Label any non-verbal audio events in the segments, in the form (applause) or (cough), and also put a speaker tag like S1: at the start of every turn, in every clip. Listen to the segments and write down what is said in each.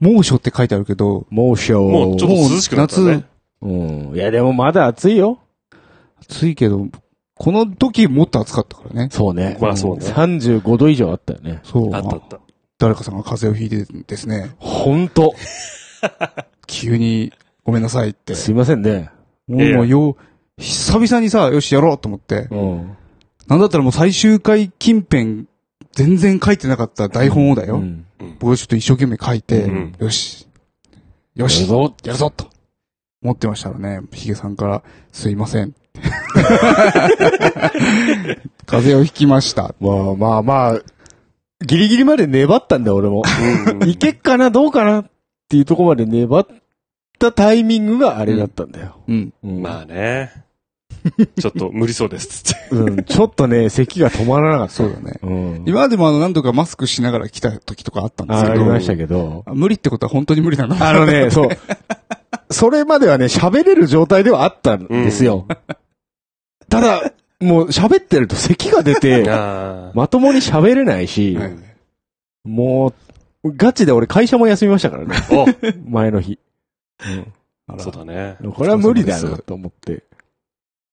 S1: 猛暑って書いてあるけど、
S2: 猛暑。
S3: もうちょっと涼しくなった
S1: もう
S3: ね
S1: 夏。
S2: うん。いや、でもまだ暑いよ。
S1: 暑いけど、この時もっと暑かったからね。
S2: そうね。
S3: まあそうね
S2: 35度以上あったよね。
S1: そう。
S3: あったあった。
S1: 誰かさんが風邪をひいてですね、
S2: ほんと。
S1: 急にごめんなさいって。
S2: すいませんね。
S1: もうよ、久々にさ、よしやろうと思って、
S2: うん。
S1: なんだったらもう最終回近辺、全然書いてなかった台本をだよ。
S2: うん。
S1: 僕はちょっと一生懸命書いて、
S3: うん
S1: よし、よ
S2: やる
S1: し、
S2: ぞ。
S1: やるぞと。思ってましたらね、ヒゲさんから、すいません。 (laughs) 風邪をひきました。
S2: まあまあまあ、ギリギリまで粘ったんだよ、俺も。いけっかな、どうかなっていうとこまで粘ったタイミングがあれだったんだよ。
S1: うん。
S2: うん。
S3: まあね。ちょっと無理そうです。つ
S2: (laughs)
S3: って。
S2: うん。ちょっとね、咳が止まらなかった。
S1: そうだね。
S2: うん。
S1: 今までもあの、何度かマスクしながら来た時とかあったんです
S2: あ
S1: け
S2: り
S1: ど
S2: ま、したけど。
S1: あ無理ってことは本当に無理なんだな。
S2: あ
S1: (laughs)
S2: のね、そう。それまではね、喋れる状態ではあったんですよ。ただ、もう喋ってると咳が出て、
S3: (laughs) あ
S2: まともに喋れないし、
S1: はい
S2: もう、ガチで俺会社も休みましたからね。
S3: (laughs) あ。お
S2: 前の日。
S1: あら
S3: そうだね。
S2: これは無理だなと思って。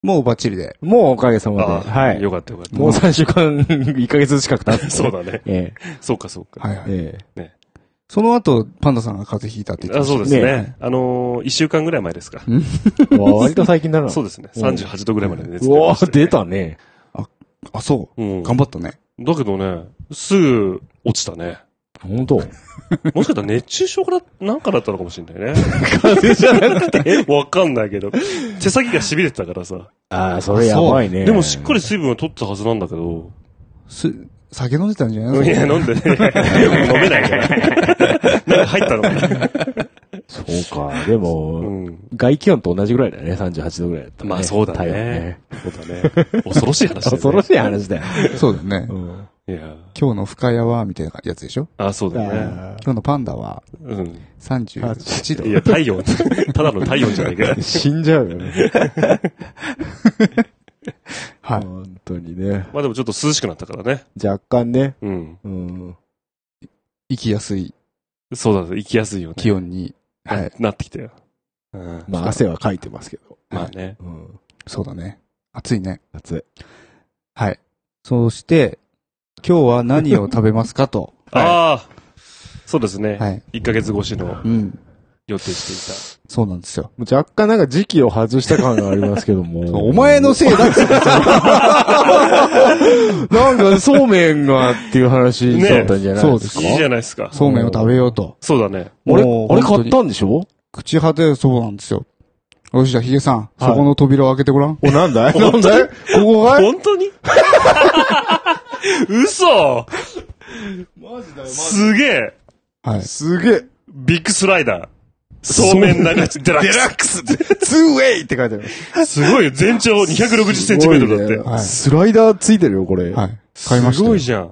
S1: もうバッチリで。
S2: もうおかげさまで。
S3: あ
S2: はい。
S3: よかったよかった。
S2: もう3週間、1ヶ月近く経って。
S3: (laughs) そうだね。
S2: え
S3: そうかそうか。
S1: はいはい。
S3: (laughs)
S2: え。え
S1: その後、パンダさんが風邪ひいたって言って
S3: あ
S1: まし
S3: そうです
S2: ね
S3: ね。あのー、一週間ぐらい前ですか。
S2: え。わ割と最近だな。
S3: そう
S2: う
S3: ですね。
S2: ん
S3: 38度ぐらいまで熱
S2: う
S3: 出
S2: わ
S3: ましたね
S2: 出。たね。
S1: た。あ、そうう。
S3: ん。
S1: 頑張ったね。
S3: だけどね、すぐ落ちたね。
S2: 本当。
S3: もしかしたら熱中症からなんかだったのかもしれないね。
S2: 風邪じゃなくて。
S3: (laughs) わかんないけど。手先が痺れてたからさ。
S2: ああ、それやばいね。
S3: でもしっか
S2: り。
S3: り水分を取ってたはずなんだけど。
S1: す、酒飲んでたんじゃない
S3: い
S1: の
S3: や、飲 (laughs) んでね。飲めないから。なんか入ったのかな。
S2: そうか。で
S3: う
S2: も、
S3: ん。
S2: 外気温と同じぐらいだよね。38度ぐらいだったらね。
S3: まあそうだね
S2: 体温ね。
S3: そうだね。恐ろしい話だね。
S2: 恐ろしい話だよ。
S1: そうだね
S2: う。ん。
S3: い。や。
S1: 今日の深谷は、みたいなやつでしょ
S3: あ、そうだね。
S2: あ
S1: 今日のパンダは、
S3: うん。
S1: 38度。
S3: いや、体温。 (laughs) ただの体温じゃないか
S2: ー死んじゃうよね。
S1: はい。
S2: 本当にね。
S3: まあでもちょっと涼しくなったからね。
S2: 若干ね。
S3: うん。
S2: うん。
S1: 行きやすい
S3: そうだ、行きやすいよね。
S1: 気温に、はい。
S3: なってきたよ。うん。
S2: まあ汗はかいてますけど。
S3: まあね。
S2: うん。
S1: そうだね。暑いね。
S2: 暑い。
S1: はい。そして、今日は何を食べますかと。
S3: ああ。そうですね。
S1: はい。
S3: 1ヶ月越しの
S1: うん。
S3: 予定してい
S1: そうなんですよ。
S2: 若干なんか時期を外した感がありますけども。
S1: お前のせいだっつってさ
S2: なんかそうめんがっていう話だったんじゃない
S1: ねえそうで
S2: で
S1: すす
S2: か
S1: か。
S3: た。いいじゃないですか。
S1: そうめんを食べようと。
S3: そうだね。
S2: あれ、
S1: もう
S2: あれ
S1: 本当
S2: 買っ
S1: に
S2: たんでしょ
S1: 口果てそうなんですよ。よし、じゃあヒゲさん、そこの扉を開けてごらん。
S2: お、なんだいなんだいここ
S3: (laughs)
S2: がい
S3: 本当に嘘
S2: マジだよ、
S3: すげえ
S1: はい。
S2: すげえ。
S3: ビッグスライダー。そうめん流し、デラックス。
S2: ツーウェイって書いてある。
S3: すごいよ。全長260センチメートルだって。
S1: はい
S2: スライダーついてるよ、これ。
S1: はい。買いまし
S3: す
S1: た
S3: ご
S1: よ。
S3: いじゃん。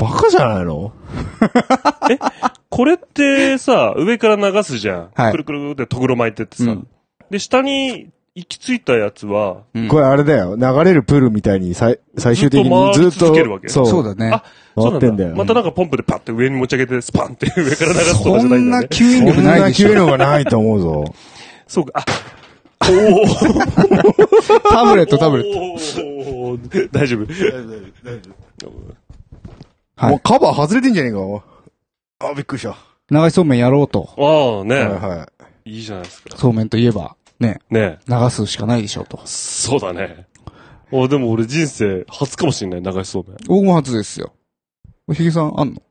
S2: バカじゃないの
S3: これってさ、上から流すじゃん。
S1: はい
S3: くるくるってとぐろ巻いてってさ。
S1: うん
S3: で、下に行き着いたやつは、
S1: うん
S2: これあれだよ。流れるプールみたいに最最終的にずっと。
S3: ずっと回り続けるわけ
S2: そう。
S1: そうだね。
S3: あ
S2: 回ってんだ
S3: そう
S2: よ。
S3: またなんかポンプでパッて上に持ち上げて、スパンって上から流すとか
S1: そ
S3: じゃない
S1: ん
S3: んだ
S1: な
S3: よね。
S1: 吸引
S2: そ
S1: 力
S2: ん
S1: ない
S2: な
S1: でし
S2: 急
S1: ょ。
S2: のがないと思うぞ。
S3: そうか。あ、おお
S1: タブレット、タブレット。
S3: ット。
S1: (laughs)
S3: 大丈夫。
S1: はい
S2: もうカバー外れてんじゃねえか。あ、びっくりした。は
S1: 流しそうめんやろうと。
S3: あ
S2: い
S3: あ、ね
S2: はい
S3: いじゃないですか。
S1: そうめんといえば、ね、
S3: ね
S1: 流すしかないでしょうと。
S3: そうだね。おでも俺人生初かもしれない、流しそうめん。
S1: 僕も初ですよ。ヒゲさんあんの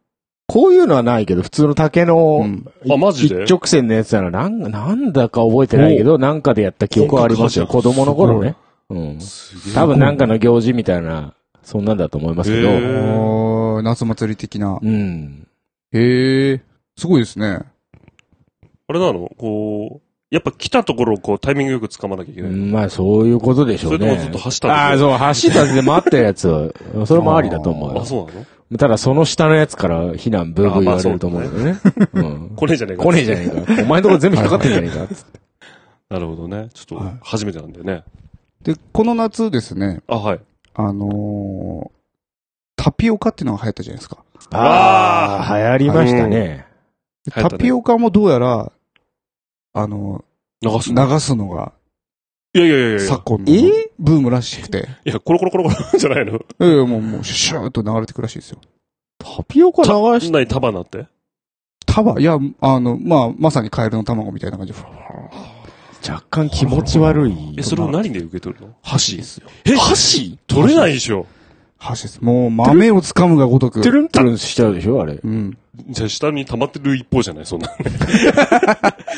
S2: こういうのはないけど、普通の竹の、
S1: うん
S3: あマジで
S2: 一直線のやつなら、なん、なんだか覚えてないけど、なんかでやった記憶はありますよ。子
S3: 本
S2: 供の頃ね。うん。多分なんかの行事みたいな、そんなんだと思いますけど。
S3: へー
S1: おー夏祭り的な。
S2: うん。
S1: へえ、すごいですね。
S3: あれなのこう、やっぱ来たところをこうタイミングよく掴まなきゃいけない。
S2: まあ、そういうことでしょ
S3: そうれともず
S2: ね
S3: っと。走った
S2: ああ、
S3: う。
S2: そう、走ったで待ってるやつは、それもありだと思う
S3: あ、
S2: よ。
S3: そうなの
S2: ただ、その下のやつから避難ブーブー言われると思うんだよね。うん。
S3: 来ねえじゃねえか。
S2: 来ねえじゃねえか。お前のところ全部引っかかってんじゃねえか。
S3: なるほどね。ちょっ
S1: はい
S3: と、初めてなんだよね。
S1: で、この夏ですね、
S3: あ、はい。
S1: あのー、タピオカっていうのが流行ったじゃないですか。
S2: ああ、流行りましたね。
S3: 流行ったね
S1: タピオカもどうやら、あの、
S3: 流す。
S1: 流すのが、
S3: いやいやいやいや。い
S1: 昨今の
S2: え
S1: ブームらしくて、
S3: や、コロコロコロコロ (laughs) じゃないの。
S1: ええもう、もう、シューッと流れてくらしいですよ。
S2: タピオカ流し
S3: ない束になって。
S1: 束いや、あの、まあ、まさにカエルの卵みたいな感じで、ふわふわ
S2: 若干気持ち悪い。
S3: え、それを何で受け取るの
S1: 箸ですよ。
S3: え
S2: 箸
S3: 取れないでしょ。
S1: 箸です。もう、豆を掴むがごとく
S2: トゥ。ルントゥルンしちゃうでしょあれ。
S1: うん。
S3: じゃあ下に溜まってる一方じゃないそんな。
S2: (laughs)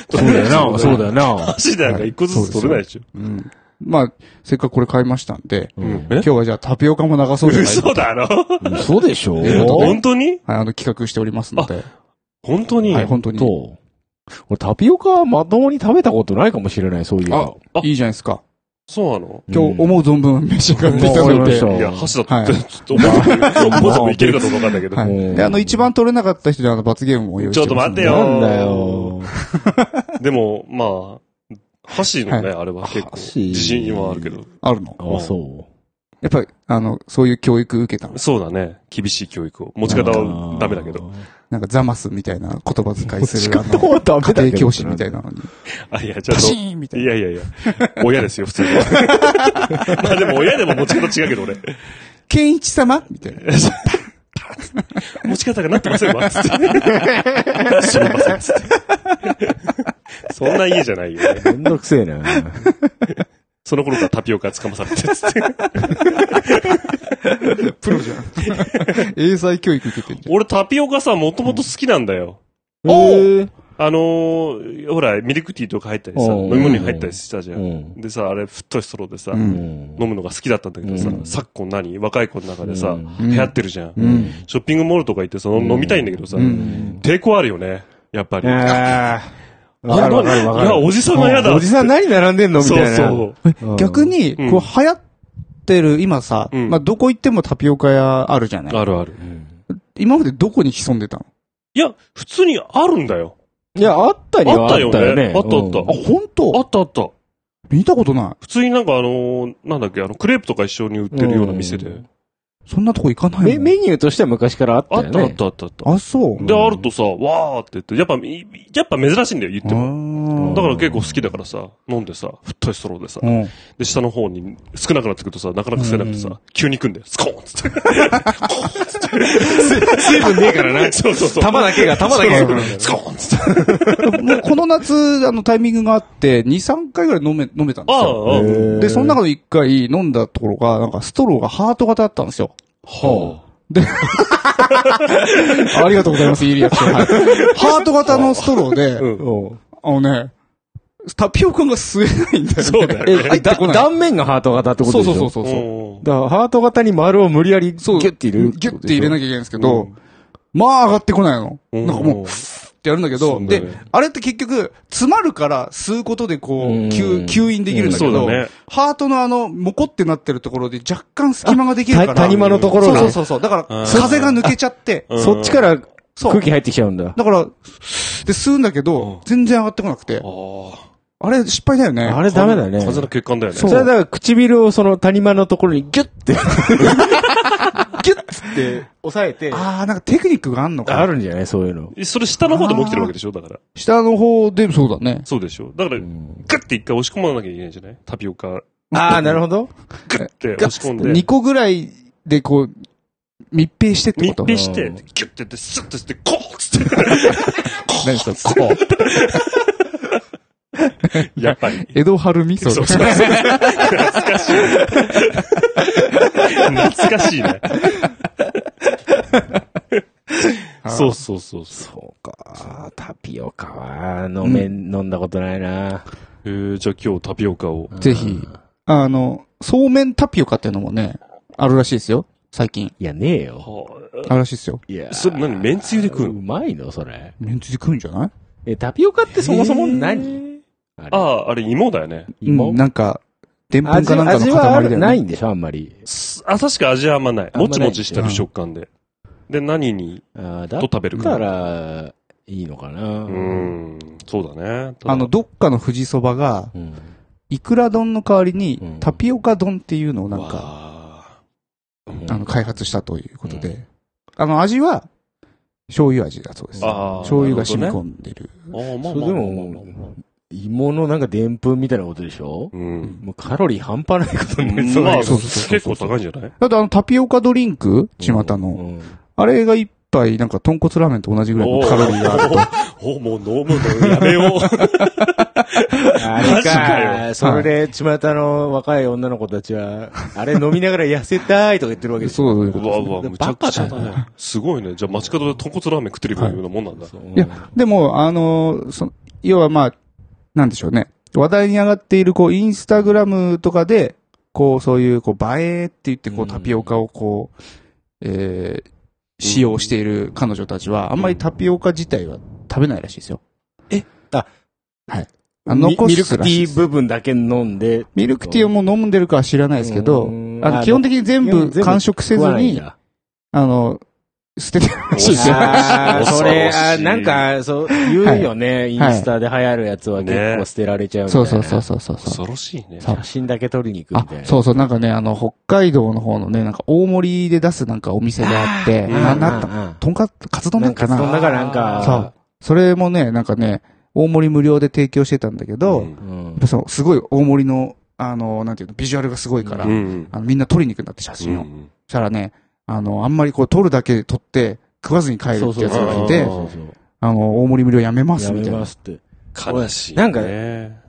S2: そうだよな、そうだよな。
S3: 箸でなんか一個ずつ取れないでしょ。
S1: うん。まあ、せっかくこれ買いましたんで、
S2: うん
S3: え
S1: 今日はじゃあタピオカも流そうじゃないか
S3: 嘘だろ
S2: 嘘でしょ
S3: 本当に
S1: はい、あの、企画しておりますので。
S3: 本当に、
S1: はい、本当に。
S2: そう。俺タピオカはまともに食べたことないかもしれない、そういう
S1: あ
S2: ば。、
S3: あ
S1: いいじゃないですか。
S3: そうなの
S1: 今日思う存分召し上がっていた
S2: わかり
S1: だい
S2: ま
S1: て
S2: し。たうん
S3: いや、箸だって、ちょっと思ってたけど、もうちょっといけるかと思わなかったけど。
S1: は
S2: うん
S1: い。で、あの、一番取れなかった人であの、罰ゲームも用意してますんで
S3: ちょっと待
S2: なんだよ。
S3: でも、まあ、箸のね、あれは結構、
S2: 箸
S3: 自信はあるけど。
S1: あるの
S2: あ、そ
S1: やっぱり、あの、そういう教育受けたの。
S3: そうだね。厳しい教育を。持
S2: う。
S3: ち方はダメだけど。。
S1: なんか、ザマスみたいな言葉遣い
S2: (laughs)
S1: する。あ
S2: 方
S1: の
S2: はダメだけど
S1: 家庭教師 (laughs) みたいなのに。
S3: あ、いや、ちゃん
S1: パ
S3: と
S1: シ。ーンみたい
S3: い
S1: な。
S3: やいやいや。親ですよ、普通に。まあでも親でも持ち方違うけど俺。
S1: ケンイチ様みたいな。
S3: 持ち方がなってませんわ、つって。 (laughs) すみません、つって。そんな家じゃないよね。
S2: めんどくせえな。
S3: その頃からタピオカ捕まされて、つって。
S1: プロじ (laughs) ゃん。英才教育受けてんじゃん。
S3: 俺タピオカさ、もともと好きなんだよ。
S2: おう
S3: あのー、ほら、ミルクティーとか入ったりさ、
S2: うん
S3: 飲み物に入ったりしたじゃん。
S2: ん。
S3: でさ、あれ、太いストローでさ、
S1: うん
S3: 飲むのが好きだったんだけどさ、
S2: うん
S3: 昨今何若い子の中でさ、
S2: うん
S3: 流行ってるじゃん,、
S1: うん
S3: ショッピングモールとか行ってさ、飲みたいんだけどさ、
S1: うん
S3: 抵抗あるよね、やっぱり。
S2: ああ。わかるわかるわかる。
S3: いや、おじさんが嫌だ。
S2: おじさん何並んでんのみ
S3: そ
S2: たいうな。
S3: そう。
S2: うん
S1: 逆に、こ
S3: う
S1: うん流行ってる、今さ、
S3: うん
S1: まあ、どこ行ってもタピオカ屋あるじゃ
S2: (laughs)
S1: ない
S3: あるある。
S1: 今までどこに潜んでたの
S3: いや、普通にあるんだよ。
S2: いや、あったりはあったよね。
S3: あったよねあったあった
S1: あ、本当
S3: あったあった。
S1: 見たことな
S3: 普通になんかあのーなんだっけ、あの、クレープとか一緒に売ってるような店で。
S2: うん
S1: い。そんなとこ行かないもん
S2: メメニューとしては昔からあった
S3: あ
S2: よね。
S3: ったあったあったあった。
S1: あ、そう。
S3: で、あるとさ、わーって言って、やっぱ、いやっぱ珍しいんだよ、言っても。
S1: も
S3: だから結構好きだからさ、飲んでさ、太いストローでさ、
S1: うん。
S3: で、下の方に少なくなってくるとさ、なかなか捨てなくてさ、急に行くんだよ。スコーンっつって。 (laughs)
S2: 水分ねえからな。
S3: そう (laughs) そうそう。
S2: 玉だけが、玉だけが。
S3: スコーンっつって。
S1: もうこの夏、あの、タイミングがあって、2、3回ぐらい飲め、飲めたんです
S3: あ
S1: よ。
S3: あ、ああ。
S1: で、その中の1回飲んだところが、なんかストローがハート型だったんですよ。
S2: は
S1: (laughs) ありがとうございます、いいリアクション。はいハート型のストロー
S3: う
S1: で、
S3: ん
S1: あのね、タピオカが吸えないんだよね。
S3: そうだよ
S2: え、
S3: ね。
S1: 入ってこない
S2: 断面がハート型ってこと
S1: そう
S2: でし
S1: そ
S2: ょ
S1: うそう
S2: う。
S1: そうそう。
S3: うん
S2: だからハート型に丸を無理やりギ
S1: そ
S2: ュ
S1: う
S2: ッて入れる
S1: ギュッて入れな
S2: き
S1: きゃいけないんですけど、まあ上がってこないの。なんかもう、ってやるんだけ
S3: そ
S1: ど、
S3: うだよ
S1: で
S3: ね、
S1: あれって結局、詰まるから吸うことでこ
S2: うん
S1: う、吸吸引できるんだけ
S3: うんそ
S1: ど
S3: うだね、
S1: ハートのあの、もこってなってるところで若干隙間ができるから。
S2: た谷間のところ
S1: そう
S2: が
S1: そうそうそう。だから、
S3: うん
S1: 風が抜けちゃって、
S3: うん
S2: そっちから
S1: そう
S2: 空気入ってきちゃうんだ。
S1: だから、で、吸うんだけ
S3: うん
S1: ど、全然上がってこなくて
S3: あ、あ。
S1: あれ失敗だよね。
S2: あれダメだね。
S3: 風の血管だよね。
S2: それはだから唇をその谷間のところにギュッて、ギュッつって (laughs) 押さえて、
S1: あー、なんかテクニックがあんのか。
S2: あ。るんじゃないそういうの。
S3: それ下の方でも起きてるわけでしょだから。
S1: 下の方で、そうだね。
S3: そうでしょだから、ガッて一回押し込まなきゃいけないんじゃないタピオカ。
S2: ああ、なるほど。
S3: ガッて押し込んで。
S1: 2個ぐらいでこう、密閉してって
S3: 密
S1: こと
S3: 閉し
S2: う
S3: て
S2: ん、
S3: キュッてやって、スッとして、コーンっつって。 (laughs)
S1: 何それこう。
S3: やっぱり。
S1: 江戸春味噌。
S3: そうそうそう。懐かしい。懐かしいね。そうそうそうそ
S2: そうか。タピオカは飲め、飲んだことないな。
S3: う。えー、じゃあ今日タピオカを。
S1: (laughs) ぜひ、あの、そうめんタピオカっていうのもね、あるらしいですよ。最近。
S2: いや、ねえよ。
S3: は
S1: あるらしいですよ。
S2: いや
S3: あ、それ何麺つゆで食う
S2: う
S3: の
S2: まいのそれ。
S1: めんつゆ食うんじゃない
S2: え、タピオカってそもそも何あ
S3: ああ、あれ芋だよね。
S1: う
S2: 芋
S1: ん、なんか、でんぷん
S2: 味
S1: かなんかの
S2: 味はあ
S1: 塊だ
S2: る
S1: よ
S2: な
S1: ね。
S2: いんでしょあんまり。
S3: すあ、確か味はあんまない。
S2: あんま
S3: も
S2: ない
S3: ちもちしてる食感で。で、何に
S2: ああ、
S3: と
S2: だっ
S3: 食べる
S2: た
S3: か。
S2: ら、いいのかな。
S3: うーん、そうだね。ただ
S1: あの、、どっかの富士そばが、
S2: うん。
S1: いくら丼の代わり
S2: う
S1: に
S2: ん、
S1: タピオカ丼っていうのをなんか、
S3: か、
S1: あの、開発したということで。あの、味は、醤油味だそうです。
S3: あー
S1: 醤油が染
S3: な
S1: み
S3: るほ
S1: 込んでる。
S3: ああ、まあ
S2: それ
S3: ま
S2: で
S3: あまあ
S2: も
S3: まあまあ
S2: 芋のなんかでんぷんみたいなことでしょ
S3: うん。
S2: もうカロリー半端ないことになりそう
S3: まあ、
S2: だけ
S1: そ
S2: ど
S1: うそうそう
S3: 結構高いんじゃない
S1: だってあのタピオカドリンク巷の、
S2: うん
S1: あれが一杯なんか豚骨ラーメンと同じぐらい
S3: お
S1: の
S3: ー
S1: カロリーがあると。
S3: おもう飲むのやめよう。
S2: あれ
S3: マジか
S2: か。それで、巷の若い女の子たちは、あれ飲みながら痩せたいとか言ってる (laughs) わけですよ。
S1: (laughs) そういうこと
S3: うわうわ、むちゃくちゃだ
S2: バ
S3: ね。すごいね。じゃあ街角で豚骨ラーメン食ってるようなもんなんだ。
S2: そう
S1: いや、でも、あのーその、要はまあ、なんでしょうね。話題に上がっている、こう、インスタグラムとかで、こう、そういう、こう、映えって言って、こ
S2: う
S1: う、
S2: ん
S1: タピオカをこう、えー使用している彼女たちは、あんまりタピオカ自体は食べないらしいですよ。
S2: えあ、
S1: はい。あ
S2: み
S1: 残
S2: ミルク
S1: す
S2: テ
S1: らし
S2: ィ
S1: いで
S2: ー
S1: す。
S2: 部分だけ飲んで。
S1: ミルクティーをもう飲んでるかは知らないですけど
S2: う、ん
S1: あ
S2: あ
S1: の、
S2: の
S1: 基本的に全部完食せず
S2: 食わないん
S1: に、
S2: だ
S1: あの、捨ててるらしいですよ。
S2: あー
S3: 恐
S2: そ
S3: ろしい
S2: れ、あーなんか、そう、言うよね。インスタで流行るやつは結構捨てられちゃうみたい
S1: そう
S2: な。
S1: そうそうそうそう。
S3: 恐ろしいね。
S1: そう
S2: 写真だけ撮りに行く
S1: あ
S2: みたい、な。
S1: そうそう、なんかね、あの、北海道の方のね、なんか大盛りで出すなんかお店があって、
S3: あー
S1: な、
S3: うん
S1: なった、
S2: た
S1: とんか、カツ丼だっ
S2: なん
S1: け
S2: か、その
S1: な。
S2: 中なんか、
S1: そう。それもね、なんかね、大盛り無料で提供してたんだけど、
S3: う
S1: やっ
S3: ん
S2: うん
S1: ぱそのすごい大盛りの、あの、なんていうの、ビジュアルがすごいから、
S3: うん。
S1: あのみんな撮りに行くんだって写
S3: う
S1: 真を。
S3: ん。
S1: そしたらね、あの、あんまりこう撮るだけ撮って、食わずに帰るってやつ
S3: そうそ
S1: が
S3: う
S1: い
S3: で
S1: て、
S2: そうそう
S1: あの、大盛り無料やめます
S2: や
S1: みた
S2: め
S1: いな
S2: ま。すって。
S3: 悲しいね。
S2: なんか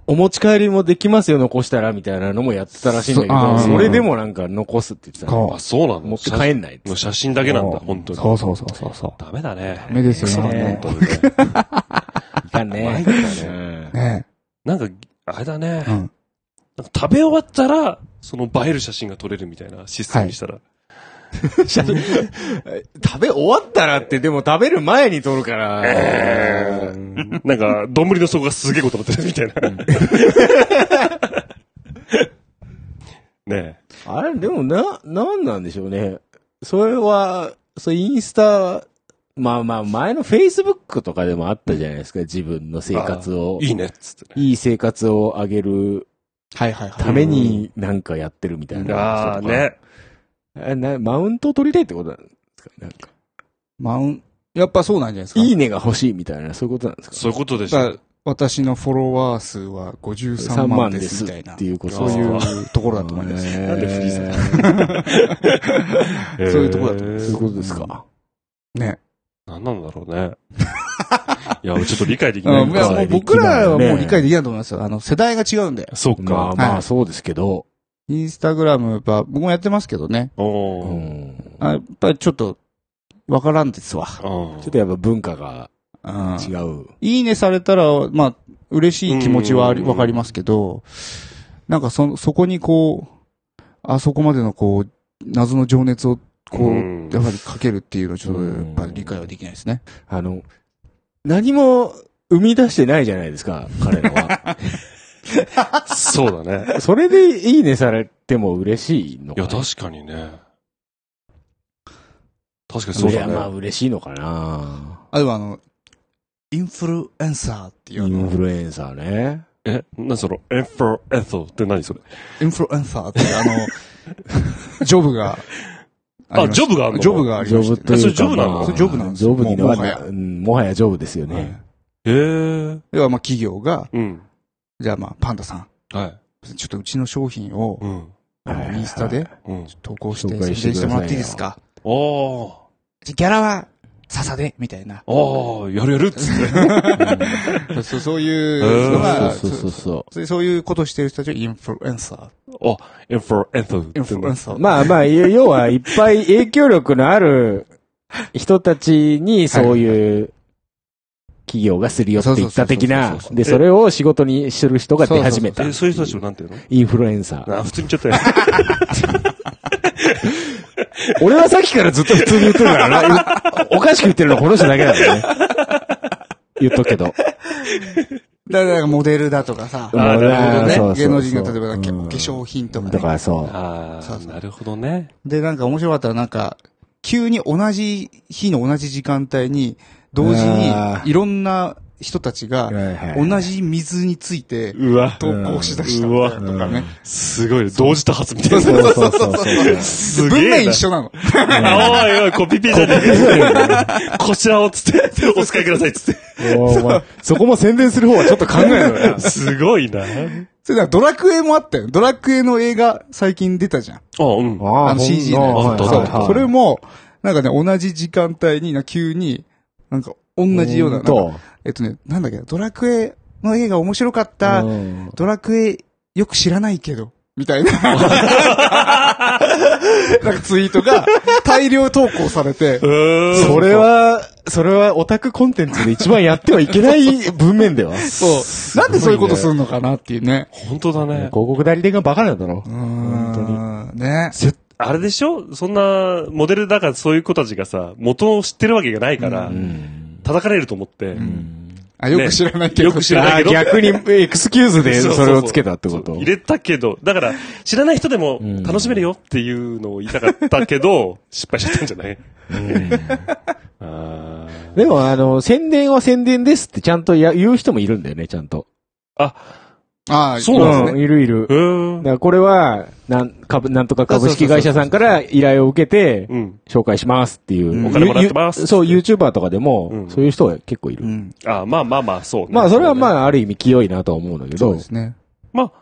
S2: お持ち帰りもできますよ、残したら、みたいなのもやってたらしいんだけ
S1: そうあー
S2: ど、それでもなんか残すって言ってたね。
S1: こ
S3: あ、そうなの
S2: 持って帰んないっ
S3: も
S2: て
S3: う。写真だけなんだ、本当に。
S1: そうそうそうそうそ
S3: ダメだね。
S1: ダメですよね
S3: そうだね。本当にね
S2: いかんね。
S1: (laughs)
S2: うん
S1: う。ね
S3: なんか、あれだね。
S1: え。うん。
S3: なんか食べ終わったら、その映える写真が撮れるみたいなシステムにしたら。
S2: 食べ終わったらって、でも食べる前に撮るから。
S3: なんか、丼の底がすげえことになってるみたいな。ね
S2: あれ、でもな、なんなんでしょうね。それは、そう、インスタ、まあまあ、前のフェイスブックとかでもあったじゃないですか、自分の生活を
S3: え。。いいねっつってね。
S2: いい生活を上げる
S1: はいはいはい。
S2: ためになんかやってるみたいな。
S3: ああ、。ね。
S2: えなマウントを取りたいってことなんですかなんか。
S1: マウン、やっぱそうなんじゃないですか。
S2: いいねが欲しいみたいな、そういうことなんですか
S3: そういうことでし
S1: だから
S3: ょ。
S1: 私のフォロワー数は53万ですみたいな。
S2: っていうこと
S1: そういうところだと思います。
S2: ね
S3: なんでフリーズ
S1: ー (laughs) そういうとこだと思
S2: そういうことですか。
S1: ね。
S3: なんなんだろ
S1: (laughs)
S3: うね。いや、ちょっと理解でき
S1: うん
S3: ない
S1: いや、もう僕らはもう理解できないと思いますよ。あの、世代が違うんで。
S3: そっ
S2: ま
S3: か
S2: あ。ま
S1: は
S2: あ、
S1: い
S2: そうですけど。
S1: インスタグラムは、僕もやってますけどね。
S3: お
S2: う
S3: ー
S2: ん
S1: あやっぱりちょっと、わからんですわ。
S3: うん
S2: ちょっとやっぱ文化が
S1: うん
S2: 違う。
S1: いいねされたら、まあ、嬉しい気持ちはあり
S3: うん
S1: わかりますけど、なんかそ、そこにこう、あそこまでのこう、謎の情熱を、こ
S3: うん
S1: う、やはりかけるっていうのはちょっと、やっぱり理解はできないですね。
S2: あの、何も生み出してないじゃないですか、彼らは。
S3: そうだね。
S2: それでいいねされても嬉しいの
S3: い
S2: か
S3: や、
S2: な。
S3: 確かにね。確かにそう
S2: いや
S3: だ
S2: まあ
S3: ね。
S2: 嬉しいのかな。
S1: あ、でもあの、インフルエンサーって
S2: イ
S1: いうあの
S2: ンフルエンサーね。
S3: え、な、その、エンフォーエンソーって何それ
S1: インフルエンサーっていうあの、 (laughs) ジョブが
S3: あ
S1: りまし
S3: ジョブがあるの
S1: ジョブがあり
S2: ジ
S1: ま
S2: ョ
S1: し
S2: ブ
S1: て
S2: と
S3: えそ
S2: い
S3: れ
S2: う
S3: ジ
S2: か、
S3: ョブなの
S2: まあ
S1: それジョブなんです
S2: ジョブに
S1: もう
S2: な
S1: もはや
S2: うんもはやジョブですよね。
S3: ええ。
S1: 要はまあ企業が、
S3: うん。
S1: じゃあまあパンダさん、
S3: はい。
S1: ちょっとうちの商品を
S3: うん。
S2: はい
S1: インスタで
S3: うん。
S1: 投稿して宣
S2: 紹介
S1: 伝
S2: してく
S1: し
S2: ださいよ
S1: てもらっていいですか
S3: おー。
S1: ギャラは笹で、みたいな。
S3: おー、やるやるっつ (laughs) って。
S1: そうそういう
S3: のが
S2: そうそうそうそ
S1: そうそういうことしてる人たちをインフルエンサー。
S3: お、エンフォーエンソー。
S1: インフルエンサー。
S2: う。まあまあ、要要はいっぱい影響力のある人たちにそういう企業がすり寄っていった的
S1: そ
S2: な
S1: うそうそうそうそうそ、う
S2: で、それを仕事にする人が出始めた。
S3: え、そういう人たちをなんていうの
S2: インフルエンサー。
S3: あ、普通に言っちゃったよ。
S2: (laughs) 俺はさっきからずっと普通に言ってるからな。 (laughs) おかしく言ってるのこの人だけだからね。言っとくけど。
S1: だからなんかモデルだとかさ、
S3: なるほ
S2: そ
S3: どね
S2: うそうそう
S1: 芸能人が例えばなんか
S2: うん
S1: お化粧品とか
S2: と
S1: ね。
S2: か、そう。
S3: あ
S1: そう
S3: ー、
S1: そう
S3: なるほどね。
S1: で、なんか面白かったらなんか、急に同じ日の同じ時間帯に、同時に
S2: あー
S1: いろんな人たちが、
S2: はいはいはい
S1: 同じ水について、
S3: うわ。
S1: 投稿しだしたみたいなとかね。
S3: すごい。同時多発みたい
S2: そう
S3: な。
S2: そうそうそう。
S3: すげえ
S1: 文
S3: な。
S1: 面一緒なの。
S3: あおいおい、コピペじゃねえ。こちらを、つって、お使いください、つっ
S2: もうお前そこも宣伝する方はちょっと考えろよ
S3: て。。すごいな。あ、
S1: それだからドラクエもあったよ。ドラクエの映画最近出たじゃん。
S3: うん。
S2: あ
S1: あの CG の
S3: あ
S1: や
S3: は
S1: つ。
S3: い
S1: そ
S3: はいう
S1: それも、なんかね、同じ時間帯にな、急に、なんか、同じような、なんか
S2: と。
S1: えっとね、なんだっけ、ドラクエの映画面白かった
S2: う、ん
S1: ドラクエよく知らないけど、み
S3: (laughs)
S1: たいな。なんかツイートが大量投稿されて、
S3: う
S2: それは、それはオタクコンテンツで一番やってはいけない文面では。
S1: そう。なんでそういうことするのかなっていうね。
S3: 本当だね
S2: 広。告代理店がバカなんだろ
S1: う。ん。ね。
S3: せあれでしょそんな、モデルだからそういう子たちがさ、元を知ってるわけがないから、叩かれると思って、
S1: あ、よく知らないけど。
S3: よく知らないけど。
S2: 逆にエクスキューズで
S3: そうそう
S2: そ
S3: そう
S2: れをつけたってこ
S3: そ
S2: と
S3: う入れたけど、だから、知らない人でも楽しめるよっていうのを言いたかった
S2: (laughs)
S3: けど、失敗しちゃったんじゃないあー
S2: でも、あの、宣伝は宣伝ですってちゃんとや言う人もいるんだよね、ちゃんと。
S1: ああ、
S3: そうなんです
S2: ん、いるいる。
S3: う
S2: だ
S3: ーん。
S2: からこれは、なん、株、なんとか株式会社さんから依頼を受けて、
S3: うん。
S2: 紹介しますっていう。
S1: うん
S2: ゆ
S1: お
S3: 金もらってます
S2: ゆそう、YouTuber とかで
S3: う
S2: も
S3: ん、
S2: そういう人は結構いる。
S1: うん。
S3: あーまあまあまあ、そうね。
S2: まあ、それは
S3: あ。
S2: まあ、ある意味清いなとは思うんだけ
S1: そう
S2: ど
S1: で、すね。
S3: まあ、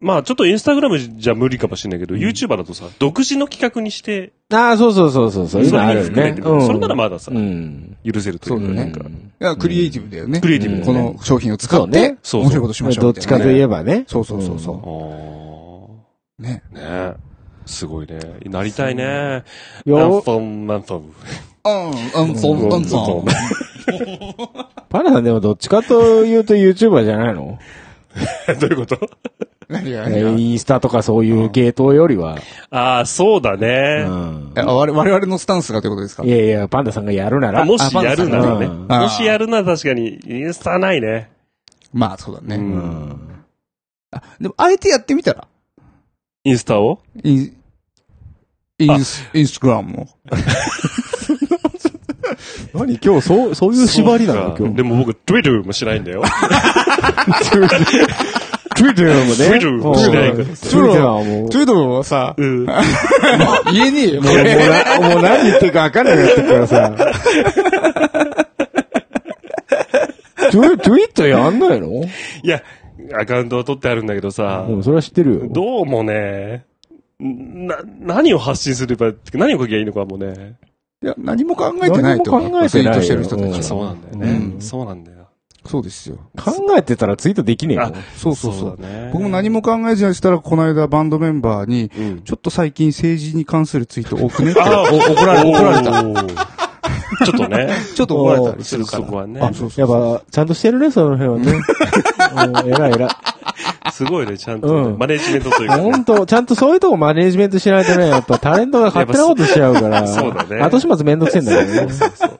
S3: まあ、ちょっとインスタグラムじゃ無理かもしれないけど、YouTuber だとさ、独自の企画にして、
S2: ああ、そうそうそうそう、そういうのあるよ
S3: 含め
S2: ね。
S3: て
S2: うん
S3: それならまださ
S2: う、ん。
S3: 許せると
S1: そ
S3: いう
S1: う
S3: か、
S1: だ
S3: な
S1: ね
S3: んか。
S1: いや、クリエイティブだよね。
S3: クリエイティブだ
S1: こ
S3: よね
S1: の商品を使っ
S2: そう
S1: て
S2: ね、
S3: そうそう
S1: 面白いことしましょう
S2: どっ
S1: みたい
S2: ち
S1: な
S2: か
S1: ね。
S2: といえばね。
S1: そうそうそうそう
S3: あー
S1: ね。
S3: ねすごいね。なりたいね。
S2: いや
S3: ランフォン、ランフォン。
S1: うん、うん、そう、うん、そう。
S2: パナさんでもどっちかというと YouTuber じゃないの
S3: (laughs) どういうこと (laughs)
S1: 何が
S2: え
S1: 何が
S2: ーインスタとかそういう系統よりは。
S3: ああ、そうだ
S2: う
S3: ね。
S2: ん。
S1: あ我々我々のスタンスがということですか
S2: いやいや、パンダさんがやるな
S3: あ
S2: ら。
S3: もしやるならね。
S2: うん
S1: あ
S3: もしやるなら確かに、インスタないね。
S1: まあ、そうだ
S3: う
S1: ね。
S2: うん。
S1: でも、あえてやってみたら
S3: インスタを
S1: イン、インス、インスタグラムを。
S2: 何今日そう、そういう縛りなの
S3: そう
S2: 今
S3: か
S2: 日。
S3: でも僕、Twitter もしないんだよ。 (laughs)
S2: (laughs) Twitter もね
S3: Twitter もしないから
S2: Twitter はもう。
S1: というのはさ、
S3: うん。
S1: 言えねえよ。
S2: もうなもう何言ってるか分かんなくなってくからさ。
S3: (laughs)
S2: トゥ、トゥイッターやんないの
S3: いや、アカウントは取ってあるんだけどさ
S2: で、もそれは知ってるよ。
S3: どうもね、な、何を発信すれば、何を書きゃいいのかもね。
S1: いや、何も考えてないと。
S2: 何も考えてない
S1: ツイート
S2: よ
S1: してる人た
S2: うん
S1: ち。
S3: そうなんだよ
S1: う
S3: ね。
S1: ん
S3: そうなんだよ。
S1: そうですよ。
S2: 考えてたらツイートできねえ
S3: あ
S2: よ。、
S1: そうそうそう。
S3: だね
S1: 僕も何も考えずにしたら、この間バンドメンバーに、
S3: うん
S1: ちょっと最近政治に関するツイート多くねって。
S3: あー
S1: お怒られた。怒られた。
S3: た。ちょっとね。
S1: ちょっと怒られたりす
S3: す
S1: る
S3: る
S1: か
S3: そこ
S1: ら。
S3: はね。
S1: あ、そうそう
S2: やっ
S1: そう。
S2: ぱ、ちゃんとしてるね、その辺はね。
S3: (laughs)
S2: うん偉い偉い。
S3: すごいね、ちゃんとね。
S2: うん
S3: マネジメントというかね。
S2: 本当ちゃんとそういうとこマネジメントしないとね、やっぱタレントが勝手なことしちゃうから。
S3: そうだね
S2: 後始末めんどくせえんだけどね。
S3: そうそう。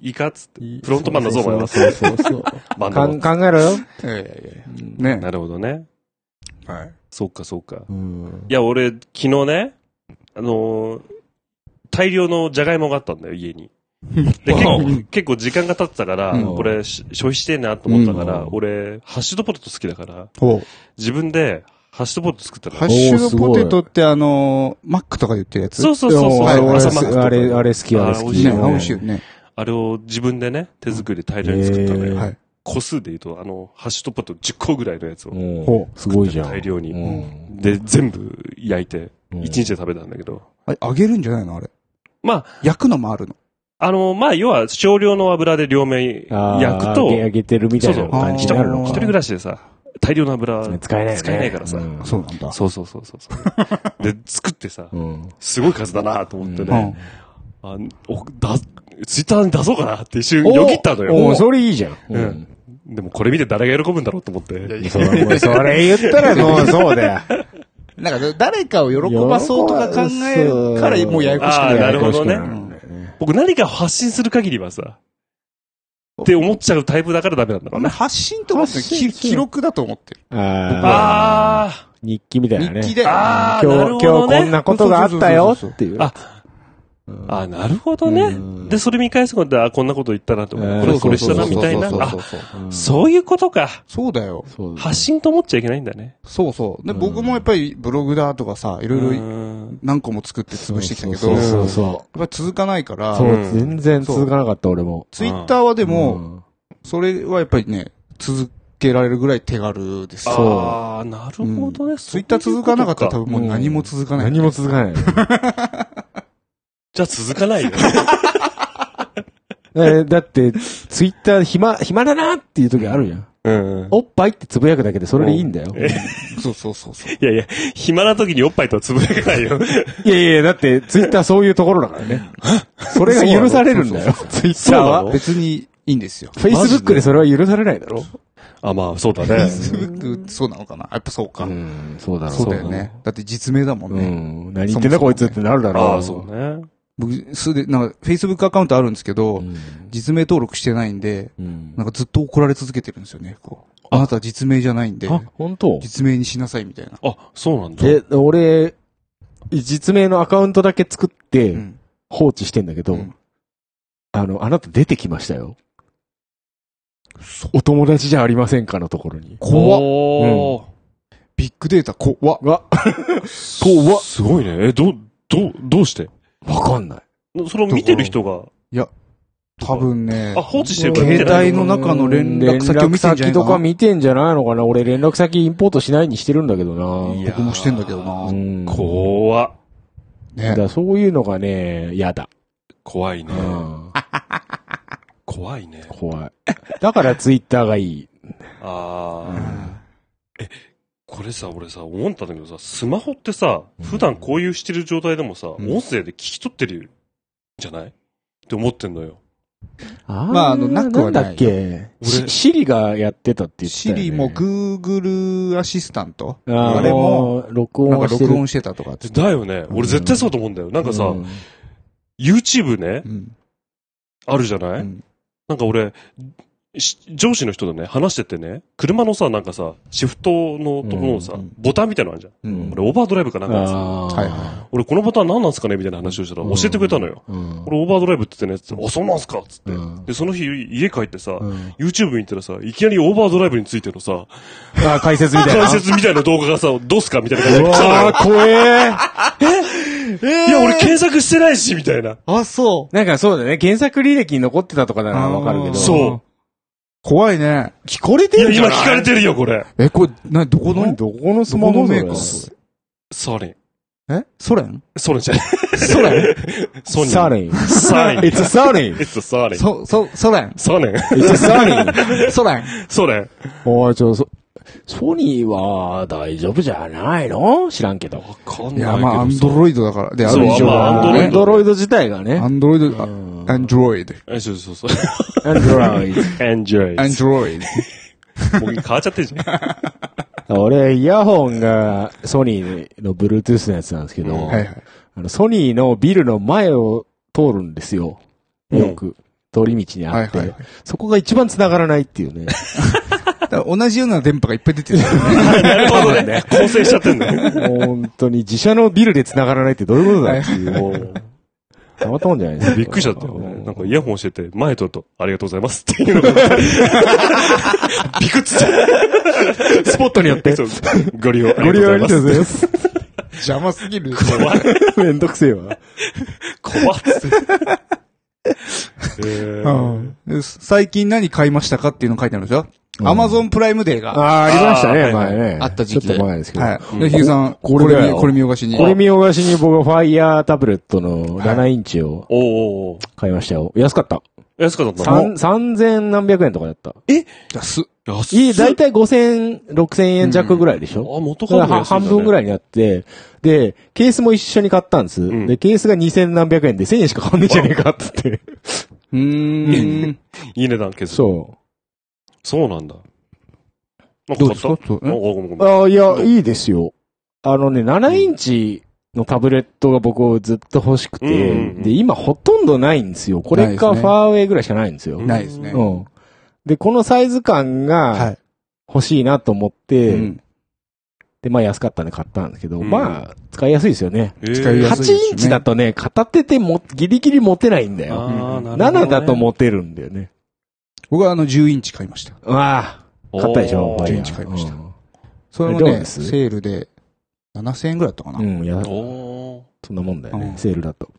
S3: いかっつって。 (laughs) フロントマンだぞ、お前は。
S2: そうそうそう。
S3: バン
S2: か
S3: ドマン
S2: ん考えろよ。
S1: いやいやいや。ね
S3: なるほどね。
S1: はい。
S3: そうか、そうか。
S2: うん。
S3: いや、俺、昨日ね、あのー大量のジャガイモがあったんだよ、家
S2: (laughs)
S3: に。で、結構、結構時間が経ってたから、
S2: うん
S3: これ、し消費してえなと思ったから、
S2: うん
S3: 俺、ハッシュドポテト好きだから、
S1: ほう。
S3: 自分で、ハッシュドポテト作ったの。
S1: ハッシュドポテトってあのー、マックとかで売ってるやつ
S3: そううそうそうそう、
S1: いやもう
S2: あれ
S3: 朝マックとか
S2: あれ、あれ好き、あれ
S3: あ
S2: 好
S3: 美
S2: き。
S1: ね、
S3: 味しいよ
S1: 美味しいよね。
S3: あれを自分でね、手作りで大量に作ったのよ。
S2: へえ
S1: はい。
S3: 個数で言うと、あの、ハッシュドポテト10個ぐらいのやつを。
S2: うんすごいじゃん。
S3: 大量に
S2: うん
S3: で、全部焼いて、
S2: うん
S3: 1日で食べたんだけど。
S1: あれ、揚げるんじゃないのあれ。
S3: まあ、
S1: 焼くのもあるの。
S3: あの、まあ、要は少量の油で両面
S2: あー
S3: 焼くと、
S2: 揚げ揚げてるみた
S3: そう
S2: い
S3: そう
S2: な感じになるの
S3: 一
S2: か。
S3: 人暮らしでさ、大量の油は
S2: 使えないよね。
S3: 使えないからさ。
S2: うん
S1: そうなんだ。
S3: そうそうそうそうそう。で、作ってさ、
S2: うん。
S3: すごい数だなと思って
S1: う
S3: ね、
S1: ん。
S3: あおだツイッターに出そうかなって一瞬
S2: お
S3: よぎったの
S2: お
S3: よ。
S2: それいいじゃん。
S3: う。ん。でもこれ見て誰が喜ぶんだろうと思って。
S2: そうもうそれ言ったら
S3: (laughs)
S2: もうそうだよ。
S1: なんか、誰かを喜ばそうとか考えるから、もうややこしくな
S3: あー
S1: る。
S3: なるほどね
S2: ややこしくなるんだよね。
S3: 僕何か発信する限りはさ、って思っちゃうタイプだからダメなんだろう
S1: 俺
S3: ね。
S1: 発信と思ってる
S2: 発信
S1: き記録だと思ってる。
S2: あ
S3: あ
S2: ー日記みたいなね。
S1: 日記で。
S3: あ、ああ、なる
S2: 今日、今
S3: ほど
S2: 日こん
S3: ね。
S2: なことがあったよっていう。
S3: あ、
S2: うん
S3: あ、なるほどね。
S2: うん
S3: で、それ見返すことで、あ、こんなこと言ったなと
S2: う
S3: か、
S2: ん
S3: これこれしたな、みたいな。
S4: そう
S3: あ
S4: そう、そうそう。
S2: うん
S3: そういうことか。
S1: そうだよ。
S2: そうだね
S3: 発信と思っちゃいけないんだね。
S1: そうそう。で、
S2: うん
S1: 僕もやっぱりブログだとかさ、いろいろ
S3: ろ。
S1: 何個も作って潰してきたけど、
S2: そう
S1: やっ
S2: そうそ
S1: ぱり続かないか
S2: う。
S1: ら
S2: そ、
S3: うん
S2: う、全然続かなかった、俺も。
S1: ツイッターはで
S2: で
S1: も、、それはやっぱりね、続けられるぐらい手軽ですよ。
S2: そう
S3: ああ、なるほどね。
S1: ツイッター続かなかったら
S3: そういうこと
S1: 多分もう何も続かない。
S2: 何も続かない。 (laughs)
S3: じゃあ続かないよ。
S2: えーだって、ツイッター暇、暇だなっていう時あるやん。
S3: (laughs) うん。
S2: おっぱいってつぶやくだけでそれでいいんだよ。
S3: え
S1: そうそうそうそう。
S3: いやいや、暇な時におっぱいとはつぶやかないよ。
S2: いやいや、だってツイッターそういうところだからね。それが許されるんだよ、ツイッター
S3: そうなの
S2: は。
S1: 別にいいんですよ。
S2: フェイスブックでそれは許されないだろ。
S3: (laughs) あ、まあ、そう
S1: (laughs)
S3: だね。
S1: Facebook そうなのかなやっぱそうか。
S2: ん、そうだろ
S1: そうだよね。だって実名だもん
S2: う
S1: ね。
S2: ん、何言ってんだこいつってなるだろ
S3: (laughs) ああ、そうね。
S1: 僕、すで、なんか、Facebook アカウントあるんですけど、
S2: ん
S1: 実名登録してないんで、
S2: うん
S1: なんかずっと怒られ続けてるんですよね。こう。あなたは実名じゃないんで、
S2: あ、本当
S1: 実名にしなさいみたいな。
S3: あ、そうなんだ。
S2: え、俺、実名のアカウントだけ作っ
S1: う
S2: て
S1: ん
S2: 放置してんだけど、
S1: うん
S2: あの、あなた出てきましたよ。お友達じゃありませんかのところに。
S1: 怖っ。
S3: おー
S1: ビッグデータ怖っ。
S2: わ、
S3: 怖っすごいね。え、ど、ど、どうして
S2: わかんない。
S3: それを見てる人が。
S1: 多分ね
S3: あ、、放置してるから見て
S1: 携
S3: ない
S1: 帯の中の連絡先を見てんじゃな
S2: 連絡先
S1: い
S2: と
S1: か
S2: か
S1: な
S2: 見てんじゃないのかな俺連絡先インポートしないにしてるんだけど
S3: い
S2: な
S3: や
S1: 僕もしてんだけどな。
S2: うん。
S3: 怖っ
S2: だ
S1: ね
S2: か。らそういうのがね、嫌だ。
S3: 怖いね
S2: う。ん。
S3: 怖いね。
S2: 怖い。だからツイッターがいい。
S3: ああ。これさ、俺さ、思ったんだけどさ、スマホってさ、普段こういうしてる状態でもさ、
S2: ん
S3: 音声で聞き取ってるじゃないって思ってんのよ。
S2: あー
S1: まああのなくはない
S2: んだっけ
S3: 俺
S2: シシリがやってたって言ってた
S1: シ
S2: よね。
S1: リも Google アシスタント
S2: あー
S1: あれも、、
S2: 録
S1: なん
S2: 音
S1: か
S2: はして
S1: 録
S2: る。
S1: 音してたとかって。
S3: だよね。俺絶対そうだと思うんだよ。なんかさ、
S2: う
S3: YouTube ね
S1: う、ん。
S3: あるじゃな
S1: う
S3: い、
S1: ん
S3: なんか俺、し上司の人とね、話しててね、車のさ、なんかさ、シフトのところのさ、
S1: うん
S3: ボタンみたいなのあるじゃん。
S1: うん
S3: 俺オーバードライブかなんかでさ、
S2: あー
S1: はいは
S3: 俺このボタン何なんすかねみたいな話をしたら教えてくれたのよ。
S2: うん
S3: 俺オーバードライブって言ってね、つってあ、そうなんすかっつって、
S2: うん
S3: で、その日家帰ってさ、
S2: うん。
S3: YouTube 見たらさ、いきなりオーバードライブについてのさ、
S2: あー、解説みた
S1: (laughs)
S2: いな。
S3: 解説みたいな動画がさ、どうすかみたいな感じ
S2: う
S3: で来たのよ
S2: わー、怖えー。
S3: いや、俺検索してないし、みたいな。
S1: あ、そ
S2: なんかそうだね、原作履歴に残ってたとかならわかるけど。
S1: あー
S3: そう。
S1: 怖いね。
S2: 聞こえ
S3: い
S2: て
S3: や、
S2: るじゃ
S3: 今
S2: ない
S3: 聞かれてるよ、これ。
S1: え、これ、な、どこ
S2: この
S1: の
S2: どこのス
S1: ス
S2: マ
S1: マ
S2: ホ
S1: ホメー
S2: メー
S1: カ
S2: カ
S1: ー
S3: ソレン。
S1: えソ連
S3: ソレンじゃない。
S2: ソレン
S3: ソニー。
S2: サレン。
S3: サレン。
S2: (laughs) It's サレン
S3: It's the ソレン。
S1: そ、そ、ソ連
S3: ソレン。
S2: It's サレ
S1: (laughs)
S2: ン
S1: ソ連
S3: ソレン。
S2: おい、ちょ、そソニーは大丈夫じゃないの知らんけど。
S3: わかん
S1: いや、まあ、アンド
S3: イ
S1: ロイドだから。で、あ
S3: そう
S1: る以上
S3: まあ
S1: だから
S2: ア
S1: ね
S2: ン。ドロイド自体がね
S1: ア。ンドロイド、
S2: う
S1: あ
S2: ん
S1: アンドロイド。
S3: ド。そうそうそう。
S2: アンドロイド。
S3: エンジョイ。
S1: アンドロイド。
S3: もう変わっちゃって
S2: (laughs)
S3: るじゃん。
S2: 俺、イヤホンがソニーの Bluetooth のやつなんですけど、
S3: うん
S1: はいはい。
S2: あのソニーのビルの前を通るんですよ。よく、通り道にあって、
S1: はいはい
S2: そこが一番繋がらないっていうね。
S1: だから同じような電波がいっぱい出てる。
S3: なる (laughs) ほどね。構成しちゃっ
S2: (laughs)
S3: てんだよ。
S2: もう本当に自社のビルで繋がらないってどういうことだっていう。もうたまったもんじゃないですか
S3: びっくりしちゃったよね。なんかイヤホンしてて、前撮ると、ありがとうございますっていうのが。ビクッつっちゃう。スポットによって。 (laughs) そうご利用あり
S2: ご
S3: がと
S2: 利
S3: うご
S2: 用
S3: ざ
S2: ありが
S3: いま
S2: とう
S3: す
S2: ご。ざいます。
S1: 邪魔すぎる。
S3: 怖っ。
S2: めんどくせえわ。
S3: 怖っつって。え
S1: う
S3: ー
S1: んで最近何買いましたかっていうの書いてあるんですよ。アマゾンプライムデー
S2: あ
S1: が。
S2: あ、ありました
S3: あ
S2: ね、
S3: ーはい
S2: 前ね。
S4: あった時期
S2: ちょっと前ですけど。
S1: はい。で、ヒゲさん、
S2: こ
S1: こ
S2: れ
S1: れ
S2: だ
S1: 見
S2: よ
S1: よ、これ見よがしに。
S2: これ見よがしに僕は Fire タブレットの7インチを
S3: おうおうおう
S2: 買いましたよ。安かった。
S3: 安かったの
S2: 三三千何百円とかだった。
S1: 安っ
S3: 安
S2: いい、だいたい五千、六千円弱ぐらいでしょ、
S3: あ、元
S2: だから
S3: カノの
S2: は
S3: 安い
S2: 半
S3: んだね
S2: 分ぐらいになって、で、ケースも一緒に買ったんです。
S3: ん
S2: で、ケースが二千何百円で千円しか買わねえじゃねえかっつって。
S1: うーん。
S3: いい値段削る。
S2: そ
S3: そうなんだ。なん
S1: ど
S3: か
S1: うで
S3: 買っ
S1: す
S3: た
S1: か
S3: あ
S1: そう
S3: ごめん
S1: え
S3: ごめん
S2: う。ああ、いや、いいですよ。あのね、7インチのタブレットが僕ずっと欲しくて、
S3: うんうんうん
S2: で、今ほとんどないんですよ。これ
S1: な
S2: か
S1: い
S2: フ
S1: ですね
S2: ァーウェイぐらいしかないんですよ。
S3: うん
S1: ないですね
S2: う。ん。で、このサイズ感
S1: は
S2: が
S1: い。
S2: 欲しいなと思って、
S1: うん
S2: で、まあ安かったんで買ったんですけど、
S3: うん
S2: まあ、使いやすいですよね。
S3: えー
S1: 使いやすいです
S2: 8
S1: ね
S2: インチだとね、片手でも、ギリギリ持てないんだよ。
S3: あーなるほどね
S2: 7だと持てるんだよね。
S1: 僕はあの10インチ買いました。
S2: わあ、買ったでしょ
S3: お、ー
S2: バイ
S1: 10イ
S2: ヤー
S1: ンチ買いました
S2: うん
S1: それも
S2: どう
S1: ね、
S2: です
S1: セールで7000円ぐらいだったかな。
S2: うん、いや、
S3: おー
S2: そんなもんだよね、
S1: うん
S2: セールだと。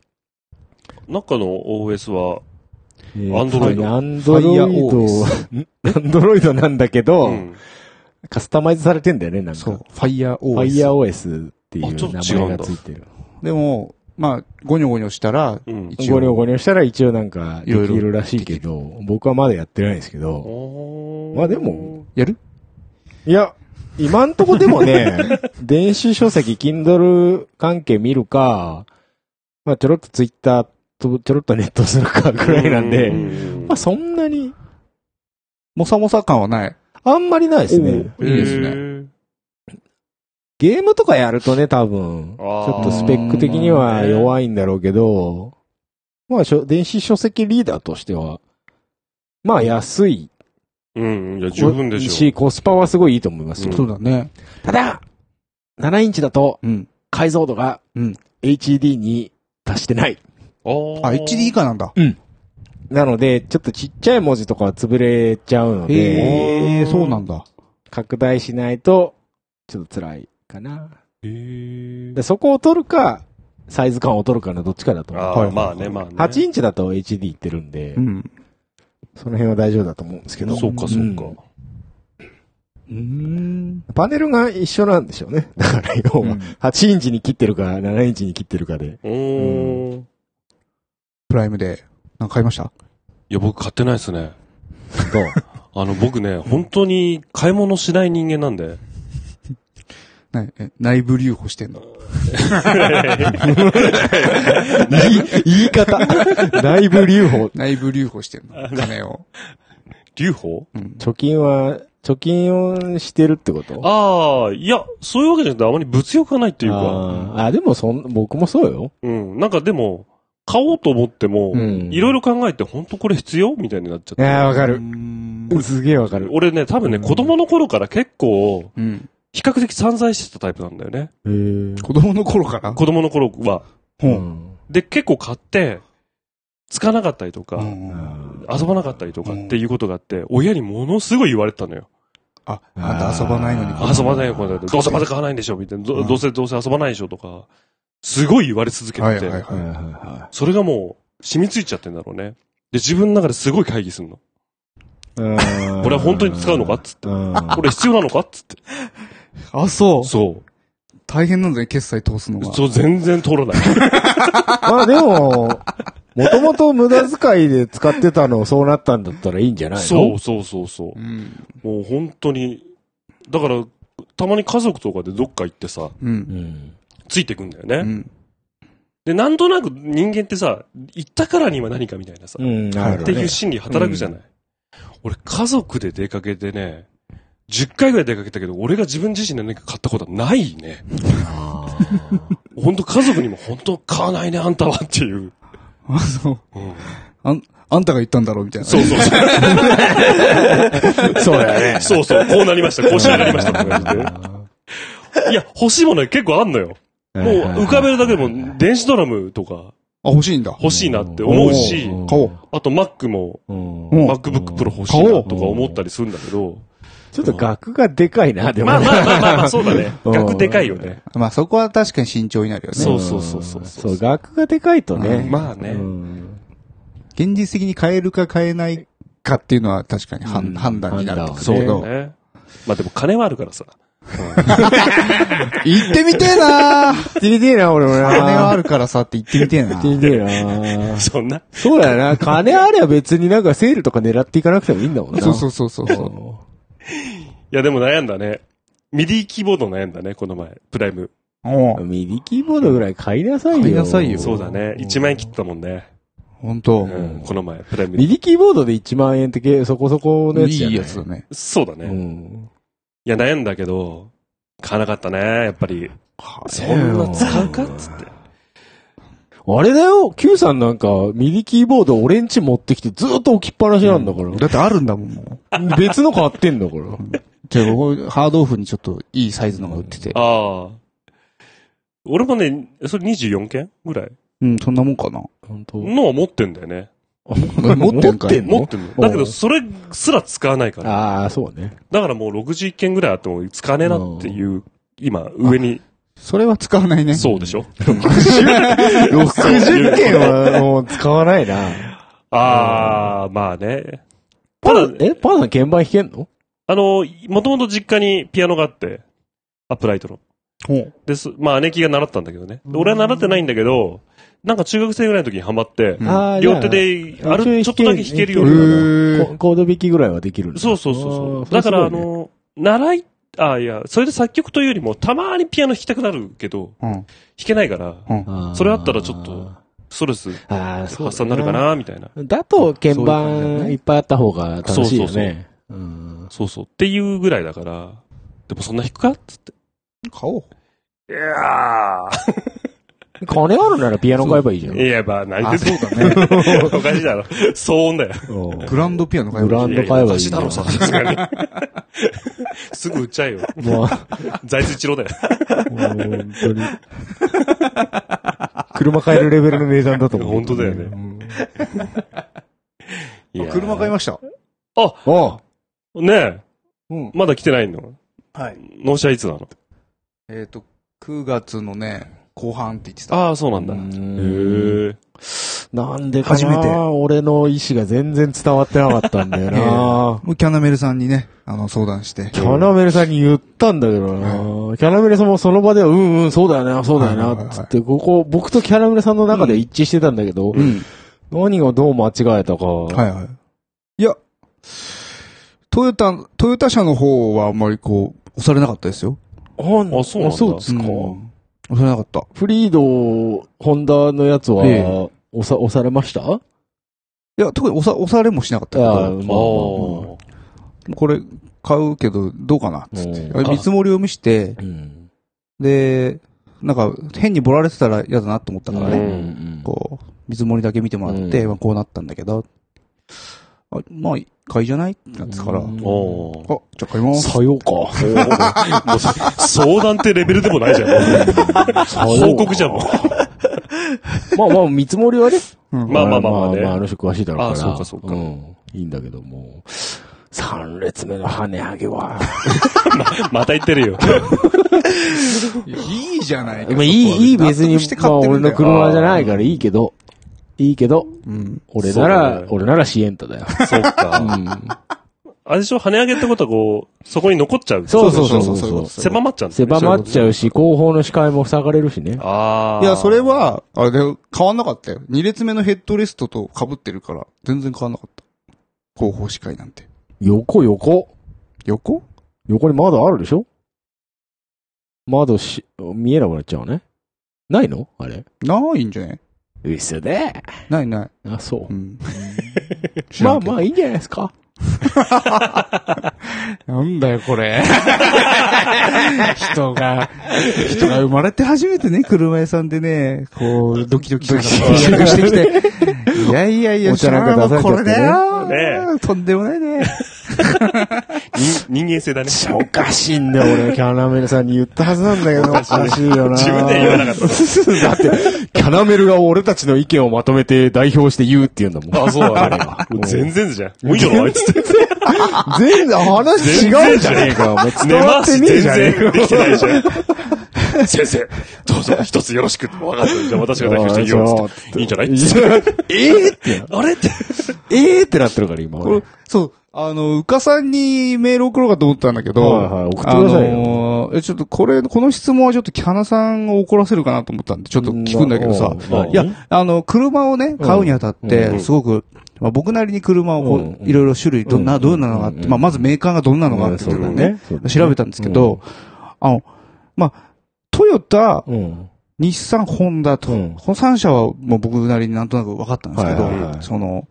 S3: 中の OS は、
S2: ア
S3: アンドロイド
S2: アンドロイド、アンドロイドなんだけど、
S3: うん
S2: カスタマイズされてんだよね、なんか。
S1: そう
S2: フ。
S1: ファイヤーオ
S2: ァ
S1: ー
S2: イヤー OS ってい
S3: あちょ
S2: う
S3: っと
S2: 名
S3: 違う
S2: 前
S3: んだ
S2: がついてる。
S1: でも、まあ、ゴニョゴニョしたら、
S3: うん。
S1: 一応
S2: ゴニョゴニョしたら一応なんかで
S1: いろいろ
S2: きるらしいけど、僕はまだやってないんですけど。
S3: おー
S2: まあでも、
S1: やる
S2: いや、今んとこでも
S3: (laughs)
S2: ね、電子書籍、Kindle 関係見るか、まあちょろっと Twitter とちょろっとネットするかぐらいなんで、
S3: う
S2: まあそんなに、
S1: もさもさ感はない。
S2: あんまりないです
S1: お
S2: ね
S1: う。いいですね
S3: へー
S2: ゲームとかやるとね、多分、ち
S3: あー
S2: ょっとスペック的には弱いんだろうけど、まあ、しょ電子書籍リーダーとしては、まあ安い。
S3: うん、いや、十分で
S2: いい
S3: しょ
S2: し、コスパはすごいいいと思いますよ。
S3: うん
S1: そうだね。
S2: ただ、7インチだと
S1: うん。
S2: 解像度が
S1: うん。
S2: HD に達してない。
S3: おー
S1: あ、HD 以下なんだ。
S2: なので、ちょっとちっちゃい文字とかは潰れちゃうので、
S1: へえ、そうなんだ。
S2: 拡大しないと、ちょっと辛いかな。
S3: へー
S2: でそこを取るか、サイズ感を取るかのどっちかだと思う。
S3: あ
S1: はい
S3: ー、まあね、まあね。
S2: 8インチだと HD いってるんで、
S1: うん。
S2: その辺は大丈夫だと思うんですけど。
S3: そうか、そうか。
S1: うーん。
S2: パネルが一緒なんでしょうね。だから要は、
S1: うん
S2: 8インチに切ってるか、7インチに切ってるかで。
S3: おーい
S1: プライムで、なんか買いました
S3: や、僕買ってないですね。
S2: どう
S3: あの、僕ね、本当に買い物しない人間なんで。
S1: なえ内部留保してんの。
S2: (laughs) 言い (laughs) 言い方。内部留保。
S1: 内部留保してんの。金を。
S3: 留保
S1: うん。
S2: 貯金は、貯金をしてるってこと
S3: ああ、いや、そういうわけじゃなくて、あまり物欲がないっていうか。
S2: あーあ、でもそん、僕もそうよ。
S3: うん。なんかでも、買おうと思っても、
S2: ん
S3: いろいろ考えて、本当これ必要みたいになっちゃっ
S2: いやー、わ
S3: て。
S2: か
S1: うー
S2: る。
S1: ん
S2: すげえわかる。
S3: 俺ね、多分ね、
S2: うん
S3: 子供の頃から結構、
S1: うん。
S3: 比較的散財してたタイプなんだよね。
S2: へー
S1: 子供の頃から
S3: 子供の頃は。
S1: う。
S2: うんん。
S3: で、結構買って、つかなかったりとか、
S1: うん
S3: 遊ばなかったりとかっていうことがあって、親にものすごい言われてたのよ。
S1: あ、あんた遊ばないのに
S2: あ。ー
S3: 遊ばないよ、これだって。どうせまた買わないんでしょみたいな。ど
S1: うん
S3: どうせどうせ遊ばないでしょとか、すごい言われ続けてて、
S1: はいはい
S2: はいはい
S1: は
S2: は
S3: それがもう染みついちゃってんだろうね。で、自分の中ですごい会議するの。
S2: いうん。
S3: これは本当に使うのかっつって。
S2: うん
S3: これ必要なのかっつって。
S1: い。あ、そ。
S3: そう
S1: 大変なんだね、決済通すの
S3: う。
S1: が。。
S3: そう、全然通らない。
S2: まあでも、もともと無駄遣いで使ってたのそうなったんだったらいいんじゃないの
S3: そうそうそうそう
S1: ん。
S3: う。もう本当に、だから、たまに家族とかでどっか行ってさ、
S1: う。
S2: うんん。
S3: ついてくんだよ
S1: う
S3: ね。
S1: ん。
S3: で、なんとなく人間ってさ、行ったからには何かみたいなさ、
S2: うん、なる
S3: っ
S2: ほ
S3: て
S2: ど
S3: い
S2: ね
S3: う。心理働くじゃない。俺、家族で出かけてね、10回ぐらい出かけたけど、俺が自分自身で何か買ったことはないね。
S2: あー
S3: ほんと家族にも本当買わないね、あんたはっていう。
S1: あ、そう。
S3: うん
S1: あん、あんたが言ったんだろうみたいな。
S3: そうそうそう。
S2: そうだよね。
S3: (laughs) そうそう、こうなりました、こうしなりましたとか言って。いや、欲しいもの結構あんのよ。
S2: も
S3: もう浮かべるだけでも、電子ドラムとか
S1: あ、欲しいんだ。
S3: 欲しいなって思うし、
S1: ん買おう
S3: あと Mac も
S2: うん
S1: うん
S3: MacBook Pro 欲しいなとか思ったりするんだけど、
S2: ちょっと額がでかいな、でも
S3: まあ
S2: ね。
S3: まあまあまあまあ、そうだね。
S2: (laughs) うん
S3: 額でかいよね。
S1: まあそこは確かに慎重になるよね。
S3: そうそうそうそう
S2: そう、額がでかいとね。
S3: まあね
S2: うん
S1: 現実的に変えるか変えないかっていうのは確かに判,、
S2: うん
S1: 判断になる
S2: そう
S1: け
S2: 判断
S1: ど
S2: は。
S3: ね。まあでも金はあるからさ。
S1: 行ってみてえなー
S2: 言ってみてえな、俺もな。
S1: 金はあるからさって言ってみてえな
S2: 言ってみてえな。
S3: そんな。
S2: そうだよな。金ありゃ別になんかセールとか狙っていかなくてもいいんだもんな。
S1: (laughs) そうそうそうそうそう。
S3: いやでも悩んだね。ミディキーボード悩んだね、この前。プライム。
S1: おう
S2: ミディキーボードぐらい買いなさいよ。
S1: 買いなさいよ
S3: そうだね。1万円切ったもんね。
S1: ほんと
S3: う。ん、この前。プライム
S2: ミ。ディキーボードで1万円ってけそこそこのや
S1: い
S2: つじゃない
S1: いやつだね。
S3: そうだ
S2: う
S3: ね。
S2: ん。
S3: いや悩んだけど、買わなかったね、やっぱり。そんな使うかっつって。
S2: あれだよ !Q さんなんか、ミディキーボード俺んち持ってきてずっと置きっぱなしなんだか
S3: (laughs)
S1: だってあるんだもん、もう。
S2: ら。別の買ってんだから。
S1: じゃあ僕、ハードオフにちょっといいサイズのが売ってて。
S3: ああ。俺もね、それ24件ぐらい
S1: うん、そんなもんかな。
S2: 本当
S3: のは持ってんだよね。
S1: 持ってんかい
S3: 持ってんの。だけ
S2: う
S3: ど、
S2: ん
S3: それすら使わないから。
S2: ああ、そうね。
S3: だからもう61件ぐらいあっても使わねえなっていう、今、上に、
S1: それは使わないね。
S3: そうでしょ
S2: 60件はもう使わないな。
S3: ああ、まあね。
S2: パ
S3: ただ
S2: ン、え、パンさん鍵盤弾けんの
S3: あの、もともと実家にピアノがあって、アップライトの。
S1: ほう。
S3: です。まあ姉貴が習ったんだけどね。で俺は習ってないんだけど、なんか中学生ぐらいの時にハマって、
S1: ん
S2: あー
S3: 両手、で
S2: じ、ゃ
S3: ある、ちょっとだけ弾けるよう
S1: にな
S3: な。
S1: るへー
S2: ココード弾きぐらいはできるんだ
S3: そうそうそうそう。
S2: あー
S3: だから、あ
S2: それすごいね
S3: の、習い、あ、いや、それで作曲というよりも、たまにピアノ弾きたくなるけど、
S1: うん。
S3: 弾けないから、
S1: うん。
S2: あー
S3: それあったらちょっとストレス
S2: ああ、そうだ
S3: 発散になるか。な、みたいな。
S2: だと、鍵
S1: そういう感じだ
S2: 盤
S1: ね
S2: いっぱいあった方が楽しいよ
S3: そうそう
S2: ね。うん
S3: そうそう。っていうぐらいだから、でもそんな弾くかっつって。
S1: 買おう。
S3: いや
S2: 金あるならピアノ買えばいいじゃん。
S3: いや、まあ、何
S1: あ、
S3: で
S1: そう
S3: も。
S1: だね。
S3: おかしいだろ。 (laughs) 騒音だよ。
S2: うん
S1: グランドピアノ買え
S2: グラ
S1: ば
S2: ンド買えばいい
S3: い
S2: じゃ
S3: や
S2: ん
S3: やおかしいだろ、さすがに。 (laughs) すぐ売っちゃえよ。
S2: もう、
S3: 財津一郎だよ。
S2: もう本当に。車買えるレベルの値段だと思う。
S3: 本当だよね
S2: うん。
S3: いや
S1: 車買いました。
S2: あ
S3: ねえ、
S1: うん。
S3: まだ来てないの
S1: はい。
S3: 納車いつなの
S1: えっと、9月のね、後半って言ってた。
S3: ああ、そうなんだ。
S2: う
S3: へ
S2: ん
S3: え。
S2: なんでかな
S1: 初めて
S2: 俺の意思が全然伝わってなかったんだよ
S1: え
S2: な。
S1: (laughs) えキャナメルさんにね、あの、相談して。
S2: キャナメルさんに言ったんだけどな。キャナメルさんもその場では、うんうん、そうだよな、そうだよ
S1: はいはい
S2: な、
S1: はい
S2: つって、ここ、僕とキャナメルさんの中で一致してたんだけど、
S1: うん。
S2: 何がどう間違えたか。
S1: はいはい。いや、トヨタ、トヨタ車の方はあんまりこう、押されなかったですよ。
S2: あ
S3: あそうなんだ
S2: そうですか。
S1: うん押されなかった。
S2: フリード、ホンダのやつは、
S1: え
S2: 押さ、押されましたあ
S1: いや、特に押さ、押されもしなかったけ
S2: あ、まあ
S1: ど、
S2: まあ
S3: あ
S1: これ買うけど、どうかな。
S2: うん
S1: あれ見積もりを見して
S2: う、ん。
S1: で、なんか、変にボラれてたら嫌だなと思ったから
S2: う
S1: ね。
S2: ん
S1: こう、見積もりだけ見てもらって、
S2: うん
S1: まあこうなったんだけど、あまあ、買いじゃないってなってから、
S2: うん
S3: あ。おー
S1: あ、じゃあ買います。
S2: さようか。 (laughs)
S3: もうそ相談ってレベルでもないじゃ (laughs) ん。報告じゃん、もう。
S2: まあまあ、見積もりはね。
S1: うん
S3: まあまあまあまあね
S2: あ、の人詳しいだろうから。
S3: あそうかそうか
S2: ん。いいんだけども。三列目の跳ね上げは。
S3: また言ってるよ。
S1: いいじゃないか。
S2: まあいい、いい別に
S1: 納得して、
S2: ま
S1: 買
S2: あ
S1: ってる
S2: 俺
S1: んだ
S2: の
S1: よ。
S2: 車じゃないからいいけど。いいけど、
S1: うん。
S2: 俺な
S3: そうだ
S2: ら、
S3: ね
S2: 俺ならシエンタだよ。
S3: そっか。
S2: う
S3: あれでしょ跳ね上げってことはこう、そこに残っちゃう。
S2: ん。そうそうそうそう
S1: そう
S2: そ
S1: そうう。
S3: 狭まっちゃうんだよね
S2: 狭まっちゃうし、後方の視界も塞がれるしね。
S3: ああ。
S1: いや、それ、は、あれで変わんなかったよ。二列目のヘッドレストと被ってるから、全然変わんなかった。後方視界なんて。
S2: 横横。
S1: 横
S2: 横に窓あるでしょ窓し、見えなくなっちゃうね。ないのあれ。
S1: ないんじゃないう
S2: そで。
S1: ないない。
S2: あ、そ
S1: う。
S2: う
S1: ん。
S2: まあまあいいんじゃないですか。
S1: あ。なんだよ、こ (laughs) れ。人が、人が生まれて初めてね、車屋さんでね、こう、ドキドキしながらしてき (laughs) て。いやいやいや、
S2: お茶なんか出されち
S1: こ
S2: ゃってね
S1: れだよ、
S3: ね
S1: とんでもないね。
S3: 人人間性だね。
S2: おかしいんだよ、俺。キャナメルさんに言ったはずなんだけ
S3: (laughs)
S2: ど、おかしいよな。。
S3: 自分では言わなかった
S2: だって、キャナメルが俺たちの意見をまとめて代表して言うって言うんだもん。
S3: あ、そうだね。もう全然じゃん。もういいだろ、あいつって。
S2: 全然話違うじゃねえか。お前
S3: 根
S2: 伝わ
S3: 回
S2: って
S3: し
S2: ねえ
S3: 全
S2: じゃねえか。
S3: 然できてないじゃん。
S2: (laughs)
S3: 先生、どうぞ一つよろしく。わかった。じゃあ私が代表して言おうっつって。いいんじゃない
S2: ええ (laughs) ってな、
S3: あれって。
S2: ええってなってるから、今。
S1: これそう、あの、うかさんにメール送ろうかと思ったんだけど、
S2: はいはい送ってくださいよ
S1: あのーえちょっとこれ、この質問はちょっとキャナさんを怒らせるかなと思ったんで、ちょっと聞くんだけどさ、
S2: うん
S1: いや、あの、車をね、買うにあたっ
S2: う
S1: て、
S2: ん
S1: すごく、まあ、僕なりに車をこ
S2: うん
S1: う、いろいろ種類、どん
S2: う
S1: な、
S2: ん
S1: どういうのがあっ
S2: う
S1: て、
S2: ん
S1: まあ、まずメーカーがどんなのがあ
S2: う
S1: っ
S2: ん
S1: て
S2: そうだ
S1: ね
S2: ね、。そうだね
S1: 調べたんですけど、あの、まあ、トヨタ、
S2: うん。
S1: 日産、ホンダと、
S2: うん
S1: この3社はもう僕なりになんとなく分かったんですけど、
S2: はいはいはい
S1: その、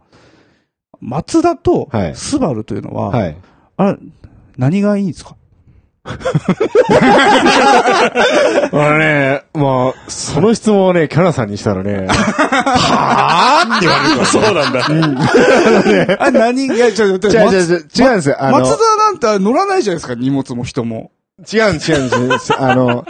S1: マツダと
S2: はい
S1: スバルというのは、
S2: はい。 (laughs)
S1: あれ、何がいいんですか
S2: 俺ね、まあ、その質問をね、キャナさんにしたら
S3: (laughs)
S2: ね、はぁって言われるか
S3: そうなんだ。
S1: あ、何いや、ちょ、ちょ、
S2: ら。違う違
S1: 松
S2: う違う、違うんですよ。あの、違
S1: 松田なんて乗らないじゃないですか、荷物も人も。
S2: うんです違うんです。あの、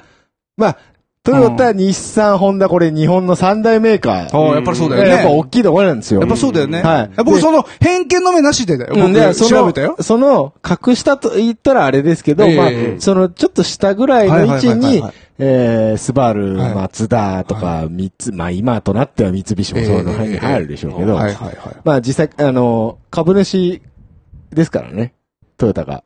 S2: まあ、トヨタ、日産、ホンダ、これ日本の三大メーカー。
S1: ああ、やっぱりそうだよ
S2: ね
S1: ね。
S2: やっぱ大きいところなんですよ。
S1: やっぱそうだよね。
S2: はい
S1: や僕、
S2: で
S1: その、偏見の目なしでだよ。
S2: うんで
S1: 僕、
S2: その
S1: 調べたよ。
S2: その、隠したと言ったらあれですけど、
S1: ええ
S2: まあ
S1: え、え
S2: その、ちょっと下ぐらいの位置
S1: はいはいはい
S2: に
S1: はいはい、
S2: えースバル、
S1: はい
S2: マツダとか、三つ、まあ今となっては三菱もそういうの
S1: ええええ
S2: に入るでしょうけど、
S1: はいはいはい。
S2: まあ実際、あの、株主ですからね、トヨタが。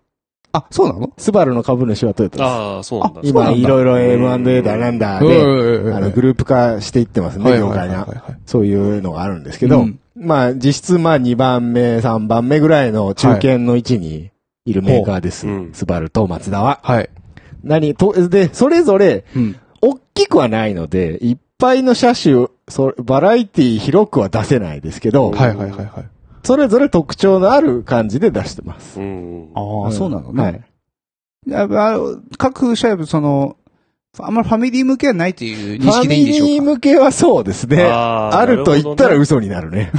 S1: あ、そうなの
S2: スバルの株主はトヨタです。
S3: ああ、そうなんだ。
S1: そうな
S2: 今、
S1: んだ
S2: いろいろ M&A だなんだ
S1: うん
S2: で、
S1: うんうんうん
S2: あの、グループ化していってますね、業界が。
S1: はい
S2: そういうのがあるんですけど、
S1: うん
S2: まあ実質まあ2番目、3番目ぐらいの中堅の位置にいるメーカーです。
S3: はいうん
S2: スバルと松田は。
S1: はい。
S2: 何と、で、それぞれ
S1: うん。
S2: 大きくはないので、いっぱいの車種、そバラエティ広くは出せないですけど、
S1: はいはいはいはい。
S2: それぞれ特徴のある感じで出してます。
S3: うん。
S1: ああ、
S2: ん
S1: そうなのね。
S2: はい。
S1: やっぱあの各社、その、あんまりファミリー向けはないっていう認
S2: ファ
S1: 識でい
S2: ミ
S1: いんでしょうか
S2: リー向けはそうですね。
S3: あー
S2: あると言ったら嘘にな
S1: (laughs)
S2: るね。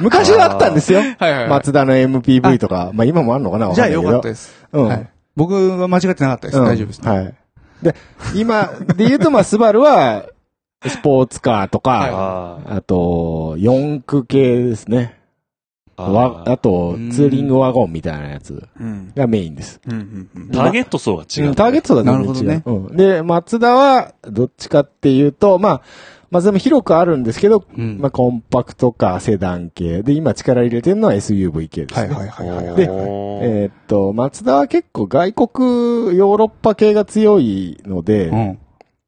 S2: 昔はあったんですよ。
S1: はいはいはい
S2: 松田の MPV とか。まあ今もあるのかなわ
S1: じゃ
S2: か
S1: あ
S2: んないけ
S1: よ
S2: ど
S1: かったです。
S2: うん
S1: はい僕は間違ってなかったです。
S2: うん
S1: 大丈夫です。
S2: はい。で、今で言うと、まあ、スバルは、スポーツカーとか、
S3: あ
S2: あと、四駆系ですね。
S3: あ
S2: わあと
S1: うん、
S2: ツーリングワゴンみたいなやつ
S1: うん。
S2: がメインです。
S1: うんうんうん
S3: ターゲット層が違う、
S2: うんターゲットだ
S1: なるほどね
S2: うん。で、マツダは、どっちかっていうと、まあ、マツダも広くあるんですけど、
S1: うん
S2: まあ、コンパクトカー、セダン系。で、今力入れてるのは SUV 系です
S1: は
S2: ね。
S1: いはいはいはい。
S2: で
S3: え
S2: えーっと、マツダは結構外国、ヨーロッパ系が強いので、
S1: うん。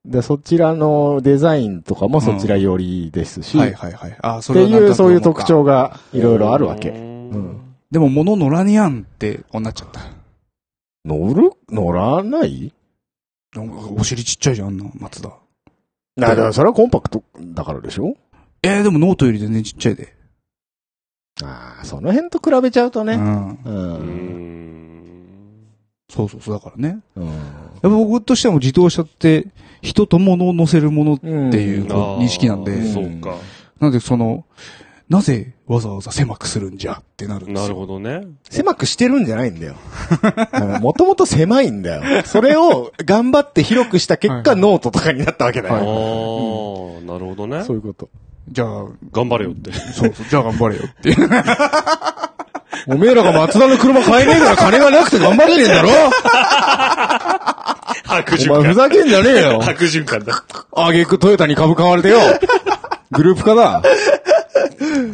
S2: で、そちらのデザインとかもそちら寄りですし、
S1: はい
S2: っ
S1: はいはい。あ、そ
S2: て
S1: れはなんと
S2: い
S1: な
S2: う、
S1: く
S2: そういう
S1: 思っ
S2: 特
S1: た。
S2: 徴がいろいろあるわけ。
S3: うん。
S1: でも、物乗らにゃんって、こうなっちゃった。
S2: 乗る乗らない
S1: なんかお尻ちっちゃいじゃん、あんな、松田。
S2: だからそれはコンパクトだからでしょ
S1: えー、でもノートより全然ちっちゃいで。
S2: ああ、その辺と比べちゃうと
S1: う
S2: ね。
S1: ん。
S2: う。
S3: うんん。
S1: そうそうそう、だからね。
S2: うん。
S1: やっぱ僕としてはもう自動車って、人と物を乗せるもの、
S2: って
S1: いう
S3: あー
S1: 認識なんで
S3: そうか。
S1: なんでその、なぜわざわざ狭くするんじゃってなるんですよ。
S3: なるほどね。
S2: 狭くしてるんじゃないんだよ。もともと狭いんだよ。それを頑張って広くした結果、
S1: はい
S2: ノートとかになったわけだ
S3: ああ
S2: よ。
S3: ー、なるほどね。
S2: そういうこと。
S1: じゃあ、
S3: 頑張れよって。
S1: そうそう、じゃあ頑張れよって。
S2: おめえらが松田の車買えねえから金がなくて頑張れねえん
S3: (laughs)
S2: だろ
S3: 悪循
S2: お前ふ
S3: 環。
S2: ざけんじゃねえよ
S3: (laughs) 悪循環だ。
S2: あげくトヨタに株買われてよ。グループ化
S3: (laughs)
S2: だ。
S1: あ、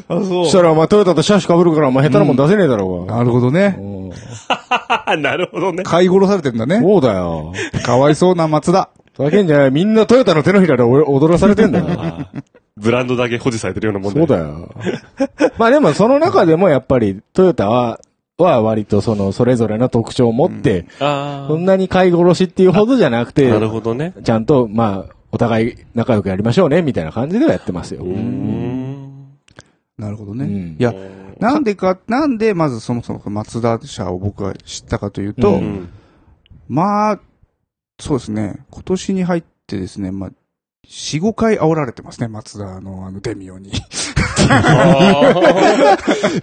S1: そ
S2: そしたらお前トヨタと車種被るからお前下手なもん出せねえだろう
S1: (laughs)
S2: が。
S1: なるほどね。
S2: うん
S3: なるほどね。
S1: 飼い殺されてんだね。
S2: そうだよ。
S1: かわいそうな松田。
S2: ふざけんじゃない。みんなトヨタの手のひらで俺踊らされてん
S3: (laughs)
S2: だよ。
S3: ブランドだけ保持されてるようなもん
S2: そうだよ。まあでもその中でもやっぱりトヨタは、は割とそのそれぞれの特徴を持って、
S3: あ
S2: そんなに買い殺しっていうほどじゃなく
S3: あ。
S2: て、
S3: なるほどね。
S2: ちゃんとまあお互い仲良くやりましょうねみたいな感じではやってますよ。
S3: うーん。
S1: なるほど
S2: う
S1: ね
S2: ん。
S1: いや、なんでか、なんでまずそもそも松田社を僕は知ったかという
S2: う、
S1: と
S3: うんん。
S1: まあ、そうですね。今年に入ってですね、まあ、4、5回煽られてますね、松田のあのデミオに。
S3: あ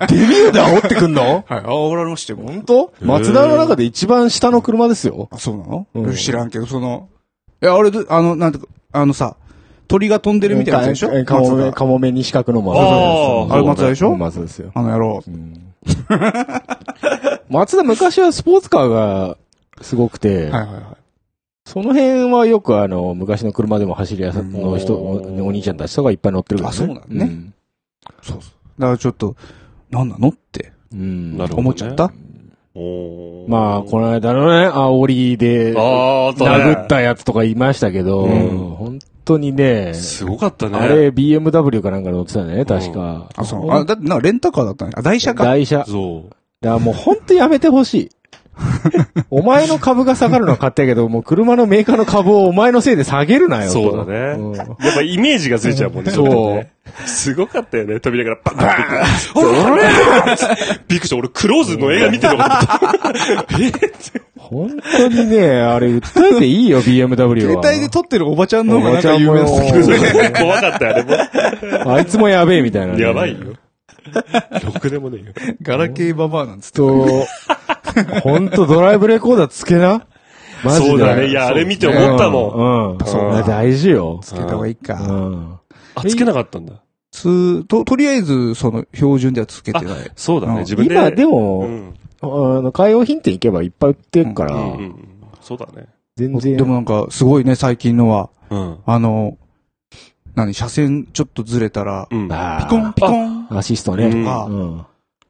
S2: デビューで煽ってくんの
S1: はい、煽られましたよ。
S2: 本当
S3: ー
S2: マツダの中で一番下の車ですよ。
S1: あ、そうなの、
S2: うん
S1: 知らんけど、その、いや、あれ、どあの、なんていうか、あのさ、鳥が飛んでるみたいなやつでしょ
S2: えカモメ、
S1: 松田
S2: カモメに四角のマ
S3: あー
S1: あれ松田でしょ
S2: マツダですよ。
S1: あの野郎。
S2: (laughs) マツダ昔はスポーツカーがすごく
S1: は
S2: て、
S1: いはいはい。
S2: その辺はよくあの、昔の車でも走り屋さんの人、
S3: うん
S2: おお兄ちゃんたちとかいっぱい乗ってるからね。
S1: あそうなのねそうそう。だからちょっと、なんなのって
S2: うん。うん。
S3: なるほど
S1: 思っちゃった、
S3: お
S2: (laughs)
S3: ー
S2: まあ、この間のね、煽りで、
S3: あーあとね、
S2: 殴ったやつとか言いましたけど、
S3: うん
S2: 本当にね、
S3: すごかったね。
S2: あれ BMW かなんか乗ってたよね、確か。
S1: あ、そう。あ、だってな、レンタカーだったね。あ、台車か。
S2: 台車。
S3: そう。
S2: だからもうほんとやめてほ
S3: (laughs)
S2: しい。お前の株が下がるのは買ったけど、もう車のメーカーの株をお前のせいで下げるなよと。
S3: そうだね
S2: ん
S3: やっぱイメージがついちゃうもんね。
S2: そう
S3: れってね。 (laughs) すごかったよね。扉からパンパ
S2: (laughs)
S3: ンって。俺びっくりした。俺、クローズの映画見てるのかと思った。えって。
S2: 本当にね、あれ、訴えていいよ、BMW
S1: 携
S2: は。
S1: 帯で撮ってるおばちゃんの方がなんか有名だったけ
S2: おばちゃん
S1: ど
S2: も
S1: ね。
S3: 怖かったよ、あれも。
S2: あいつもやべえ、みたいなね、
S3: やばいよ。ろくでもねえよ。
S1: (laughs) ガラケーババアなんつって。
S2: と、ほんとドライブレコーダーつけなマジで。
S3: そうだねいやあれ見て思った
S2: ん。う
S3: も
S2: ん。そうだ、大事よ。
S1: つけた方がいいか。
S2: うん。
S3: あ、つけなかったんだ。
S1: つ、と、とりあえず、その、標準ではつけてない。
S3: そうだ
S1: うん
S3: ね、自分で。
S2: 今で
S3: う
S2: も、
S3: ん、
S2: あの、海洋品店行けばいっぱい売ってるか
S3: う
S2: ら、
S3: んうんうん。そうだね。
S2: 全然。
S1: でもなんか、すごいね、最近のは。
S3: うん。
S1: あの、何、車線ちょっとずれたら、
S3: うん。
S2: あー
S1: ピコンピコン、
S2: アシストね。
S3: うん
S1: あ
S2: うん。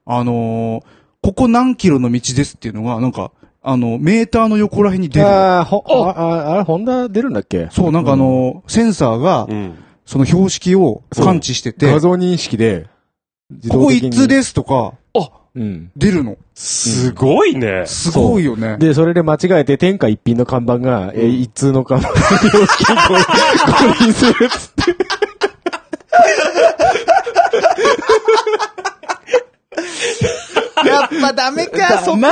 S1: あのーここ何キロの道ですっていうのが、なんか、あの、メーターの横ら辺に出る。
S2: あーほ、あ、ああれ、ホンダ出るんだっけ
S1: そう、なんかあのーセンサーが
S3: う、ん。
S1: その標識を感知してて、
S2: 画
S1: こ
S2: 像認識で、自動
S1: こ
S2: 的に
S1: 一通。ですとか、
S2: うん。
S1: 出るの。
S3: すごいね。
S1: すごいよね。
S2: で、それで間違えて天下一品の看板が、え、一通の看板の標識にこう、ここにするっつって。
S1: (laughs) やっぱダメか、そこは
S2: ま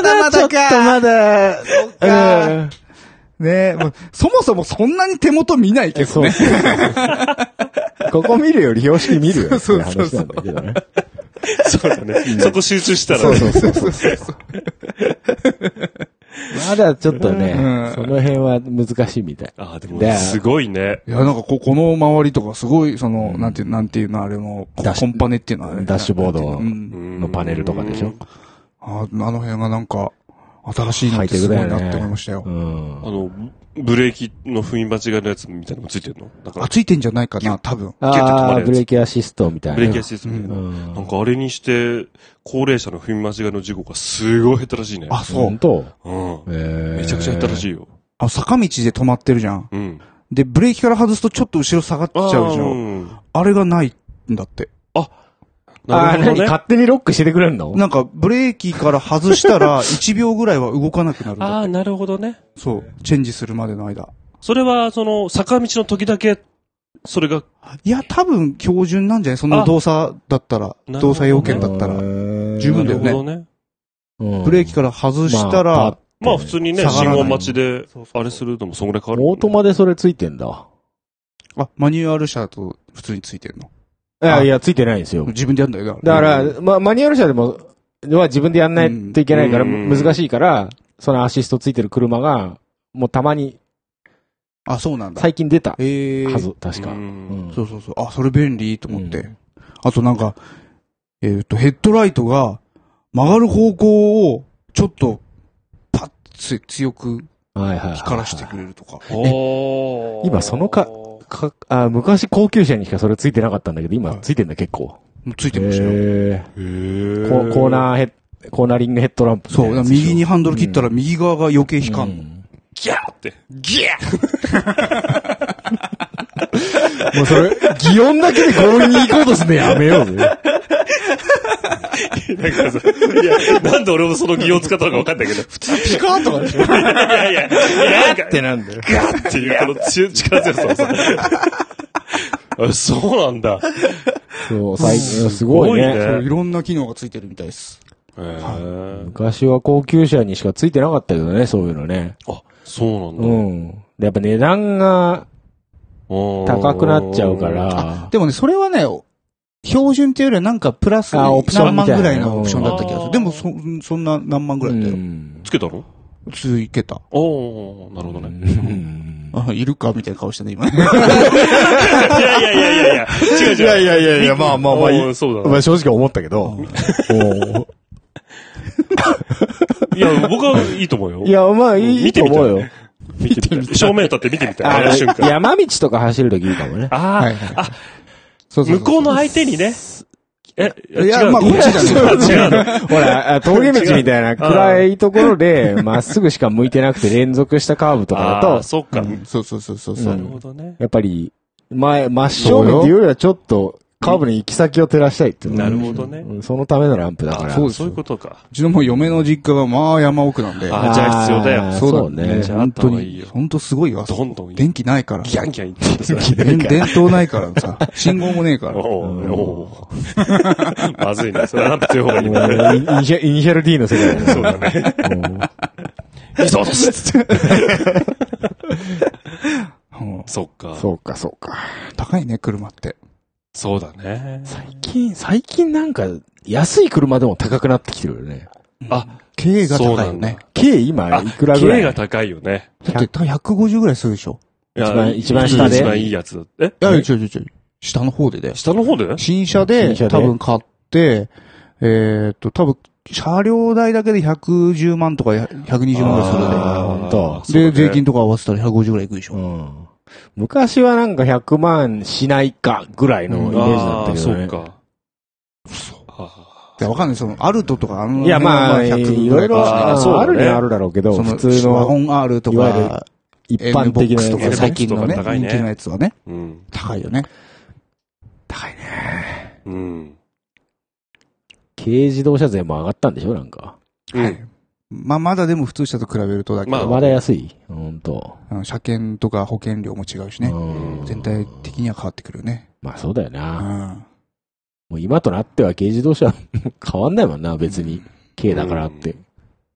S2: だ、まだ、まだちょっとまだ、そっ
S1: かねえ、もうそもそもそんなに手元見ないけど
S2: そう
S1: ね。
S2: そうそうここ見るより標識見るよって
S1: そうそう
S2: 話
S1: そ
S2: な
S1: うん
S2: だけどね。
S3: そう (laughs) だね。そこ集中したら
S2: そう
S3: ね。
S2: そうそうそう。まだちょっとね
S1: うん、
S2: その辺は難しいみたい。
S3: ああ、でも
S2: で、
S3: すごいね。
S1: いや、なんかこ、この周りとかすごい、その、なんていう、なんていうの、あれも、コ
S2: ダッシュ
S1: コンパネっていうのはね。
S2: ダッシュボード
S1: なんていうのうん
S3: の
S2: のパネルとかでしょ。
S1: ああの辺がなんか、新しいのってすごいなって思いましたよ。
S2: うん
S3: あ。の、ブレーキの踏み間違いのやつみたいなのもついてるのだから
S1: あ、、ついてんじゃないかな、多分。
S3: ュッと止ま
S2: あ
S3: る
S2: あ
S3: や
S2: ー、
S3: つ
S2: ブレーキアシストみたいな。
S3: ブレーキアシストみたいな。
S2: うん
S3: なんかあれにして、高齢者の踏み間違いの事故がすごい減ったらしいね。
S1: あ、そ
S2: 本
S1: う。
S2: 当
S3: うん。
S2: め
S3: めちゃくちゃ減ったら
S2: い。
S3: しいよ。
S1: あ、坂道で止まってるじゃん。
S3: うん。
S1: で、ブレーキから外すとちょっと後ろ下がっちゃうじゃ
S3: あー
S1: ん。
S3: ん。
S1: あれがないんだって。
S2: あ
S3: な
S2: あ、
S3: るほ
S2: 何
S3: どね。
S2: 勝手にロックしてくれんの
S1: なんか、ブレーキから外したら、1秒ぐらいは動かなくなるんだ
S3: あ
S1: っ
S3: あ、
S1: て。
S3: なるほどね。
S1: そう。チェンジするまでの間。
S3: それは、その、坂道の時だけ、それが、
S1: いや、多分、標準なんじゃないその動作だったら、
S3: なるほどね
S1: 動作要件だったら。十
S2: 分
S1: 分
S3: な
S1: だ
S3: る
S1: よ
S3: ほ
S1: ね
S3: どね。
S1: ブレーキから外したら、
S2: まあ
S3: まあ普通にね、
S1: 下がら
S3: 信
S1: ない
S3: 号待ちで
S1: そうそう、そう
S3: あれするともそんぐらい変わる。
S2: オートマでそれついてんだ。
S1: あ、マニュアル車と普通についてるの。
S2: あいや、ついてないんですよ。
S1: 自分でやるんだよ、
S2: だか
S1: う
S2: ら、まあ、マニュアル車でも、は自分でやんないといけないから、
S3: うん
S2: 難しいから、そのアシストついてる車が、もうたまに、
S1: んあ、そうなんだ。
S2: 最近出た
S1: ええ
S2: はず、確
S3: う
S2: か。
S3: ん。
S2: うん
S1: そうそうそう。あ、それ便利と思って。
S2: うん
S1: あとなんか、えっ、と、ヘッドライトが曲がる方向をちょっとパッつ強く
S2: はいはいはい。
S1: 光らしてくれるとか。
S3: おー
S2: 今そのかかあ昔高級車にしかそれついてなかったんだけど、今
S1: はい
S2: ついてんだ結構。
S1: ついてましたよ。
S2: へ
S3: へ
S2: ー
S3: ー
S2: ココーナーヘッ、コーナリングヘッドランプ。
S1: そう。だから右にハンドル切ったら右側が余計光る、
S2: ん
S3: ギャーって。
S1: ギャー
S2: もうそれ、擬音だけで強引に行こうとすんのやめよう (laughs) ぜ。
S3: なんかさ、いや、なんで俺もその擬音使ったのか分かんないけど。普通
S1: ピカーとかでしょ
S3: いやいや、なんか、
S2: ってなんだよ。
S3: ガーっていうこの強い力強さをさ。あ (laughs) そうなんだ。
S2: そう、最近、すごい
S3: すごい
S2: ね。
S3: ね
S1: (laughs) そういろんな機能がついてるみたいです。
S3: へー
S2: 昔は高級車にしかついてなかったけどね、そういうのね。
S3: あ、そうな
S2: う
S3: んだ。
S2: ん。でやっぱ値段が
S3: 高
S2: 高くなっちゃうか。ら、
S1: でもね、それはね、標準っていうよりはなんかプラス
S2: あオプショ
S1: 何
S2: ン
S1: 万
S2: み
S1: ぐ
S2: たいな
S1: らいのオプションだった気がす
S3: うん
S1: る。でも、そ、そんな何万ぐ
S2: う
S1: らいだよ。
S2: (laughs) ん。
S3: つけたの
S1: ついけた。
S3: おー、なるほどね。
S2: うん
S1: あ、 (laughs) いるかみたいな顔してね、
S3: (laughs)
S1: 今ね。
S3: いやいやいやいやいや、違う違う。
S2: いやいやいやいやまあまあまあいい
S3: うんそうだ
S2: ま
S3: な
S2: あ正直思ったけど。も
S3: いや、僕はいいと思うよ。
S2: ういや、まあいい
S3: 見て
S2: と
S3: みたい
S2: 思うよ。
S3: 見てみたい正面立って見てみたい。あ
S2: あ
S3: の瞬間。
S2: 山道とか走るときいいかもね。
S3: あ
S1: はいは
S3: ー
S1: い
S3: あ、
S1: そうそう
S3: 向
S1: そう。
S3: こうの相手にね。え、
S1: いや
S3: 違う
S1: まあこっちじゃない
S3: 違うの。
S2: ほら、あ峠道みたいな暗いところで、まっすぐしか向いてなくて連続したカーブとかだ
S3: ああー、
S2: と、
S3: そっか。
S1: そうそうそうそうそう
S3: なるほどね。
S2: やっぱり、前、真正面っていうよりはちょっと、カーブの行き先を照らしたいっていうの
S3: なるほどね
S2: うんそのためのランプだから。
S3: あ
S1: そう
S3: そ
S1: で
S3: う
S1: すよ
S3: いうことか。
S1: うちのもう嫁の実家がまあ山奥なんで。
S3: あじゃあ必要だよ
S2: ー
S1: そうだ
S2: そうね。
S3: じゃああっ
S1: 本
S3: た方
S1: 当
S3: がいい
S1: に
S3: よ。
S1: 本当すごいわ。
S3: どんどん
S1: 電気ないから。
S3: ギャンギャン言ってさ。
S1: 電電灯ないからさ。信号もねえか
S3: お
S1: ら。
S3: ー (laughs) おーまずいね。それはランプ強い方がいい
S2: も
S3: ね。
S2: うイニシャイニシャル D の世界だね。
S3: そうだね。
S2: うん
S3: 理想です
S1: うん
S3: (laughs) そっか。
S2: そうか、そうか。
S1: 高いね、車って。
S3: そうだね。
S2: 最近、最近なんか、安い車でも高くなってきてるよね。
S3: あ、
S1: K が
S3: そ
S1: 高い
S3: うな
S1: よ
S3: んだ
S1: ね。。
S2: K 今
S3: あ、
S2: いくらぐらい
S3: K が高いよね。
S1: だって150ぐらいするでしょ。
S3: いや
S2: 一番一番下で
S3: 一番いいやつだ。え
S1: いや、違う違う違う。下の方でだよ。
S3: 下の方で
S1: 新車で、
S2: 新車で
S1: 多分買って、えーっと、多分、車両代だけで110万とかや120万ぐらいするで。
S2: あーほんと
S1: で、税金とか合わせたら150ぐらいいくでしょ。
S2: うん。昔はなんか100万しないかぐらいのイメージだったけどね。
S3: あーそうか。あ
S1: いや、わかんない。その、アルトとか、あの、
S2: いや、まあ、い
S1: 100
S2: ろいろ、
S1: ぐらか
S2: あ
S1: もし
S3: そう
S1: れな
S2: ー
S1: い
S3: だね
S2: あるにはあるだろうけど、
S1: その、
S2: 普
S1: 普
S2: 通
S1: 通の、ワ
S2: の
S1: ゴン R と
S2: いわゆる
S1: か、
S2: 一般的
S1: NBOX と
S2: な
S1: か、
S2: やつ
S1: 最近のね、
S3: NBOX とか高い
S1: 人
S3: ね
S1: 気のやつはね、
S3: ーうん。
S1: 高いよね。
S3: うん。
S2: 軽自動車税も上がったんでしょなんか。
S3: うん。
S1: まあ、まだでも普通車と比べるとだけど、
S3: まあ
S2: まだ安いほんと。
S1: あの車検とか保険料も違うしね。
S2: うん
S1: 全体的には変わってくるよね。
S2: まあそうだよ
S1: う
S2: な。
S1: ん。
S2: もう今となっては軽自動車変わんないもんな、別に。軽だからって。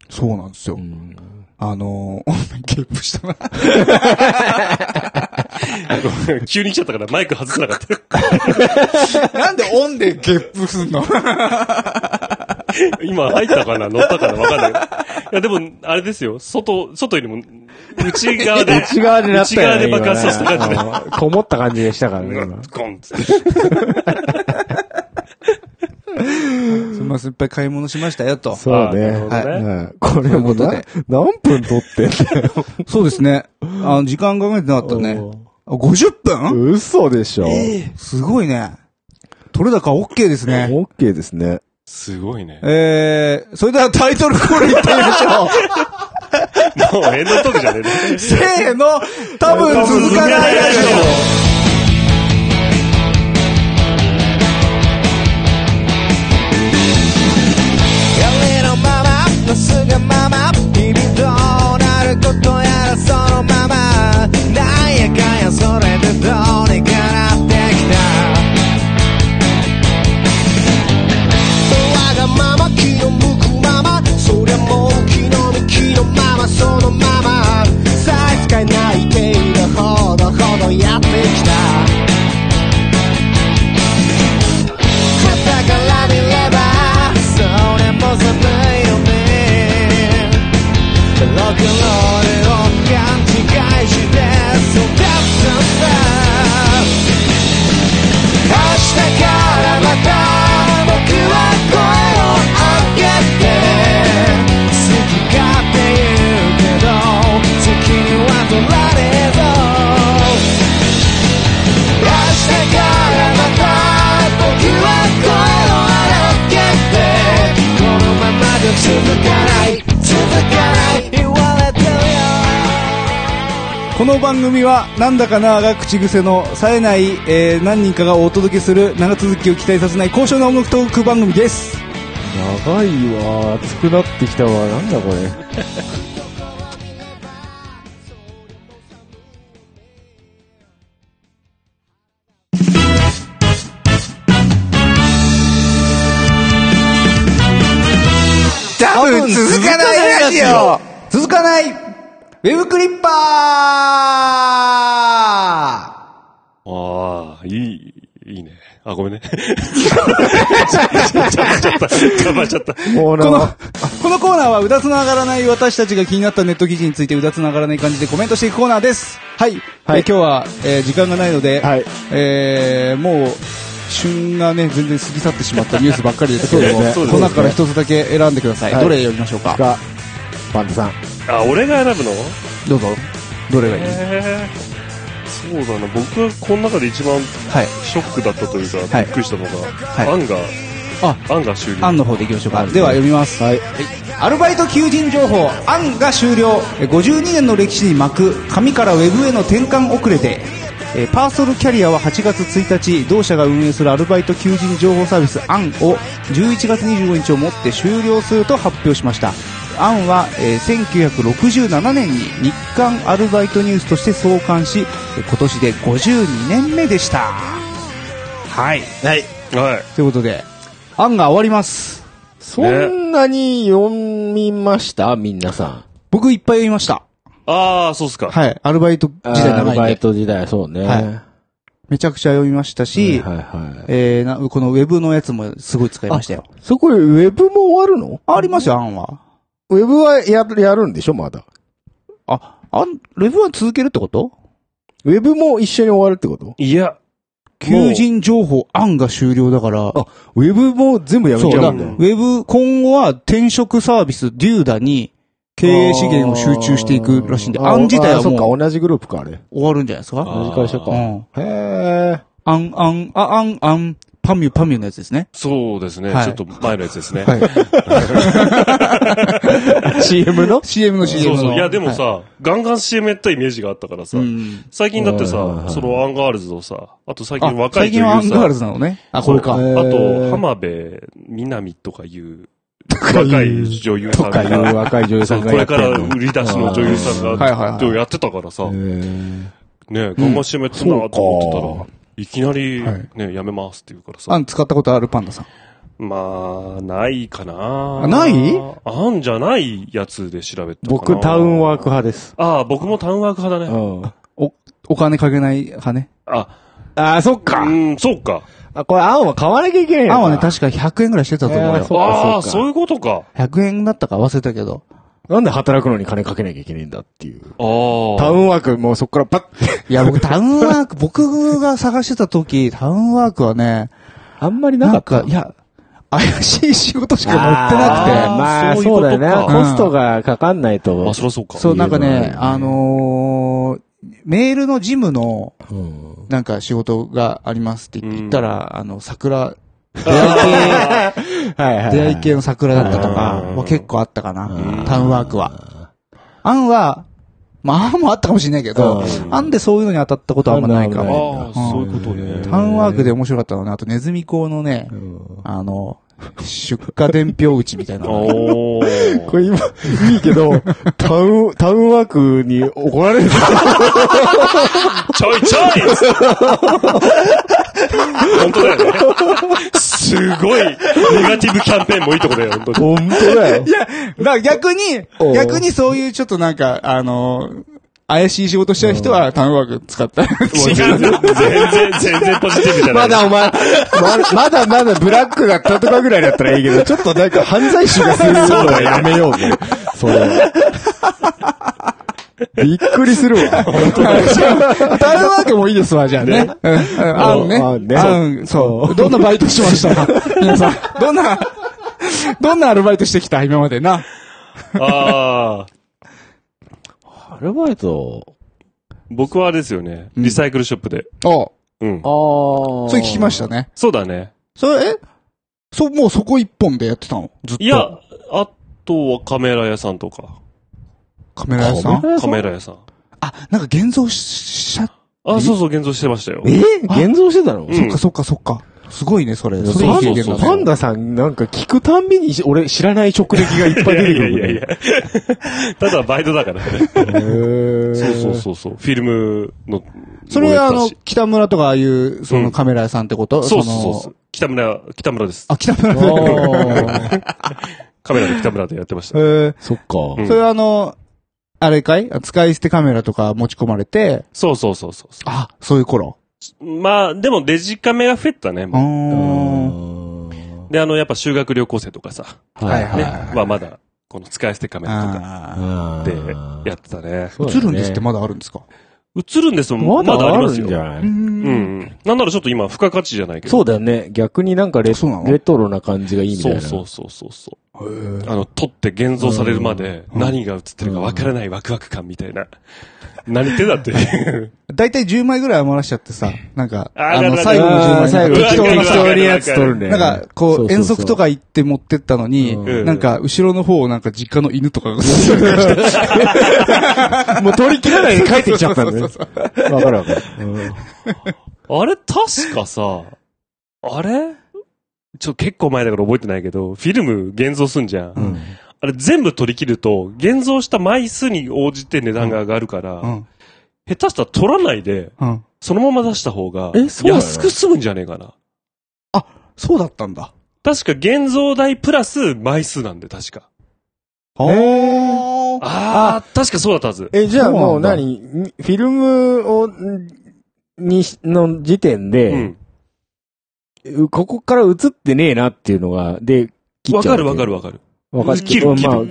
S1: そうなんですよ。
S2: うん
S1: あのー、ゲップしたな。
S3: (laughs) 急に来ちゃったからマイク外せなかった。
S1: (laughs) なんでオンでゲップ (laughs) すんの
S3: 今入ったかな乗ったかなわかんない。いや、でも、あれですよ。外、外よりも、内側で。
S2: 内側でなったよね。
S3: 内側で爆発させた感じで。
S2: 今ねこもった感じでしたからね。今
S3: ゴンって。
S1: すみません、いっぱい買い物しましたよと。
S2: そうね。
S3: あなるほどね
S2: はい。これもうな
S1: そういう
S2: 何分撮ってんだよ。
S1: そうですね。あの、時間考えてなかったね。あ50分
S2: 嘘でしょ。
S1: すごいね。取れ高 OK ですね。
S2: オッケーですね。
S3: すごいね。
S1: えー、それではタイトルコールいってみまし (laughs) ょう。
S3: もうエンドトークじゃねえね。
S1: せーの、多分続かないラジ
S4: 夢のまますぐまま日々どうなることやらそのままなんやかんやそれでどうにかなってきたわがまま気の向くままそりゃもう気の向きのままそのまま差し支えない程度ほどほどやってきた「はたから見ればそれも寒いよね」「ロックンロールを勘違いして育ったんだ」「明日からまた僕は声を上げて」「好き勝手言うけど責任は取られそう」明日からまた僕は声を荒げて好き勝手言うけど責任は取られそうこのままじゃ続かない続かない言われてるよ
S1: オこの番組は、なんだかなが口癖の冴えない、えー何人かがお届けする長続きを期待させない高尚な音楽トーク番組です。
S2: 長いわ。熱くなってきたわ。なんだこれ。
S1: 多分続かないラジオ続かないウェブクリッパーは
S3: ああ、いい、いいね。あ、ごめんね。ちょっと、ちょっと、ちょっと、ちょっと。
S2: もうな
S1: この、このコーナーはうだつの上がらない私たちが気になったネット記事についてうだつの上がらない感じでコメントしていくコーナーです。はい。
S2: はい
S1: えー今日は、えー時間がないので、
S2: はい
S1: えーもう、旬がね、全然過ぎ去ってしまったニュースばっかりですけれども、
S2: そうですね
S1: この中から一つだけ選んでください。
S2: はい
S1: どれ読みましょうか
S2: が、パンダさん。
S3: あ、俺が選ぶの
S1: どうぞ。どれがいい
S3: へーそうだな。僕はこの中で一番
S1: はい。
S3: ショックだったというか、
S1: はい
S3: びっくりしたのが、
S1: い
S3: アンが、
S1: あ
S3: アンが終了。
S1: 案の方でいきましょうか。では読みます。はい。アルバイト求人情報、案が終了。え52年の歴史に巻く、紙からウェブへの転換遅れで。えーパーソルキャリアは8月1日、同社が運営するアルバイト求人情報サービス、アンを11月25日をもって終了すると発表しました。アンは、えー1967年に日刊アルバイトニュースとして創刊し、えー今年で52年目でした。はい。
S2: はい。
S3: はい。
S1: ということで、アンが終わります。
S2: そんなに読みました皆さん。
S1: 僕いっぱい読みました。
S3: ああ、そうっすか。
S1: はい。アルバイト時
S2: あー
S1: 代
S2: ア
S1: の
S2: ルバイト時代、そうね。
S1: はい
S2: は
S1: めちゃくちゃ読みました
S2: い
S1: し、
S2: はい。
S1: えーな、このウェブのやつもすごい使いましたよ。
S2: そこ、ウェブも終わるの
S1: ありますよ、アンは。
S2: ウェブはやる、やるんでしょまだ。
S1: あ、アン、ウェブは続けるってこと
S2: ウェブも一緒に終わるってこと
S3: いや、
S1: 求人情報案が終了だから、
S2: あ、ウェブも全部やめ
S1: そう
S2: ちゃ
S1: だ、
S2: う
S1: ウ
S2: んだよ。
S1: ェブ、今後は転職サービス、デューダに経営資源を集中していくらしいんで、
S2: あー
S1: アン自体は
S2: あーそ
S1: も
S2: っ
S1: う
S2: か、同じグループか、あれ。
S1: 終わるんじゃないですか
S3: あ
S2: 同じ会社
S1: う
S2: か。
S1: ん。
S2: へー。
S1: アン、アン、あ、アン、アン、パミュ、パミュのやつですね。
S3: そうですね。
S1: はい
S3: ちょっと前のやつですね。
S1: (laughs)
S2: (laughs) CM の
S1: (laughs) CM の CM
S3: そう
S1: の。
S3: そう。いや、でもさ、
S1: は
S3: ガンガン CM やったイメージがあったから
S1: い、
S3: さ。
S1: うん。
S3: 最近だって
S2: はいはいはい
S3: さ、そのアンガールズとさ、あと最
S1: あ
S3: 近、若い
S1: 最
S3: 女優
S1: 近
S3: さ
S1: はアンガールズなのね。あ、これか。
S2: そう
S1: えー
S2: えー
S3: あと、浜辺美波とかいう、
S2: かいう
S3: 若い女優さん
S2: (laughs) とかいう
S3: が、
S2: 若い女優
S3: そ
S2: さ
S3: うん
S2: が
S3: こ
S2: や
S3: れ
S2: って
S3: か
S2: んの
S3: ら売り出しの女優さん
S1: はいはいは
S3: が
S1: い、
S3: とやってたからさ、
S2: へ
S3: ね
S2: ー
S3: え、ガンマ CM やってんなと思ってたら、いきなり、
S1: は
S3: ね、やめますって言うから
S1: ア
S3: さ。
S1: ン使ったことあるパンダさん。
S3: まあ、ないかな
S1: あない
S3: あんじゃないやつで調べたかな。
S2: 僕、タウンワーク派です。
S3: ああ、僕もタウンワーク派だね。
S2: ん。
S1: お、お金かけない派ね。
S3: あ、
S2: あー、そっ
S3: う
S2: か。
S3: ん、そうか。
S2: あ、これ、アンは買わなきゃいけない
S1: アンはね、確か100円ぐらいしてたと思う
S2: えー
S1: よ
S2: そ。うか
S3: ああ、
S2: そうか
S3: そういうことか。
S1: 100円だったか忘れたけど。
S2: なんで働くのに金かけなきゃいけないんだっていう。
S3: あ
S2: タ
S3: あ。
S2: ウンワーク、もうそこからパッ。
S1: いや、僕、タウンワー
S3: (laughs)
S1: ク、僕が探してた時、タウンワークはね、
S2: あんまり
S1: なんか、いや、怪しい仕事しか載って
S3: あー
S1: な
S2: まあ、
S3: そういうこ
S2: そう
S3: とか
S2: だよね。コストがかかんないと。 (laughs)
S3: まあ、そりゃそう
S1: くて。
S3: か。
S1: そう、なんか
S2: いいよ
S1: ね
S2: ね、
S1: あのー、メールの事務の、
S2: うん
S1: なんか仕事がありますって言って
S3: う
S1: 言っ
S3: ん
S1: たら、あの、桜、
S2: はいはいはい。
S1: 出会い系の桜だったとか
S3: うん、
S1: もう結構あったか
S2: う
S1: な。
S2: ん
S1: タウンワークは。アンは、まあ、アンもあったかもしれないけど
S2: う、
S1: アンでそういうのに当たったことはあんまないか
S2: あん
S1: も。
S3: ああ、そういうことね。
S1: タウンワークで面白かったのはね、あとネズミ講のね、あの、出荷伝票打ちみたいなのが。
S3: お
S2: (laughs)
S3: ー
S2: これ今、いいけど、タウン、タウンワークに怒られる。
S3: ちょいちょい (laughs) 本当だよね。すごい、ネガティブキャンペーンもいいとこだよ、本当
S2: (laughs) 本
S3: に。
S2: 当だよ
S1: い。や、だから逆に
S2: お、う
S1: 逆にそういうちょっとなんか、あの怪しい仕事してる人はタウンワーク使った。
S3: 違う。全然、全然ポジティブじゃない。
S2: まだ
S1: (laughs)
S2: お前、ままだまだブラックだったとかぐらいだったらいいけど、ちょっとなんか犯罪者がするのはやめようね。そう。びっくり
S1: (laughs)
S2: するわ。
S1: タウンワークもいいですわ、じゃあね。うんうんあんね。
S2: あんね
S1: あん、そう。どんなバイトしてましたか
S2: (laughs)
S1: 皆さん。どんな、どんなアルバイトしてきた今までな。
S3: ああ、
S2: アルバイト、
S3: 僕はあれですよね。リサイクルショップで。
S1: お
S3: う
S2: あ。
S3: ん
S2: あ。
S1: それ聞きましたね。
S3: そうだね。
S1: それ、えそう、もうそこ一本でやってたのずっと。
S3: いや、あとはカメラ屋さんとか。
S1: カメラ屋さん
S2: カメラ屋さ
S3: カ
S2: ん
S3: メラ屋さん。
S1: あ、なんか現像しちゃっ
S3: あ、そうそう、現像してましたよ。
S2: え現像してたの
S3: うん
S1: そっかそっかそっか。すごいね、それ。
S2: そう
S1: それいい経験だ
S3: そう
S1: ね。
S2: パンダさんなんか聞くたんびに、俺知らない直撃がいっぱい出てくる
S3: い
S2: もん
S3: やいやい
S2: ね。
S3: や。ただバイトだからね。そうそうそうそう。フィルムの。
S1: それはあ
S3: もやっ
S1: の
S3: たし、
S1: 北村とかああいう、そうの
S3: ん
S1: カメラ屋さんってこと
S3: そう
S1: の
S3: そうそう。北村、北村です。
S1: あ、北村さん。 (laughs)
S3: カメラで北村でやってまし
S1: え
S3: た。
S1: ー
S2: そっか。
S3: うん
S1: それはあの、あれかい使い捨てカメラとか持ち込まれて、
S3: そうそうそうそうそ
S1: あ、そういう頃。
S3: う。まあ、でもデジカメが増えたね。
S1: うーん。
S3: で、あの、やっぱ修学旅行生とかさ、
S1: はいは
S3: ね、
S1: い。
S3: はまだ、この使い捨てカメラ
S1: あ
S2: あ
S3: とかでやってたね。
S1: ー映るんですってまだあるんですか
S3: 映るんですも
S2: ま
S3: ん、まだ
S2: だ
S3: あ
S2: あ
S3: りま
S2: る
S3: す
S2: んじゃ
S3: よ。
S2: な
S1: う
S2: い
S3: うん
S1: ん。
S3: うん。なんならちょっと今、付加価値じゃないけど。
S2: そうだよね。逆になんかレ
S1: そうなの
S2: レトロな感じがいいみたい
S3: そう
S2: な。
S3: そうそうそうそう。
S1: へー
S3: あの、撮って現像されるまで、何が映ってるかわからないワクワク感みたいな。何言ってんだって。
S1: だいたい10枚ぐらい余らしちゃってさ、なんか、
S3: あー
S1: あの、
S3: な
S1: 最後の10
S2: あー
S1: 枚。
S2: 最後、
S3: うわ
S2: 一人一人のやつ撮るね。
S1: なんか、こ、
S2: そうそそ
S1: 遠足と。か行って持ってったのに、
S2: うん
S1: なんか、後ろの方をなんか実家の犬とかが、
S2: もう撮り切らないで帰ってきちゃったんだね。わかるわかる。うん
S3: (laughs) あれ、確かさ、あれちょ、結構前だから覚えてないけど、フィルム現像すんじゃん。
S1: (laughs)
S3: あれ全部取り切ると、現像した枚数に応じて値段が上がるから、
S1: うん。
S3: 下手したら取らないで、
S1: うん。
S3: そのまま出した方が、
S2: えそうなの
S3: 安く済むんじゃねえかな。
S1: そうだったんだ。
S3: 確か現像代プラス枚数なんで、確か。
S1: あー
S3: ああー、確かそうだったはず。
S2: え、じゃあもう
S5: そうなんだ
S2: 何みフィルムを、んにし、の時点
S3: う
S2: で、
S3: ん。
S2: うここから映ってねえなっていうのが、で、切っ
S3: わ
S2: ちゃ
S3: か
S2: う
S3: るわか
S2: る。
S3: るわかる。
S2: わかる。
S3: 切る切る
S2: まああ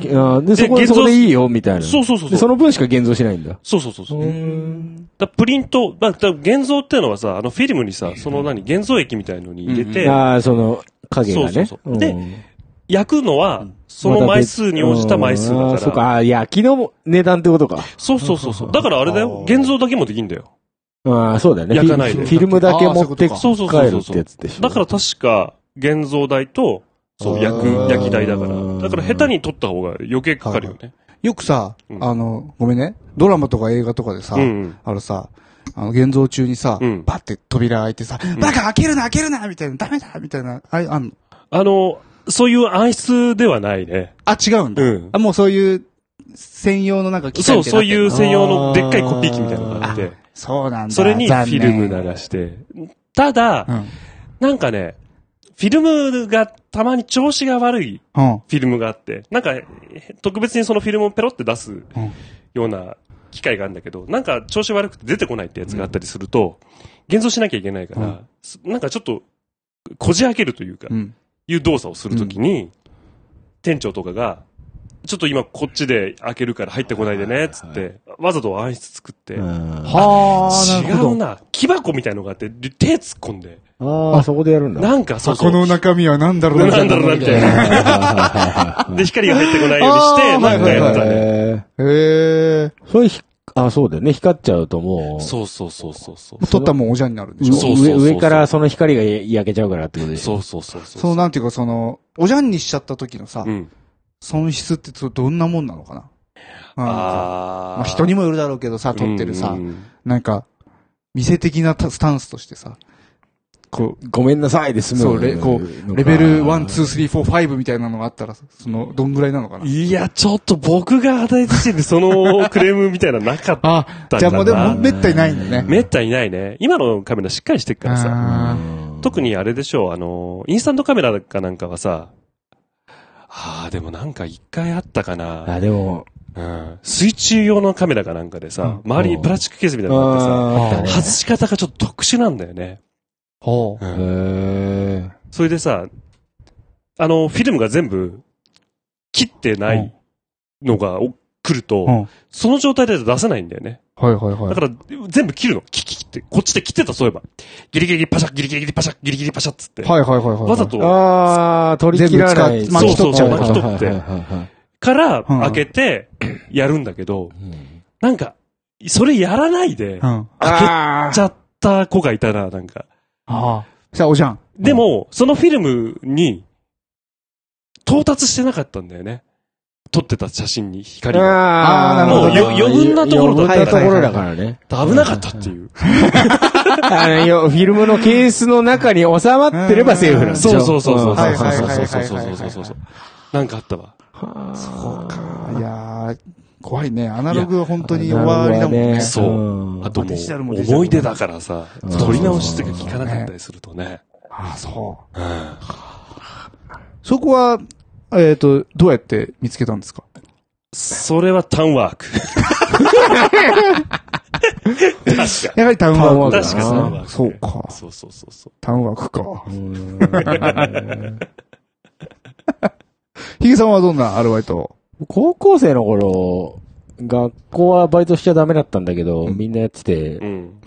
S2: ー、で、そこで、
S3: で現像
S2: そこでいいよ、みたいな。
S3: そうそうそう
S2: で
S3: そ。
S2: そうの分しか現像しないんだ。
S3: そうそうそうそう。
S2: ん。
S3: だプリント、だだ現像っていうのはさ、あのフィルムにさ、その何、現像液みたいのに入れて、
S2: ああ、その、影がね。
S3: そうそうそうんで焼くのは、その枚数に応じた枚数だ
S2: うんあー
S3: か
S2: そう
S3: ら。
S2: か、あー焼きの値段ってことか。
S3: そうそうそうそう。だからあれだよ、現像だけもできんだよ。
S2: ああ、そうだよね。
S3: 焼かない
S2: フ
S3: で
S2: ィフィルムだけ持って
S1: あー
S3: そういうことか
S2: 帰るってやつでしょ。
S3: だから確か、現像代と、そう、焼く
S2: あー、
S3: 焼き代だから。だから下手に取った方が余計かかるよね。
S1: よくさ、
S3: うん
S1: あの、ごめんね、ドラマとか映画とかでさ、
S3: うん
S1: あのさ、あの、現像中にさ、
S3: うん
S1: バッて扉開いてさ、バカ開けるな開けるなみたいな、ダメだみたいな、あれ、あんの
S3: あの、そういう暗室ではないね。
S1: あ、違うんだ。
S3: うん
S1: あ、もうそういう、専用のなんか機械
S3: そう、
S1: みた
S3: そう
S1: なってん
S3: い
S1: の
S3: う専用のでっかいコピー機みたいなのがあって、
S1: そうなんだ。
S3: それにフ
S1: 残
S3: ィ
S1: 念
S3: ルム流して。ただ、
S1: うん。
S3: なんかね、フィルムがたまに調子が悪い
S1: うん。
S3: フィルムがあって、なんか、え特別にそのフィルムをペロって出すような機械があるんだけど、なんか調子悪くて出てこないってやつがあったりすると、現像しなきゃいけないから、
S1: うん
S3: すなんかちょっと、こじ開けるというか、
S1: うん。
S3: いう動作をするときに、店長とかが、ちょっと今こっちで開けるから入ってこないでね、つって、わざと暗室作って、
S2: うん
S1: はあ、な
S3: 違
S1: るほ
S3: う
S1: ど。
S3: な、木箱みたいのがあって、で手突っ込んで、
S2: ああ、そこでやるんだ。
S3: なんかそうそう
S1: この中身は何だろう
S3: なんだろうな、みたい。な。で、光が入ってこないようにして、
S1: あー
S3: なんかやったね。
S2: へー
S1: へえ。
S2: (laughs) それひ、あ、そうだよね。光っちゃうともう、
S3: そうそうそうそうそう。
S1: 取ったらもんおじゃんになるんでし
S2: う
S1: ょ
S3: んそうそうそうそう
S2: 上上からその光が焼けちゃうからってことでしょ。
S3: そうそうそうそう。
S1: そのなんていうかその、おじゃんにしちゃった時のさ、
S3: うん。
S1: 損失ってそどんなもんなのかなうん
S3: あ
S1: まあ、人にもよるだろうけどさ、撮ってるさ、
S3: うんうん
S1: なんか、店的なたスタンスとしてさ、こ
S2: ごめんなさいで済
S1: う、
S2: む
S1: そう、レこ
S2: の
S1: う、
S2: か
S1: レベル1、2、3、4、5みたいなのがあったら、その、どんぐらいなのかな。
S3: いや、ちょっと僕が与えた時点でそのクレームみたいなのなかった。
S1: あ、じゃあもうでも、めったにないんだよね。
S3: めったにないね。今のカメラしっかりしてるからさ。
S1: あ
S3: 特にあれでしょう、あの、インスタントカメラかなんかはさ、ああ、でもなんか一回あったかな。
S2: あ、でも、
S3: うん。水中用のカメラかなんかでさ、周りにプラスチックケースみたいなのがあってさ、
S2: あ
S3: 外し方がちょっと特殊なんだよね。
S1: ーほ
S3: う
S2: あ。
S3: ん
S2: へー
S3: それでさ、あの、フィルムが全部切ってないのがお来ると、
S1: うん
S3: その状態で出せないんだよね。
S1: う。はいはいはい
S3: だか。ら、全部切るの。キキキって。こっちで切ってた、そういえば。ギリギリパシャ、ギリギリパシャ、ギリギリパシャっつって。
S1: はいはいはいはい。
S3: わざと、
S2: ああ、取り切らない。
S1: 全部使っ巻き取っちゃう
S2: はい
S3: 巻き取って
S2: はいはいはいはい
S3: から開けて、 (clears throat) やるんだけど、なんか、それやらないで
S1: う、ん。
S3: 開けちゃった子がいたな、なんか。
S1: ああ。さあ、おじゃん。
S3: でも、そのフィルムに、到達してなかったんだよね。撮ってた写真に光が。
S2: あ
S1: あーなるほどね
S2: もうよ余分なところだ
S1: 余分なところだ
S2: だ
S1: か
S2: からね。
S3: 危なかったっていう。
S2: あのよフィルムのケースの中に収まってればセーフなんでしょ
S3: そうそうそうそ
S2: ん
S3: う。
S1: はい
S3: そ
S1: は
S3: う
S1: い
S3: そう
S1: はい
S3: そう
S1: はい
S3: そうそうそうそうそう。なんかあったわ。
S1: そうか。いやー、怖いね。アナログは本当に終
S2: アナログは
S1: わりだもんね。
S2: ね
S3: そうう。
S2: ん
S3: あとも
S1: デジタルも
S3: う、
S1: デジタルも
S3: 思い出だからさ、撮り直しとか聞かなかったりするとね。
S1: ああ、そう。
S3: うん
S1: そこは、えっ、と、どうやって見つけたんですか
S3: それはタウンワーク。確か。
S1: やはりタウンワーク
S2: タウンワークだ
S1: だな。
S2: な
S3: 確かタウンワークね。
S1: そうか。
S3: そうそうそうそう。
S1: タウンワークか。ヒゲさんはどんなアルバイトを
S2: 高校生の頃、学校はバイトしちゃダメだったんだけど、
S1: うん
S2: みんなやってて
S3: う、ん。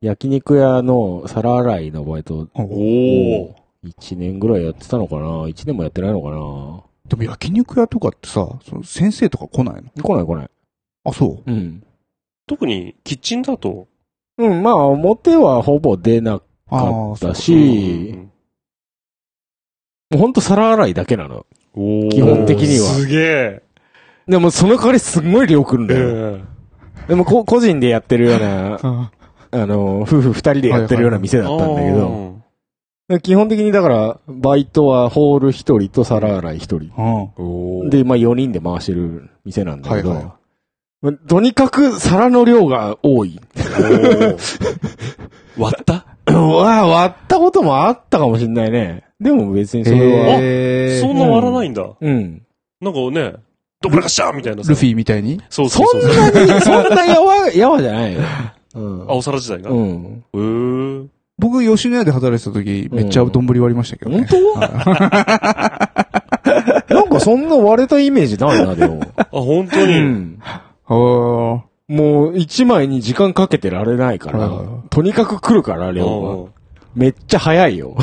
S2: 焼肉屋の皿洗いのバイト、
S3: おー。
S2: 1年ぐらいやってたのかな ?1 年もやってないのかな
S1: でも焼肉屋とかってさ、その先生とか来ないの
S2: 来ない来ない。
S1: あ、そう。
S2: うん。
S3: 特に、キッチンだと。
S2: うん、まあ、表はほぼ出な
S1: あ
S2: か
S1: あ、
S2: っ
S1: そう
S2: た
S1: か。
S2: し、もうほんと皿洗いだけなの。
S3: おー
S2: 基本的には
S3: すげえ。
S2: でも、その代わりすんごい量来るんだよ。
S3: うん
S2: でも、こ個人でやってるような、
S1: あ
S2: あの、夫婦二人でやってるような店だったんだけど、基本的にだから、バイトはホール一人と皿洗い一人。
S1: あうん。
S2: で、まあ4人で回してる店なんだけど、
S1: はいは
S2: まあとにかく皿の量が多い。 (clears throat)
S3: 割った
S2: うわ割ったこともあったかもしんないね。でも別にそれは、
S1: へー
S3: そんな割らないんだ。
S2: うん。
S3: なんかね、どこらかっしゃみたいなさ。
S1: ルフィみたいに
S3: そう
S2: そ
S3: そうそ
S2: ん
S3: う。
S2: なに、そんなやわ、 (laughs) やわじゃないよ。うん。
S3: 青皿時代が。
S2: う
S3: へ
S2: ん。
S3: ー。
S1: 僕、吉野家で働いてた時、めっちゃ丼割りましたけどね。
S2: (laughs) なんかそんな割れたイメージないな、でも。
S3: あ、本当
S2: う
S3: に。
S2: ん。
S1: あ
S2: もう、一枚に時間かけてられないから
S1: はいは、
S2: とにかく来るから、
S3: う
S2: レオ
S3: ん
S2: は。めっちゃ早いよ。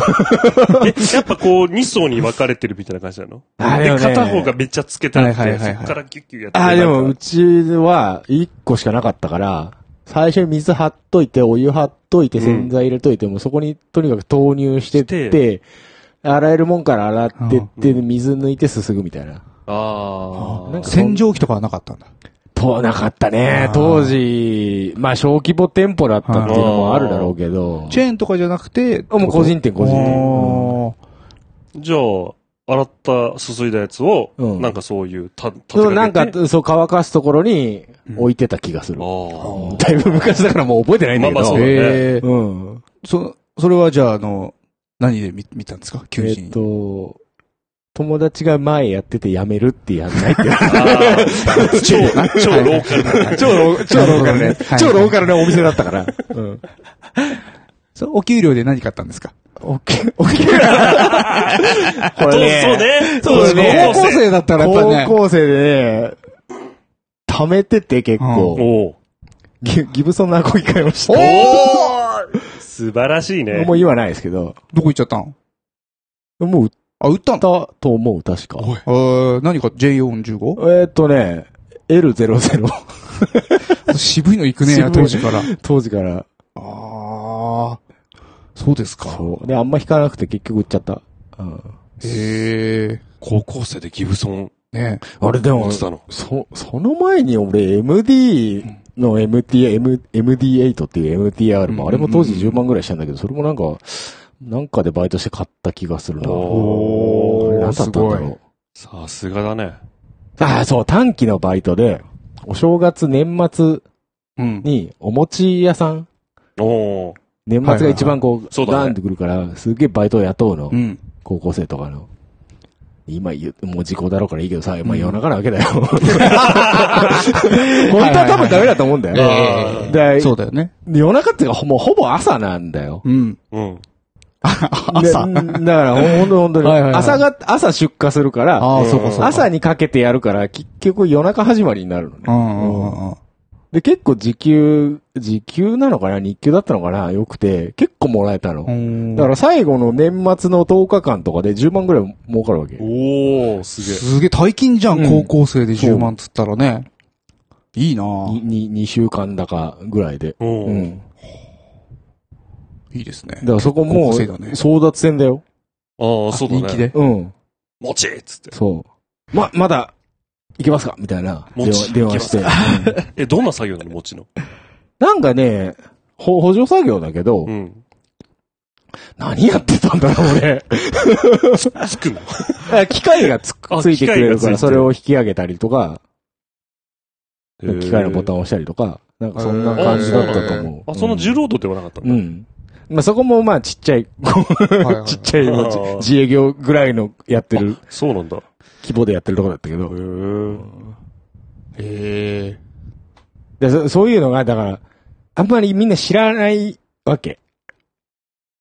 S3: え、やっぱこう、二層に分かれてるみたいな感じなの
S2: あれ
S3: で、
S2: はね
S3: 片方がめっちゃつけたく
S1: はいは
S3: て、
S1: いは
S3: そ
S1: いはい
S3: っからキュッキュやって。
S2: ああ、でも、
S3: なん
S2: う
S3: か
S2: ちは、一個しかなかったから、最初に水張っといて、お湯張っといて、
S3: うん
S2: 洗剤入れといて、もうそこにとにかく投入してって、洗えるもんから洗ってって、水抜いてすすぐみたいな。
S3: あ
S2: な
S1: あ。
S2: んか
S1: 洗浄機とかはなかったんだ。
S2: と、なかったね
S1: あ。ー
S2: 当時、まあ、小規模店舗だったっていうのもあるだろうけど。
S1: チェーンとかじゃなくて、
S2: あもう個人店個人店
S1: おー
S3: あ。じゃあ、洗った、注いだやつを、
S2: うん
S3: なんかそういう、た、立て
S2: そう、
S3: か
S2: なん
S3: けて
S2: か、そう、乾かすところに置いてた気がする。
S3: あ
S2: だいぶ昔だからもう覚えてないんだけど。
S3: まあまあそうだね
S2: えーうん。
S1: そ、それはじゃあ、あの、何で見見たんですか求
S2: え
S1: 人
S2: っ。と、友達が前やってて辞めるってやんないって。
S3: (laughs) あ。あ
S2: (laughs)
S3: あ超、超ローカルな。
S2: 超ロー、超ローカルね。
S1: はい
S2: 超ローカルなお店だったから。 (laughs) うん。
S1: そうお給料で何買ったんですか
S2: おけ、おけ。これ
S3: そうそう
S2: ね。
S3: ね。
S2: そうですね
S1: 高校生だったらやっぱね。
S2: 高校生でね、貯めてて結構、
S3: おう
S2: ギギブソンのアコギ会をして
S3: おー素晴らしいね。
S2: もう言わないですけど、
S1: どこ行っちゃったの
S2: もう売っ
S1: あ、売った
S2: た
S1: の
S2: と思う、確か。
S1: えー何か J45?
S2: えーっとね、L00。
S1: 渋いの行くね
S2: 渋い、
S1: 当時から。
S2: (laughs) 当時から。
S1: ああ、そうですか。
S2: そう。で、あんま引かなくて結局売っちゃった。うん。
S1: へえ、
S3: 高校生でギブソン
S1: ね
S2: あれで
S3: 持
S2: も
S3: って、たの。
S2: そ、その前に俺 MD の MT、M、MD8 っていう MTR も、あれも当時10万ぐらいしたんだけど、それもなんか、なんかでバイトして買った気がするな。
S1: ー
S3: お
S2: あれ何だったんだ
S1: すご
S2: ろ。
S1: いう
S3: さすがだね。
S2: ああ、そう、短期のバイトで、お正月年末
S1: うん。
S2: にお餅屋さん、
S3: おー
S2: 年末が一番こう、
S3: そうだね
S2: ガーンってくるから、すげえバイトを雇うの。
S1: うん。
S2: 高校生とかの。今言う、もう時効だろうからいいけどさ、まあ夜中なわけだ
S1: (laughs)
S2: よ。本当は多分ダメだと思うんだよ。
S3: ええ
S2: で
S1: そうだよね。
S2: 夜中っていうか、ほもうほぼ朝なんだよ。
S1: うん。
S3: うん。
S1: (laughs) 朝
S2: でんだから、ほんとほんとに。
S1: はいはいはい
S2: 朝が、朝出荷するから、
S1: ああ、そうかそうか。
S2: 朝にかけてやるから、結局夜中始まりになるのね
S1: う。んうんうん。
S2: で、結構時給、時給なのかな日給だったのかなよくて、結構もらえたの。
S1: うん。
S2: だから最後の年末の10日間とかで10万ぐらい儲かるわけ。
S3: おー、すげえ。
S1: すげえ大金じゃん、
S2: うん
S1: 高校生で
S2: そう
S1: 10万つったらね。いいなぁ
S2: に、に2週間だかぐらいで。
S3: お
S2: う
S3: ー
S2: ん。
S1: いいですね
S2: だ。からそこもう、
S1: 高校生だね
S2: 争奪戦だよ。
S3: ああ、そうだね。
S1: 人
S2: (laughs)
S1: 気で。
S2: うん。
S3: もちっつって。
S2: そう。ま、まだ、行けますかみたいな。
S3: も
S2: 電
S3: ち
S2: 話電話して。うん
S3: え、どんな作業なのもちの。
S2: なんかね、ほ補助作業だけど
S3: う、ん。
S2: 何やってたんだろう
S3: (laughs)
S2: 俺。
S3: つ (laughs) くの
S2: あ機械がつ
S3: あ
S2: ついてくれる
S3: 機械がつ
S2: か
S3: いてる
S2: ら、それを引き上げたりとか、機械のボタ
S3: ン。
S2: ンを押したりとか、なんかそんな感じだったと思う。
S3: あ、その重労働ではなかった
S2: うん
S3: だ。
S2: ん。まあ、そこもまあちっちゃい、
S1: はいはい
S2: ちっちゃい
S3: あ
S2: まあ
S3: ー
S2: 自営業ぐらいのやってる、
S3: そうなんだ。へ
S2: 規模でやってるとこだったけど。
S3: え。
S1: へえ。
S2: でそそういうのが、だから、あんまりみんな知らないわけ。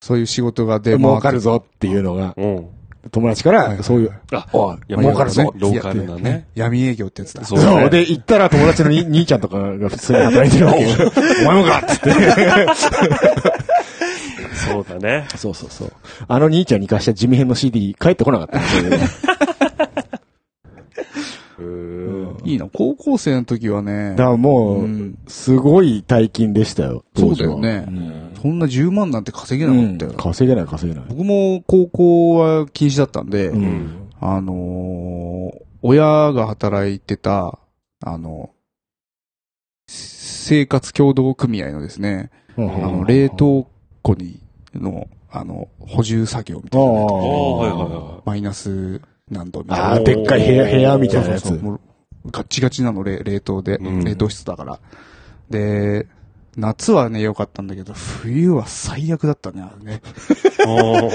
S1: そういう仕事が出
S2: 儲
S1: 回
S2: かる
S1: る。
S2: ぞっていうのが、
S3: うん。
S2: 友達から、そういう、
S3: あ、
S2: おい、
S3: いや
S2: 儲かるぞ。
S3: ローカルなね。
S1: 闇営業ってやつだ。
S3: そう
S2: そう。
S3: ね。
S2: で、行ったら友達のに (laughs) 兄ちゃんとかが普通に働いてるわけよ。お前もかっつって。
S3: そうだね。
S2: (laughs) そうそうそう。あの兄ちゃんに貸した地味編の CD 帰ってこなかった。
S3: へー
S1: いいな。高校生の時はね
S2: だか。らも
S1: う
S2: う、
S1: ん。
S2: すごい大金でしたよ。当時は
S1: そうだよね
S2: うん
S1: そんな10万なんて稼げなかった
S2: うん
S1: よ。
S2: 稼げない稼げない。
S1: 僕も高校は禁止だったんで、
S2: ん。
S1: あのー親が働いてた、あの、生活協同組合のですね、
S2: あ
S1: あの、冷凍庫に、の、あの、補充作業みたいなのとか。
S2: あ
S3: ーはいはいはい (laughs)
S1: マイナス何度みたいな。
S2: ああ、でっかい部屋、部屋みたいなや
S1: そう
S2: つ
S1: そうそう。もうガッチガチなの、れ冷凍で、
S3: うん
S1: 冷凍室だから。で、夏はね、良かったんだけど、冬は最悪だったね、あれね。
S3: ああ。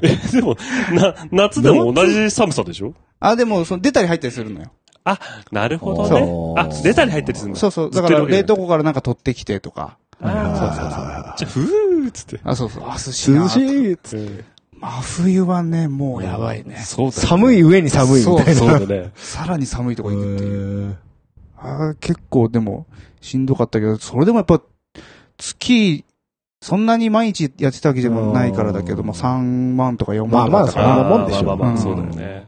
S3: え、でも、な、夏でも同じ寒さでしょ
S1: あ、でも、その出たり入ったりするのよ。
S3: あ、なるほどね。あ、出たり入ったりするんだ。
S1: そうそう。
S3: ずっ
S1: だか
S3: といる
S1: ら、
S3: わけじゃ
S1: 冷
S3: ない
S1: 凍庫からなんか取ってきてとか。
S3: あーじゃあ、ふーっつって。
S1: あ、そうそう。あ、寿司な
S2: 涼しいっつって
S1: 真冬はね、もうやばいね。
S3: そうだね
S2: 寒い上に寒いみたいな。
S3: そうだね。
S1: さらに寒いとこ行くっていう。
S2: へー
S1: あー結構でも、しんどかったけど、それでもやっぱ、月、そんなに毎日やってたわけでもないからだけど、
S2: うん
S1: まあ3万とか4万とかだか
S2: まあ
S1: ら。
S2: そんなもんでしょ
S3: あーまあまあま
S1: う
S3: あ、
S1: ん
S3: そうだよね。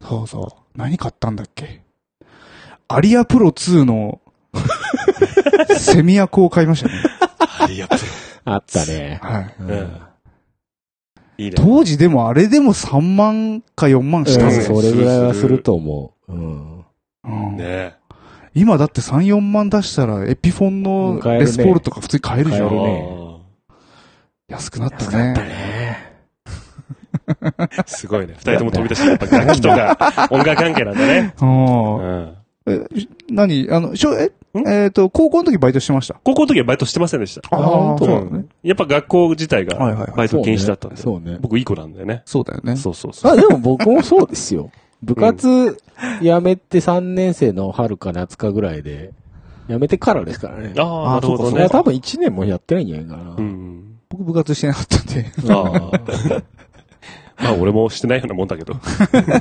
S1: そうそう。何買ったんだっけアリアプロ2の、セミ役を買いましたね。
S2: あったね。
S1: はい。
S2: う
S3: うん。いいね。
S1: 当時でもあれでも3万か4万した
S2: うん
S1: ぜ。
S2: それぐらいはすると思う。うん。
S1: うん
S3: ね
S1: 今だって3、4万出したら、エピフォンの
S2: 買える
S1: レ
S2: ね
S1: スポールとか普通に買えるじゃ
S2: 買
S1: ん。
S2: えるね
S1: 安くなったね。
S3: あーすごいね。二人とも飛び出して、やっぱ楽器とか、音楽関係なんだね。
S1: (laughs) うん
S3: うん。
S1: 何あの、しょ、え、
S3: ん
S1: えっ、と、高校の時バイトしてました。
S3: 高校の時はバイトしてませんでした。
S1: あ
S2: 本当
S1: そう
S2: な
S1: だ
S2: の
S1: よね。
S3: やっぱ学校自体
S1: はいはいは
S3: が
S1: い
S3: バイト禁止だったんで。
S2: そうね。
S3: 僕いい子なんだよね。
S1: そうだよね。
S3: そうそうそう。
S2: あ、でも僕もそうですよ。部活辞めて3年生の春か夏かぐらいで、辞めてからですからね。
S3: ああ、なるほど
S2: それ
S3: ね
S2: は。多分1年もやってないんじゃないかな。
S3: うん。
S1: 僕部活してなかったんで。
S3: ああ。 (laughs) まあ俺もしてないようなもんだけど。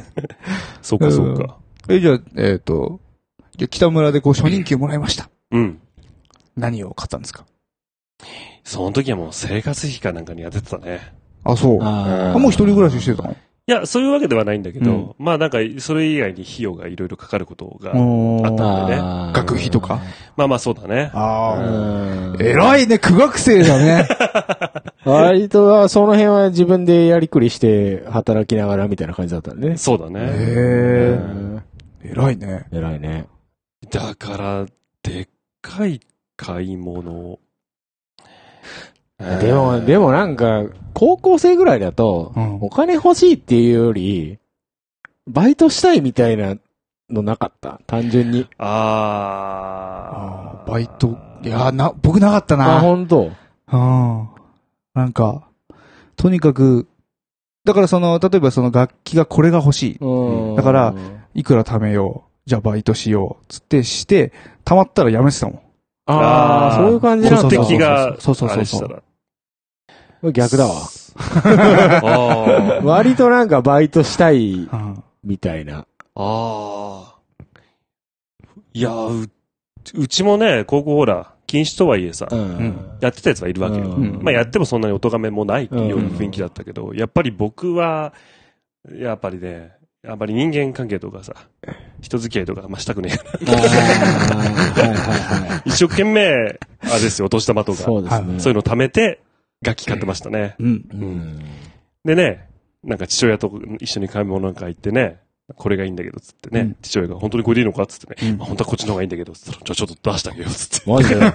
S3: (laughs) そうかそうか。
S1: え、じゃあ、えっ、と、じゃあ北村でこう初任給もらいました。
S3: うん。
S1: 何を買ったんですか
S3: その時はもう生活費かなんかに当ててたね。
S1: あ、そう。あ、
S2: あ
S1: もう一人暮らししてたの
S3: いや、そういうわけではないんだけど、まあなんか、それ以外に費用がいろいろかかることが、
S1: あ
S3: あったんでね
S2: あー
S1: 学費とか。
S3: まあまあそうだね。
S1: あ
S2: うん
S1: あ。偉いね、苦学生だね。 (laughs)
S2: 割とは、その辺は自分でやりくりして働きながらみたいな感じだったね。
S3: そうだね。
S1: へ
S2: うん
S1: え。偉いね。
S2: 偉いね。
S3: だから、でっかい買い物。
S2: でも、でもなんか、高校生ぐらいだと
S1: う、ん
S2: お金欲しいっていうより、バイトしたいみたいなのなかった。単純に。
S3: あ
S1: あ
S3: あ
S1: ーバイト。いやー、な、僕なかった
S2: あ、
S1: な。
S2: 本当。
S1: うん。なんか、とにかく、だからその、例えばその楽器がこれが欲しい。
S2: うん
S1: だから、いくら貯めよう。じゃあバイトしよう。つってして、貯まったらやめてたもん。
S2: ああ、
S3: あー
S2: そういう感じなん
S3: 目
S2: だ
S1: そうそうそ
S3: 的
S1: う。
S3: が、
S1: そうそうそうそう
S3: あれしたら。
S2: 逆だわ。
S3: あー
S2: 割となんかバイトしたい
S1: うん。
S2: みたいな。
S3: あー。いや、う、うちもね、高校ほら、禁止とはいえさ、
S2: ん。
S3: やってたやつはいるわけよ。
S2: うん
S3: まあやってもそんなにお咎めもないっていうような雰囲気だったけど、やっぱり僕は、やっぱりね、あんまり人間関係とかさ、人付き合いとか、まあ、したくねえ。
S2: あーはいはいはい。
S3: 一生懸命、あれですよ、お年玉とか、 (laughs) そ
S2: そううですね。
S3: いうの貯めて、楽器買ってましたね。
S1: うん。
S2: うん。
S3: でね、なんか父親と一緒に買い物なんか行ってね、これがいいんだけど、つってね、
S1: うん
S3: 父親が本当にこれでいいのかつってね、
S1: うん
S3: まあ本当はこっちの方がいいんだけど、つったら、じゃあちょっと出してあげよう、つって。
S2: マジで。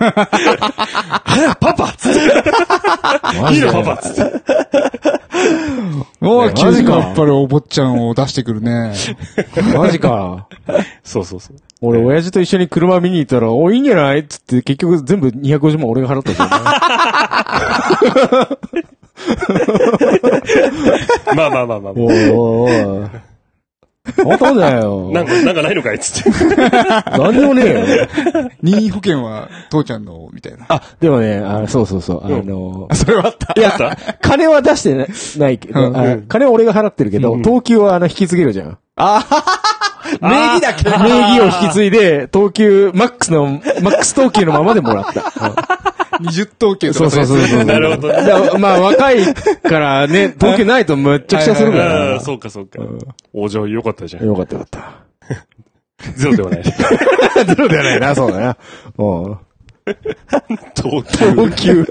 S3: あパパつって、
S2: マ
S3: いい
S2: ジで
S3: のパパつって。
S1: おー、
S2: ね
S1: 急
S2: マジ
S1: に
S2: か
S1: やっぱりお坊ちゃんを出してくるね。
S2: マジか。
S3: そうそうそう。
S2: 俺、親父と一緒に車見に行ったら、お、いいんじゃないっつって、結局全部250万俺が払ったじゃ
S3: まあまあまあまあ
S2: ん。。おいおいおい。本当だよ。
S3: (laughs) なんか、なんかないのかいつって。
S2: なんでもねえよ。
S1: 任意保険は父ちゃんの、みたいな。あ、
S2: でもね、 (laughs) あそうそうそう、あの、
S1: それはあった。
S2: いやさ、 (laughs) 金は出してなないけど、あ金は俺が払ってるけど、等級はあの、引き継げるじゃん。 (laughs)
S1: 名義だけ。
S2: 名義を引き継いで、等級、マックスの、マックス等級のままでもらった。
S1: 20等級と
S2: そう
S1: か
S2: そうそうそう。
S3: なるほどね
S2: だからまあ、若いからね、等級ないとむっちゃくちゃするから
S3: ああ、
S2: ね。
S3: そうかそうか。お嬢よかったじゃん。
S2: よかったよかった。 (laughs)
S3: ゼロで (laughs) はない。
S2: ゼロではないな、そうだな。うん。
S3: 東京。
S2: 高級。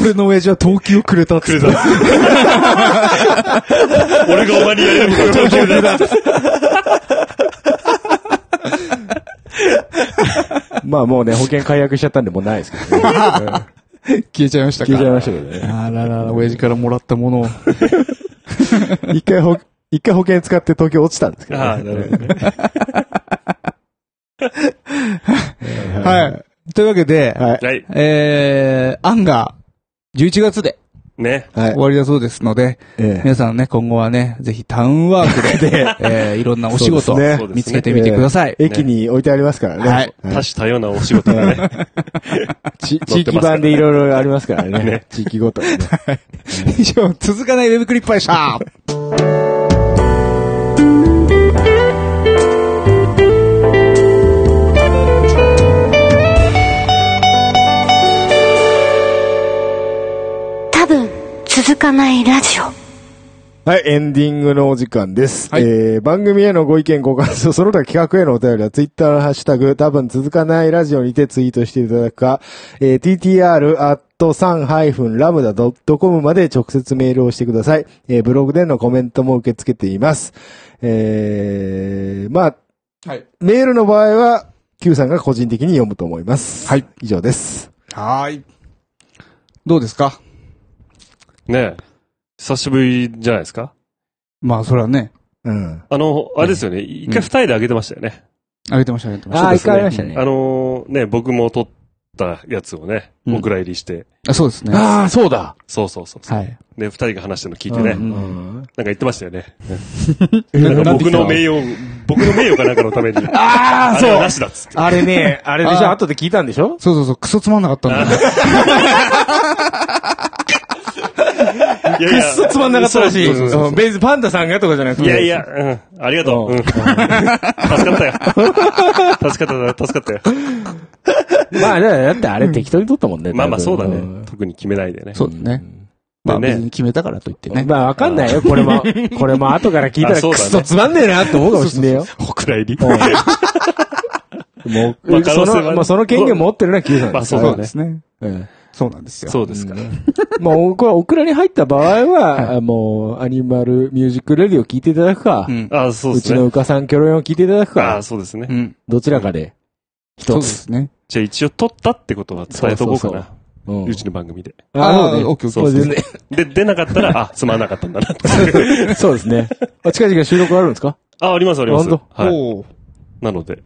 S1: 俺の親父は等級をくれたっつって。
S3: (laughs) 俺がお前にやれるのが東京だ。
S2: まあもうね、保険解約しちゃったんでもうないですけどね。うん
S1: 消えちゃいましたか。
S2: 聞いちゃいましたけどね。
S1: あららら、親父からもらったものを。
S2: (laughs) 一回ほ、一回保険使って東京落ちたんですけどね。
S3: (laughs) ああ、なるほどね。
S1: はい。というわけで、
S2: はい。
S3: はい。
S1: えー、案が、11月で、
S3: ね。
S2: はい
S1: 終。わりだそうですので、
S2: ええ
S1: 皆さんね、今後はね、ぜひタウンワークで、えーいろんなお仕事
S2: そうです
S3: ね
S1: 見つけてみてください。
S2: 駅に置いてありますからね。
S1: はい
S3: 多種多様なお仕事が (laughs) ね。
S2: ち
S3: 載
S2: 地
S3: って
S2: 域
S3: ますから
S2: 版でいろいろありますからね。地域ごとにね。
S1: 以上、続かないウェブクリッパーでした。
S6: 多分続かないラジオ
S2: はい、エンディングのお時間です。
S1: はい
S2: えー、番組へのご意見、ご感想、そ (laughs) の他企画へのお便りは、ツイッターのハッシュタグ、多分続かないラジオにてツイートしていただくか、えー、ttr アット 3-lambda.com まで直接メールをしてください。えー、ブログでのコメントも受け付けています。えー、まあ、
S1: はい。
S2: メールの場合は、Q さんが個人的に読むと思います。はい。以上です。
S1: (laughs) はーい。どうですか
S3: ね久しぶりじゃないですか
S1: まあ、それはね、
S2: うん。
S3: あの、あれですよね。一回二人で上げてましたよね。
S1: あげてました、あげてまし
S2: あ
S1: た。
S2: ー、一回ありましたね
S3: あのー、ね、僕も撮ったやつをね、
S1: うん
S3: お蔵入りして。
S1: あそうですね。
S2: ああ、そうだ。
S3: そうそうそう。
S1: はい。
S3: で、二人が話してるの聞いてね。
S1: う
S3: なんか
S1: ん
S3: 言ってましたよね。
S2: (laughs)
S1: なんか
S3: 僕の名誉、僕の名誉かなんかの
S2: (laughs)
S3: ために。ああ、そう。なしだっつって。
S2: あれね、 (laughs) あれでし
S1: あ
S2: ょ
S1: ー
S2: 後で聞いたんでしょ
S1: そうそうそう、クソつまんなかったんだよね。
S3: いやいや
S2: くっそつまんなかったらしい。
S3: そうそうそう
S2: うん別にパンダさんがとかじゃなくて。
S3: いやい。や、うん。ありがとう。うん。助かったよ。助かった、助かったよ。
S2: まあ、だってあれ適当に撮ったもんね。
S3: まあまあそうだ
S2: 多分
S3: ね。。特に決めないでね。
S1: そうだね。まあ、別に決めたからといってね。
S2: まあわかんないよ。これも、これも後から聞いた
S3: あ
S2: ら
S3: そう
S2: ク
S3: だね
S2: ソつまんねえなって思うかもしんねえよ。
S3: お蔵入り。
S2: も
S3: まあ
S2: う、
S3: 可
S2: そ
S3: 能性は
S2: の、まあその権限持ってるのは Q さん
S3: まあ
S2: です
S3: そ
S2: か
S3: う
S1: そう
S2: ら
S3: だ
S1: で
S3: ね。
S1: すね。
S2: うん
S1: そうなんですよ。
S3: (laughs) そうですか。
S2: まあ、これ、オクラに入った場合は、もう、アニマルミュージックレディを聞いていただくか
S1: う、ん。
S3: あそう
S2: う
S3: です
S2: ちの
S3: ね
S2: う。かさんキョロヨンを聞いていただく
S3: あ
S2: か、
S3: そうです
S1: う
S3: ね。
S1: ん。
S2: どちらかで、
S1: そう
S2: 一
S1: で
S2: つ。
S1: すね。
S3: じゃあ一応撮ったってことは伝えとこうか
S2: そうそう
S3: な。
S2: うん
S3: うちの番組で。
S2: あ
S1: あーオッケーオッケー
S2: そうです
S3: (laughs)
S2: ね。
S3: で、出なかった
S2: (laughs)
S3: ら、あ、つまんなかったんだな (laughs) って。
S2: そうですね。あ近々収録あるんですか
S3: あ、ありますあります。
S2: 本
S3: はい。
S1: おー
S3: なので、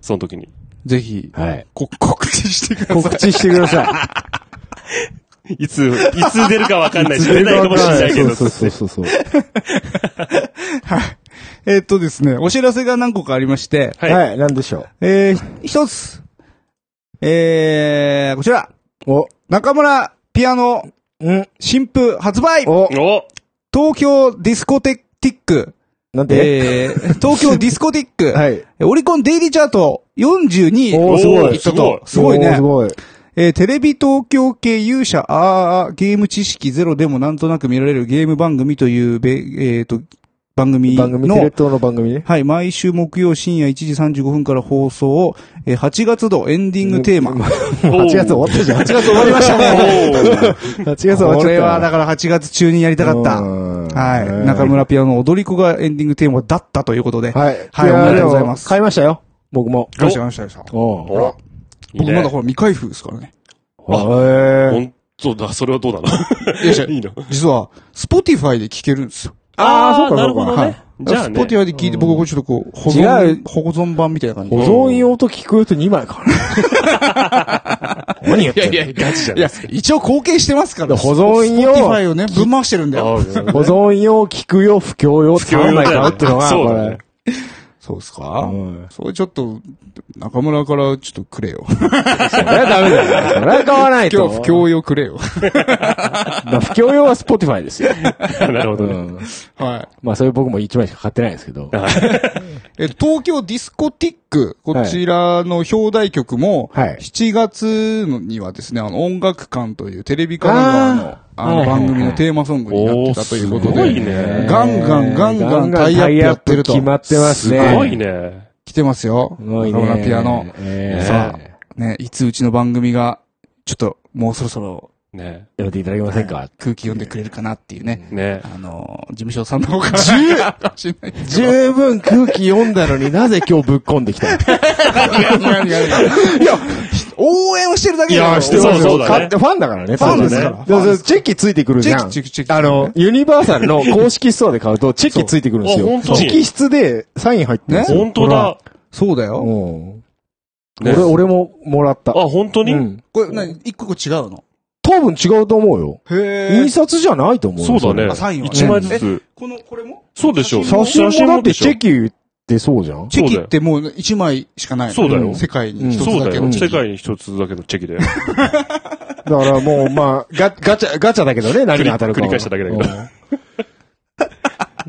S3: その時に。
S1: ぜひ、
S2: はい。
S1: こ告知してくださ
S2: 告知してくださ。
S3: いつ、いつ出るかわかんない
S2: (laughs)
S3: (laughs) いし、出ないかもしれないけど。
S2: そうそうそうそう。
S1: い。えーっとですね、お知らせが何個かありまして、
S3: はい
S2: はい、なんでしょ
S1: えー、ひ一つ、えー、こちら、
S2: う。お、
S1: 中村ピアノ
S2: うん、
S1: 新譜発売
S2: お、
S3: お
S1: 東京ディスコテティック、
S2: なんで
S1: えー、東京ディスコティック、
S2: (laughs) はい。
S1: オリコンデイリーチャート42
S2: おーすごい
S1: いったと。すごい
S2: おー
S1: ね
S2: す。ごい。
S1: えーテレビ東京系勇者あーあーゲーム知識ゼロでもなんとなく見られるゲーム番組というべ、えーと、番組
S2: 番組、テ
S1: の
S2: レ、東の番組ね。
S1: はい、毎週木曜深夜1時35分から放送を、えー8月度エンディングテー
S2: (laughs)
S1: マ。
S2: もう8月終わったじゃん。8月終わりましたね。8月終わっちゃった。
S1: (laughs) これはだから8月中にやりたかった。はい。中。村ピアノの踊り子がエンディングテーマだったということで。はい。
S2: はい。
S1: はいおめでとうございます
S2: やでも買いましたよ。僕も。
S1: よし、話したでしょ。
S2: お
S3: お
S2: (laughs)
S3: いい
S1: 僕
S3: ね
S1: まだほら未開封ですからね。
S2: あ
S3: 本当だ、それはどうだな。
S1: よいしょ
S3: いいの。
S1: 実は、スポティファイで聴けるんですよ。
S2: あー、そうか
S3: な
S2: そ
S3: る
S2: うか
S3: ほ。ど
S1: は
S3: ね
S1: い。
S3: じゃあ
S1: スポティ
S3: ね。
S1: ファイで聞いて、僕はちょっとこう、保
S2: 違
S1: 存
S2: う、
S1: 保存版みたいな感じ。
S2: 保存用と聞く用と2枚か
S1: (laughs)
S2: な。何言ってんの
S3: ガチじゃ
S1: い
S3: ない
S1: や、一応貢献してますから。
S2: 保存用
S1: スポティファイをね、ぶん回してるんだ
S3: あ
S1: よ。
S3: ー
S2: 保存用、聞く用、不況用、
S3: 教
S2: 3枚買うってのが、
S3: そう
S2: こ
S3: だね
S2: れ。
S1: そうですか
S2: うん
S1: それちょっと、中村からちょっとくれよ。
S2: それはダメだよ。それは買わない
S1: 今
S2: と。
S1: 日、不況用くれよ。 (laughs)
S2: まあ不況用は Spotify ですよ。
S3: (laughs) なるほど
S2: う
S3: ね。
S2: ん
S1: はい。
S2: まあ、それ僕も1枚しか買ってないですけど。
S1: え、東京ディスコティック、こちらの表題曲も、
S2: はい
S1: 7月のにはですね、あの、音楽館というテレビ神奈川の、
S2: あ
S1: あ
S2: ーは
S1: の
S2: いはいはい
S1: 番組のテーマソングになってたということ
S3: おーすご
S1: で、
S3: いね
S1: ガンガンガンガンタイアップやってると
S2: タイアップ決まってますね。
S3: すごいね。
S1: 来てますよ。
S2: すごい
S1: 中
S2: ね。
S1: 村ピアノ。
S2: ええ
S1: さあ、ね、いつうちの番組が、ちょっと、もうそろそろ
S3: ね。
S2: やめていただけませんか
S1: 空気読んでくれるかなっていうね。
S3: ね。
S1: あの、事務所さんの方から。10! かもしれない
S2: 十分空気読んだのになぜ今日ぶっこんできたの
S1: 応援をしてるだけだよ
S3: してますよそうだね
S2: 買ってファンだからね。
S1: ファン
S2: 当然
S1: ですから
S2: ねだからチェキついてくるじゃん。
S1: チェキチェキチェキ
S2: あの、ユニバーサルの公式ストアで買うとチェキついてくるんですよ。
S3: そうあ本当に
S2: 直筆でサイン入ってるんですよ。
S3: 本当だ。
S1: そうだ
S2: ほら。
S1: よ。
S2: うん
S3: ね
S2: 俺、俺ももらった。
S3: あ、本当
S2: う
S3: に
S2: ん
S1: これ、な、一個一個違うの
S2: 多分違うと思うよ。
S4: へ
S2: 印刷じゃないと思うよ。
S3: そうだね。
S4: あサインはね
S3: 一枚ずつ。
S4: この、これも
S3: そうでしょ。
S2: それ。写真もだってチェ
S3: キ。
S2: キってそうじゃん
S1: チェキってもう1枚しかないの。
S3: そうだよ
S1: 世界に一つ
S3: そう
S1: だ
S3: だ
S1: け
S3: よ。
S1: のチ
S3: 世
S1: ェキ。
S3: 界に一つだけのチェ (laughs) キだよ。
S2: だからもう、まあ、ガガチャ、ガチャだけどね、何が当たるかは。
S3: 繰り繰り返しただけだけど。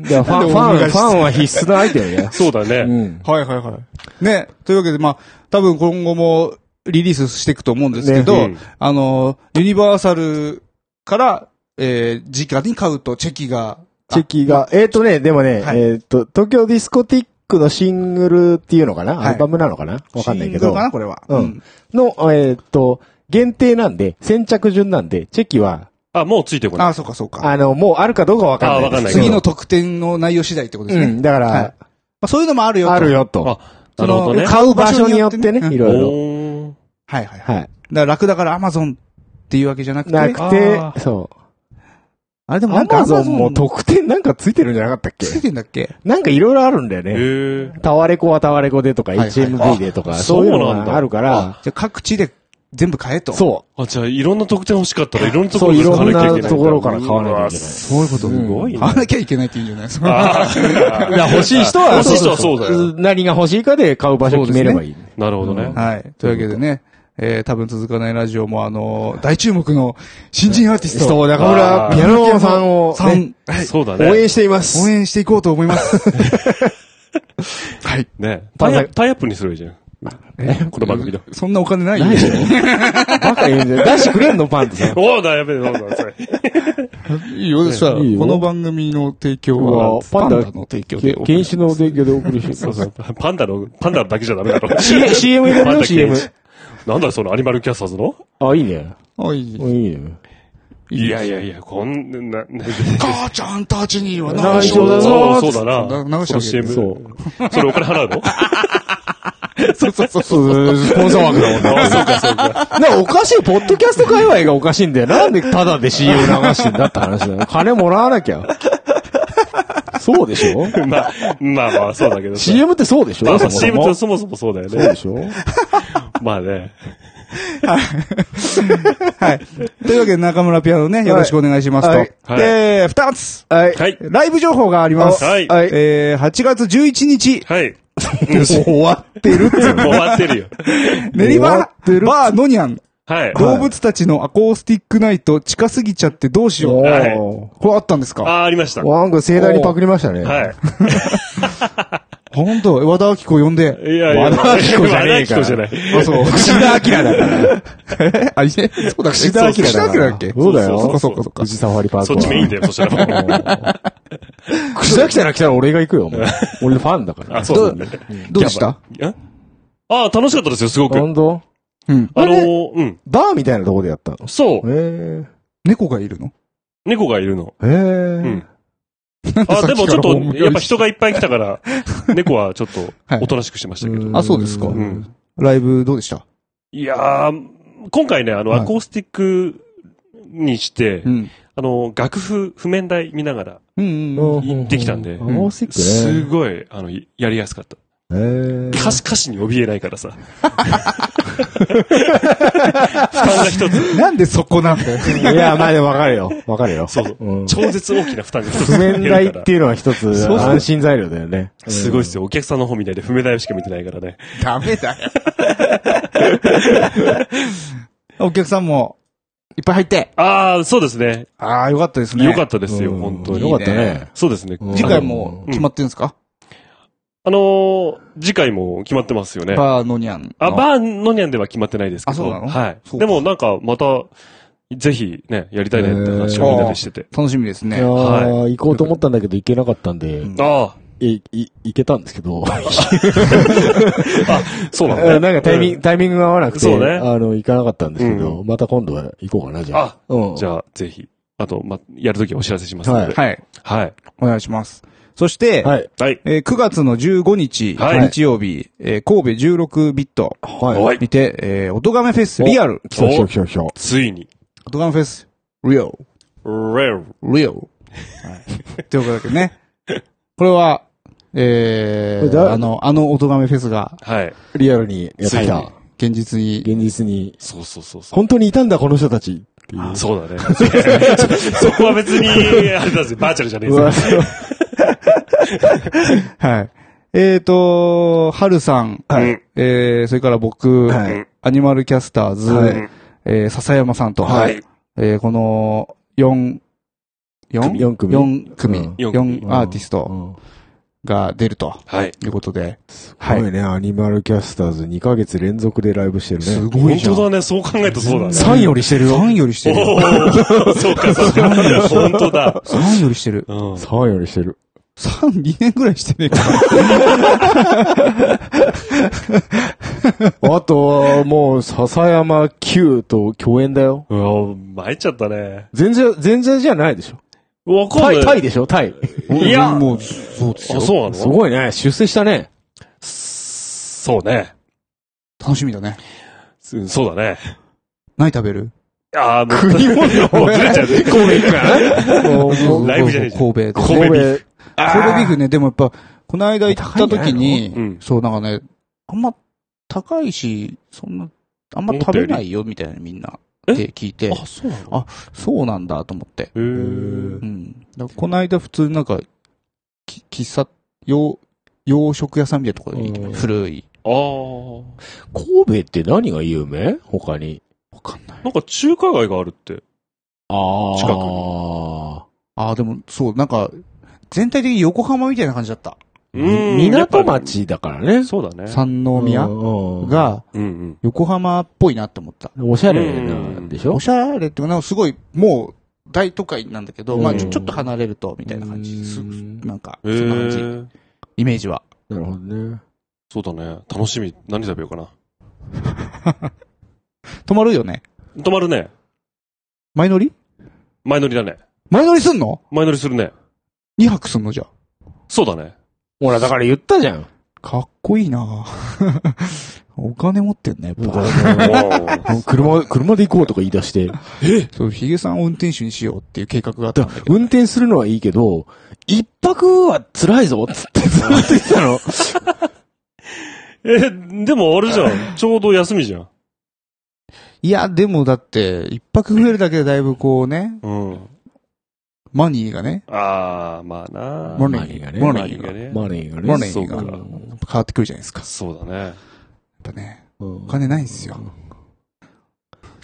S2: うん。だからファン、ファン、ファンは必須なアイテムね
S3: そうだ
S2: う
S3: ね。
S2: ん。
S1: はいはいはい。ね。というわけで、まあ、多分今後もリリースしていくと思うんですけど、
S3: ねうん
S1: あの、ユニバーサルから、えー、直に買うとチェキが、
S2: チェキが、えっ、ー、とね、でもね、
S1: はい
S2: えっ、と、東京ディスコティックのシングルっていうのかな、
S1: はい
S2: アルバムなのかなわかんない
S1: シング
S2: け
S1: ル
S2: ど
S1: か。なこれは。
S2: うん。。の、えっ、と、限定なんで、先着順なんで、チェキは、
S3: あ、もうついてこない。
S1: ああ、そうかそうか。
S2: あの、もうあるかどうかわかんない。
S3: あわかんないけど
S1: 次の特典の内容次第ってことです
S2: う
S1: ね。
S2: ん、だから、
S1: はいまあ、そういうのもあるよと。
S2: あるよと。
S3: あ、なるほどね。
S2: 買う場所によってね、い
S1: うん
S2: ろいろ。
S3: おー
S1: はいはいはい。だか
S2: はい。
S1: ら楽だからアマゾンっていうわけじゃなくて。
S2: なく
S3: あ
S2: て、そう。
S1: あれでもな
S2: ア
S1: んか
S2: マゾンも
S1: Amazon
S2: 特典なんかついてるんじゃなかったっけ
S1: ついてんだっけ
S2: なんかいろいろあるんだよ
S3: へ
S2: ね。
S3: ー
S2: タワレコはタワレコでとか、
S1: いはい
S2: HMV でとか、
S3: あ
S2: そういうの
S3: そうなんだ
S2: があるから、
S1: じゃあ各地で全部買えと。
S2: そ
S3: あ、じゃあ、いろんな特典欲しかったら、いろんなと
S2: そ
S3: ころ
S2: う
S3: で
S2: いろ
S3: 買わ
S2: ん
S3: なきゃいけないん
S2: な
S3: だ。
S2: ところから買わなきゃいけないう
S3: わ
S1: そういうこと。
S3: すごいね。
S1: 買わなきゃいけないっていうんじゃないですか。
S3: あ
S2: う。
S3: ー
S2: だから欲しい人は、
S3: 欲しい人はそうだよ。
S2: 何が欲しいかで買う場所決めればいい。
S3: (laughs) なるほど
S1: (laughs)
S3: ね。
S1: はい。というわけでね、えー、多分続かないラジオも、あのー大注目の新人アーティスト。
S2: そう、中村ピアノさんを
S1: さ
S2: ね
S1: ん、
S3: そうだ
S2: 応援
S3: ね。
S2: していま
S1: 応
S2: す。
S1: 援していこうと思い
S2: (laughs)
S1: ます。はい。
S3: ね。タイアップタイアップにすればいいじゃん。この番組だ。
S1: そんなお金ないよ。
S2: バカ言うんじゃない出してくれんのパンってさ。
S3: (laughs) おおだ、やべえ、そうだ、それ。
S1: いいよ。さあ、こ
S2: いいよ
S1: の番組の提供は、パンダの提供で。
S2: 禁止の提供でお送りして
S3: そ
S2: ま
S3: うそ
S2: す
S3: う。。 (laughs) パンダの、パンダだけじゃダメだろ。
S2: C- CM 入れる
S3: パン
S2: よ、
S3: ダ
S2: CM。
S3: なんだよそのアニマルキャスターズの
S2: あ、いいね。
S1: あいい
S2: いいね。
S3: いやいやいや、こんな、 (laughs) ね
S1: 母ちゃんたちには
S2: 内緒だぞ
S3: そうそうだ
S1: な
S3: な。
S1: 流し
S3: そ
S1: てあ
S3: の
S1: げる
S3: CM。
S2: そう。
S3: それお金払うの
S1: そうそうそうそう。
S2: そうスポンサー枠だもんな。
S3: あ (laughs) そうか、そうか。 (laughs)
S2: なんかおかしい、ポッドキャスト界隈がおかしいんだよ。なんでタダで CM 流してんだって話だよ。金もらわなきゃ。そうでしょ
S3: まあ、まあまあ、そうだけどさ。
S2: ?CM ってそうでしょ
S3: まあ
S2: そ
S3: まあ
S2: もそ
S3: CM っ
S2: も
S3: てそもそもそうだよ
S2: そうで
S3: ね。
S2: しょ
S3: まあね。
S1: というわけで中村ピアノね、よろしくお願いします
S2: はい
S1: と。で、二つ。
S2: はい。
S3: はい。
S1: ライブ情報があります。
S3: はい
S1: はいえー、8月11日、
S3: はい。
S1: 終わってるっていう
S3: もう終わってるよ。
S1: 練
S2: 終
S1: 馬
S2: わってる
S1: バーノニャン、
S3: はい。
S1: 動物たちのアコースティックナイト近すぎちゃってどうしよう。
S3: はい
S2: お
S1: これあったんです
S3: あ
S1: か
S3: あ、ありました。
S2: ー。
S3: は
S2: ワング盛大にパクりましたね。
S3: い。
S1: 本当和田明子呼んで。
S3: いやいや、
S2: 和田アキ子じゃねえから
S3: 和田アキ子じゃない
S1: あ、
S3: (laughs)
S1: そう。
S2: 串田明だから。
S1: あ、いえ、そうだ、
S2: 串
S1: 串
S2: 田
S1: 田
S2: 明
S1: 明
S2: だから。
S1: だっけ
S2: そうだよ。
S1: そうかそうかそうか。
S2: 富士サファリパークは。
S3: そっちメインだよ、そしたら。
S2: うん。串田明なら来たら俺が行くよ、もう俺ファンだから。
S3: あ、そうだね。
S1: どうでした
S3: んああ、楽しかったですよ、すごく。あ
S2: 本当
S1: うん。
S3: のー、うん。
S2: バーみたいなとこでやったの
S3: そう。
S2: へ
S1: 猫がいるの
S3: 猫がいるの。
S2: え。へ
S3: う
S2: え
S3: ん。。あ、で
S1: さっき
S3: もちょっ
S1: から思い出し
S3: と、
S1: た
S3: やっぱ人がいっぱい来たから、猫はちょっと、
S1: はい
S3: おとなしくしてましたけど。
S1: あそうですか
S2: う
S3: うんん。
S1: ライブどうでした
S3: いやー、今回ね、あの、
S1: はい
S3: アコースティックにして、
S1: ん。
S3: あの、楽譜、譜面台見ながら、
S1: うんうん。
S2: 行
S3: ってきたんで
S2: もうすぐね。
S3: すごい、あの、やりやすかった。
S2: へー
S3: 歌詞、歌詞に怯えないからさ。負担が一つ。
S1: (laughs) なんでそこなんだよ。 (laughs)
S2: いや、まあでもわかるよ。わかるよ。
S3: そうそう。
S2: うん
S3: 超絶大きな負担が一つ
S2: 譜面台って
S3: う。
S2: いうのは一つ
S1: そう
S2: 安心材料だよね。
S3: すごいっすよ。お客さんの方みたいで譜面台しか見てないからね。
S1: ダメだよ。 (laughs) お客さんも、いっぱい入って。
S3: ああ、そうですね。
S1: ああ、よかったですね。
S3: よか
S1: っ
S3: ったですよ、
S2: うん
S3: 本当に。
S2: よかったね。
S3: そうですね。
S2: うん
S1: 次回も決まってるんですか
S3: あのー、次回も決まってますよね。
S1: バーノニャン。
S3: あ、バーノニャンでは決まってないですけ
S1: あ
S3: ど。
S1: そうなの
S3: は
S1: そ
S3: い。
S1: うか
S3: でもなんか、また、ぜひね、やりたいねって話をみんなでしてて。
S1: 楽しみですね。
S2: いやー
S3: は
S2: 行こうと思ったんだけど行けなかったんで、
S3: あ
S2: い、い、行けたんですけど、
S3: あ、そうなの
S2: な
S3: ね
S2: んかタイミング、タイミングが合わなくて、
S3: そうね
S2: あの、行かなかったんですけど、また今度は行こうかな、じゃあ。
S3: あ
S2: うん
S3: じゃあ、ぜひ。あと、ま、やるときはお知らせしますので。
S1: はい。
S3: はい。
S1: お願いします。そして、
S2: はい。
S3: はい。
S1: えー9月の15日、
S3: はい
S1: 日曜日、えー神戸16ビット
S2: は
S3: お
S2: い。
S3: い
S1: にて、えー、音亀フェスリアル。
S2: 来た来た来た来た。
S3: ついに、
S1: 音亀フェス、リオ、
S3: レー
S1: リオ。はい。ということでね。 (laughs) これは、え
S2: これ
S1: ー、
S2: だ
S1: あの、あの音亀フェスが
S3: はい。
S2: リアルにやってき
S3: つい
S2: た
S3: に。
S1: 現実に、
S2: 現実に。
S3: そうそうそうそう。
S2: 本当にいたんだ、この人たち。っていう。
S3: そうだね。そうですねそこは別に、あれなんですよ。バーチャルじゃねえ
S2: うわ
S3: です
S2: そう
S1: はい。えっ、と、はるさん、
S3: はい
S1: えー、それから僕、
S2: はい
S1: アニマルキャスターズ、
S2: はい
S1: えー、笹山さんと、
S3: はい。
S1: えー、この、4、4
S2: 四組
S1: 4組。
S2: うん
S1: 4
S3: 四組
S1: アーティスト
S2: うん
S1: が出ると
S3: はい。
S1: いうことで。
S2: すごいね、アニマルキャスターズ2ヶ月連続でライブしてるね。
S1: すごい
S3: 本
S1: じゃん。
S3: 当だね。そう考えるとそうだね。
S1: 3よりしてるよ。3よりしてるよ。
S3: お (laughs) ーそうか、そうか。本当だ。
S1: 3よりしてる。
S3: うん。
S2: 3よりしてる。
S1: 3、2年ぐらいしてねえか。
S2: あとは、もう、笹山 Q と共演だよ。
S3: うわ、参っちゃったね。
S2: 全然、全然じゃないでしょ。
S3: わか
S2: タ
S3: ん
S2: イ、
S3: な
S2: タ
S3: い。
S2: イでしょタイ。
S3: いや
S1: もう、そうです
S3: あ、
S1: よ。
S3: そうな
S2: す
S3: の
S2: ごいね。出世した
S3: (laughs)
S2: ね。
S3: そうね。
S1: 楽しみだね。
S3: うんそうだね。
S1: 何食べる
S3: ああ、もう。国もうずれちゃうね。
S2: (laughs)
S3: ライブじゃねえじゃん
S1: 神戸で。
S3: 神戸ビーフ。
S1: 神戸ビーフね、でもやっぱ、この間行った時に、
S3: 高いんじゃないのうん
S1: そう、なんかね、あんま高いし、そんな、あんま食べないよ、みたいなみんな、
S3: え
S1: って聞いて、
S3: あ、そうなの
S1: あそうなんだと思って。
S3: へー
S1: うん。だからこの間普通になんか、き喫茶、洋、洋食屋さんみたいなところに行って
S2: うん
S1: 古い。
S3: ああ。
S2: 神戸って何が有名他に。
S1: わかんない。
S3: なんか中華街があるって。
S2: あ
S3: 近く
S1: ああ、でも、そう、なんか、全体的に横浜みたいな感じだった。
S3: うん
S2: 港町だからね。
S3: そうだね。
S1: 三宮
S2: が、
S1: が、
S3: うんうん。
S1: 横浜っぽいなって思った。
S2: おしゃれなんでしょ
S1: おしゃれっていうか、なんかすごい、もう、大都会なんだけど、まあ
S3: うん
S1: ちょ、ちょっと離れると、みたいな感じ。す
S2: うん
S1: なんか、
S3: へ
S1: そんな感じ。
S3: ー
S1: イメージは。
S2: なるほどね。
S3: そうだね。楽しみ。何食べようかな。
S1: 泊まるよね。
S3: 泊まるね。
S1: 前乗り
S3: 前乗りだね。
S1: 前乗りすんの
S3: 前乗りするね。
S1: ?2 泊すんのじゃあ。
S3: そうだね。
S2: ほら、だから言ったじゃん。
S1: かっこいいな (laughs) お金持ってんね、やっぱ。
S2: (laughs) 車、車で行こうとか言い出して。
S1: そう、ヒゲさんを運転手にしようっていう計画があったんだけ
S2: (laughs)
S1: ど。
S2: 運転するのはいいけど、一泊は辛いぞっつってずっと言ってた (laughs) の。
S3: え、でもあれじゃ (laughs) ん。ちょうど休みじゃん。
S1: いや、でもだって、一泊増えるだけでだいぶこうね、
S3: うん。
S1: マニーがね、
S3: ああ、まあな。
S1: マネ
S2: マニー
S1: ー
S2: がね
S1: が、マ
S3: マ
S1: ネ
S3: ニ
S1: ー
S3: ー
S1: が
S3: が、ね。
S2: マネーがね。
S1: マネ
S3: そう
S1: ー
S3: か
S1: が変わってくるじゃないですか。や
S3: そうだね。
S1: っぱね、
S2: うん
S1: お金ないんですよ。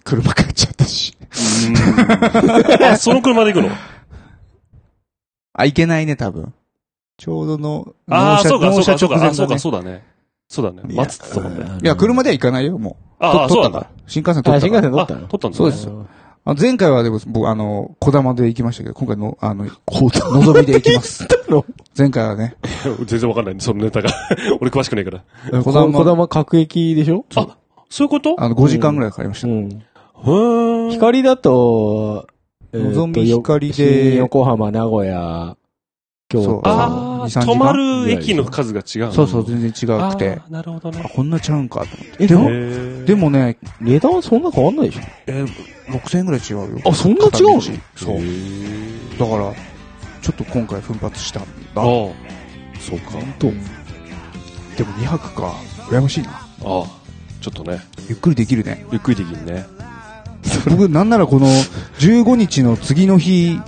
S1: 車買っちゃったし。
S3: あ、その車で行くの
S1: あ、いけないね、多分。ちょうどの、
S3: あ
S1: 納
S3: あ、
S1: 車
S3: そうか、そうか、そ
S1: 納
S3: う
S1: 車直
S3: か、あ
S1: 前
S3: そう
S1: だ
S3: か、
S1: ね。
S3: そうだね。そうだね。
S1: いや
S3: 松とかね。
S1: いや、車では行かないよ、もう。
S3: ああ、
S1: と
S3: そ
S1: 取
S3: う
S1: っ
S3: なん
S1: たか
S3: だ
S1: ら。。新幹線取
S2: あ、
S1: った
S2: 新
S1: から
S2: 幹。線乗
S3: あ、
S2: った
S3: 取っ
S2: の
S3: たんだ。
S1: そうです。あ前回はでも、僕、あの、小玉で行きましたけど、今回の、あの、のぞみで行きます。前回はね、
S3: 全然わかんない、そのネタが。 (laughs) 俺詳しくないから。
S2: 小玉。小玉各駅でしょ
S3: あ、そういうこと
S1: あの、5時間ぐらいかかりました。
S2: うん。
S3: へー
S2: 光だと、えーと
S1: のぞみ光で
S2: 新横浜、名古屋、京
S1: そう
S2: 都。
S1: 2
S3: ああ、
S1: 3時間
S3: 止まる駅の数が違うの。
S1: そうそう、全然違
S3: あ
S1: くて。
S3: ーなるほど
S1: あ、
S3: ね。
S1: こんなちゃうんかと思って。え、で
S3: で
S1: も、でもね、
S2: 値段はそんな変わんないでしょ
S1: えー、6000円ぐらい違うよ。
S2: あ、そんな違うの
S1: 片道そう。だから、ちょっと今回奮発したんだ。
S3: あ
S1: でも
S3: ーそうか。
S1: 2泊か。羨ましいな。
S3: ああ、ちょっとね、
S1: ゆっくりできるね。 (laughs)
S3: ゆっくりできるね。
S1: 僕、なんならこの、15日の次の日、
S3: ん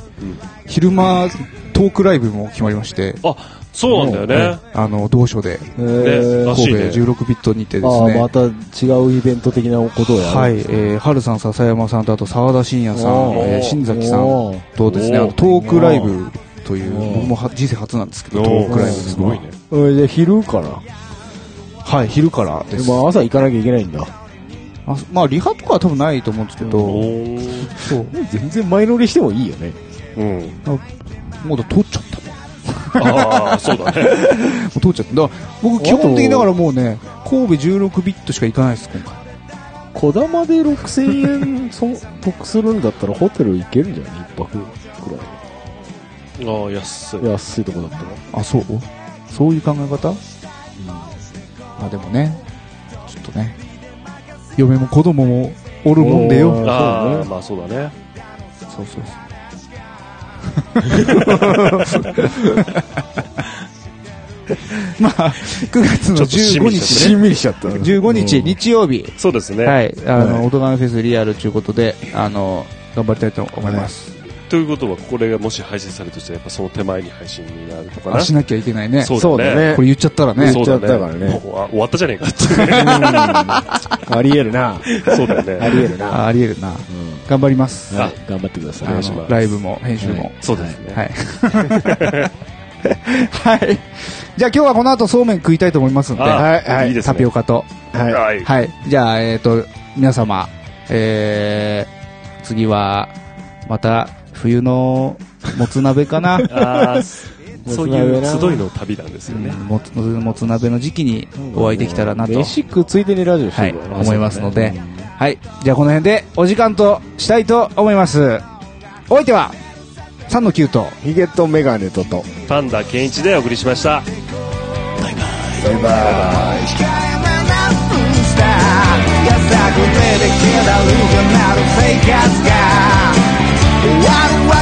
S1: 昼間、トークライブも決まりまして、
S3: あ、そうなんだよね。
S1: あの、同所で、
S2: え
S3: ねら
S2: ー
S3: し
S1: 神
S3: い
S1: 戸16
S3: ね
S1: ビットにてで
S2: あ
S1: す
S2: あ、
S1: ね。
S2: また違うイベント的なことをやる。
S1: はい、えー、春さん、笹山さんと、あと、沢田信也さん、
S2: おー
S1: えー新崎さん、
S2: おー
S1: とですね、あ
S3: おー
S1: のトークライブという、
S2: おー
S1: 僕もは人生初なんですけど、
S3: お
S1: トークライブ
S3: すごいね。
S2: えーじゃあ昼から。
S1: はい、昼からです。
S2: まあ朝行かなきゃいけないんだ。
S1: あそまあ、リハとかは多分ないと思うんですけど、
S3: おー
S1: そう。
S2: 全然前乗りしてもいいよね。
S3: うん。
S1: もうだ通っちゃったね。
S3: ああ、そうだ (laughs) ね。
S1: もう通っちゃった。だから僕、基本的にだからもうね、神戸16ビットしか行かないです、今回。
S2: 小玉で6000円そ得するんだったらホテル行けるんじゃない一泊くら
S3: ああ、安い。
S2: い。安いとこだったら。
S1: あ、そうそういう考え方、まあでもね、ちょっとね、嫁も子供もおるもんで
S2: おー
S1: よ。
S3: あ
S2: そう
S3: あ、
S2: ね
S3: まあそうだね。
S1: そう (laughs) そうそう。まあ、9月の
S3: ちょっとしん
S1: 15
S3: み
S1: 日
S3: りしちゃったね
S2: しんみりしちゃった。
S1: 15日、日曜日。
S3: そうですね。
S1: はい。あの、大人フェスリアルということで、あの、頑張りたいと思います。
S3: ということは、これがもし配信されるとしたら、やっぱその手前に配信になるとか
S1: あ
S3: な。
S1: しなきゃいけないね。
S3: そうだね。
S1: これ言っちゃったらね。
S3: そう
S2: 言
S3: だ
S2: っちゃったからね
S3: もうあ終わったじゃねえかって。
S2: あり得るな。
S3: そう (laughs) だよね。
S2: あり得るな。
S1: ああり得るな。頑張ります。
S3: あ
S2: 頑張ってくださ
S3: お願い
S2: い
S3: し。ます
S1: あのライブも編集も。
S3: そうですね。
S1: はい。はい。じゃあ今日はこの後そうめん食いたいと思いますので、
S3: あ
S2: はいはい
S3: いいですね。
S1: タピオカと。
S2: はい。
S3: はい。
S1: はい。じゃあ、えっ、と、皆様、えー、次は、また、冬の、もつ鍋か
S3: (laughs)
S1: な。
S3: ああ、そう
S2: もつ鍋
S3: いう
S2: な
S3: 集いの旅なんですよね。
S1: もつもつ鍋の時期にお会いできたらなと、
S2: 飯食うついでにラジオし
S1: は
S2: て
S1: い、
S2: るから
S1: 思いますので、はい、じゃあこの辺でお時間としたいと思います。お相手は、3の9と、
S2: ヒゲとメガネとと。
S3: パンダ健一でお送りしました。
S2: バイバイ。
S4: やさぐれで気だるくなる生活が終わるわ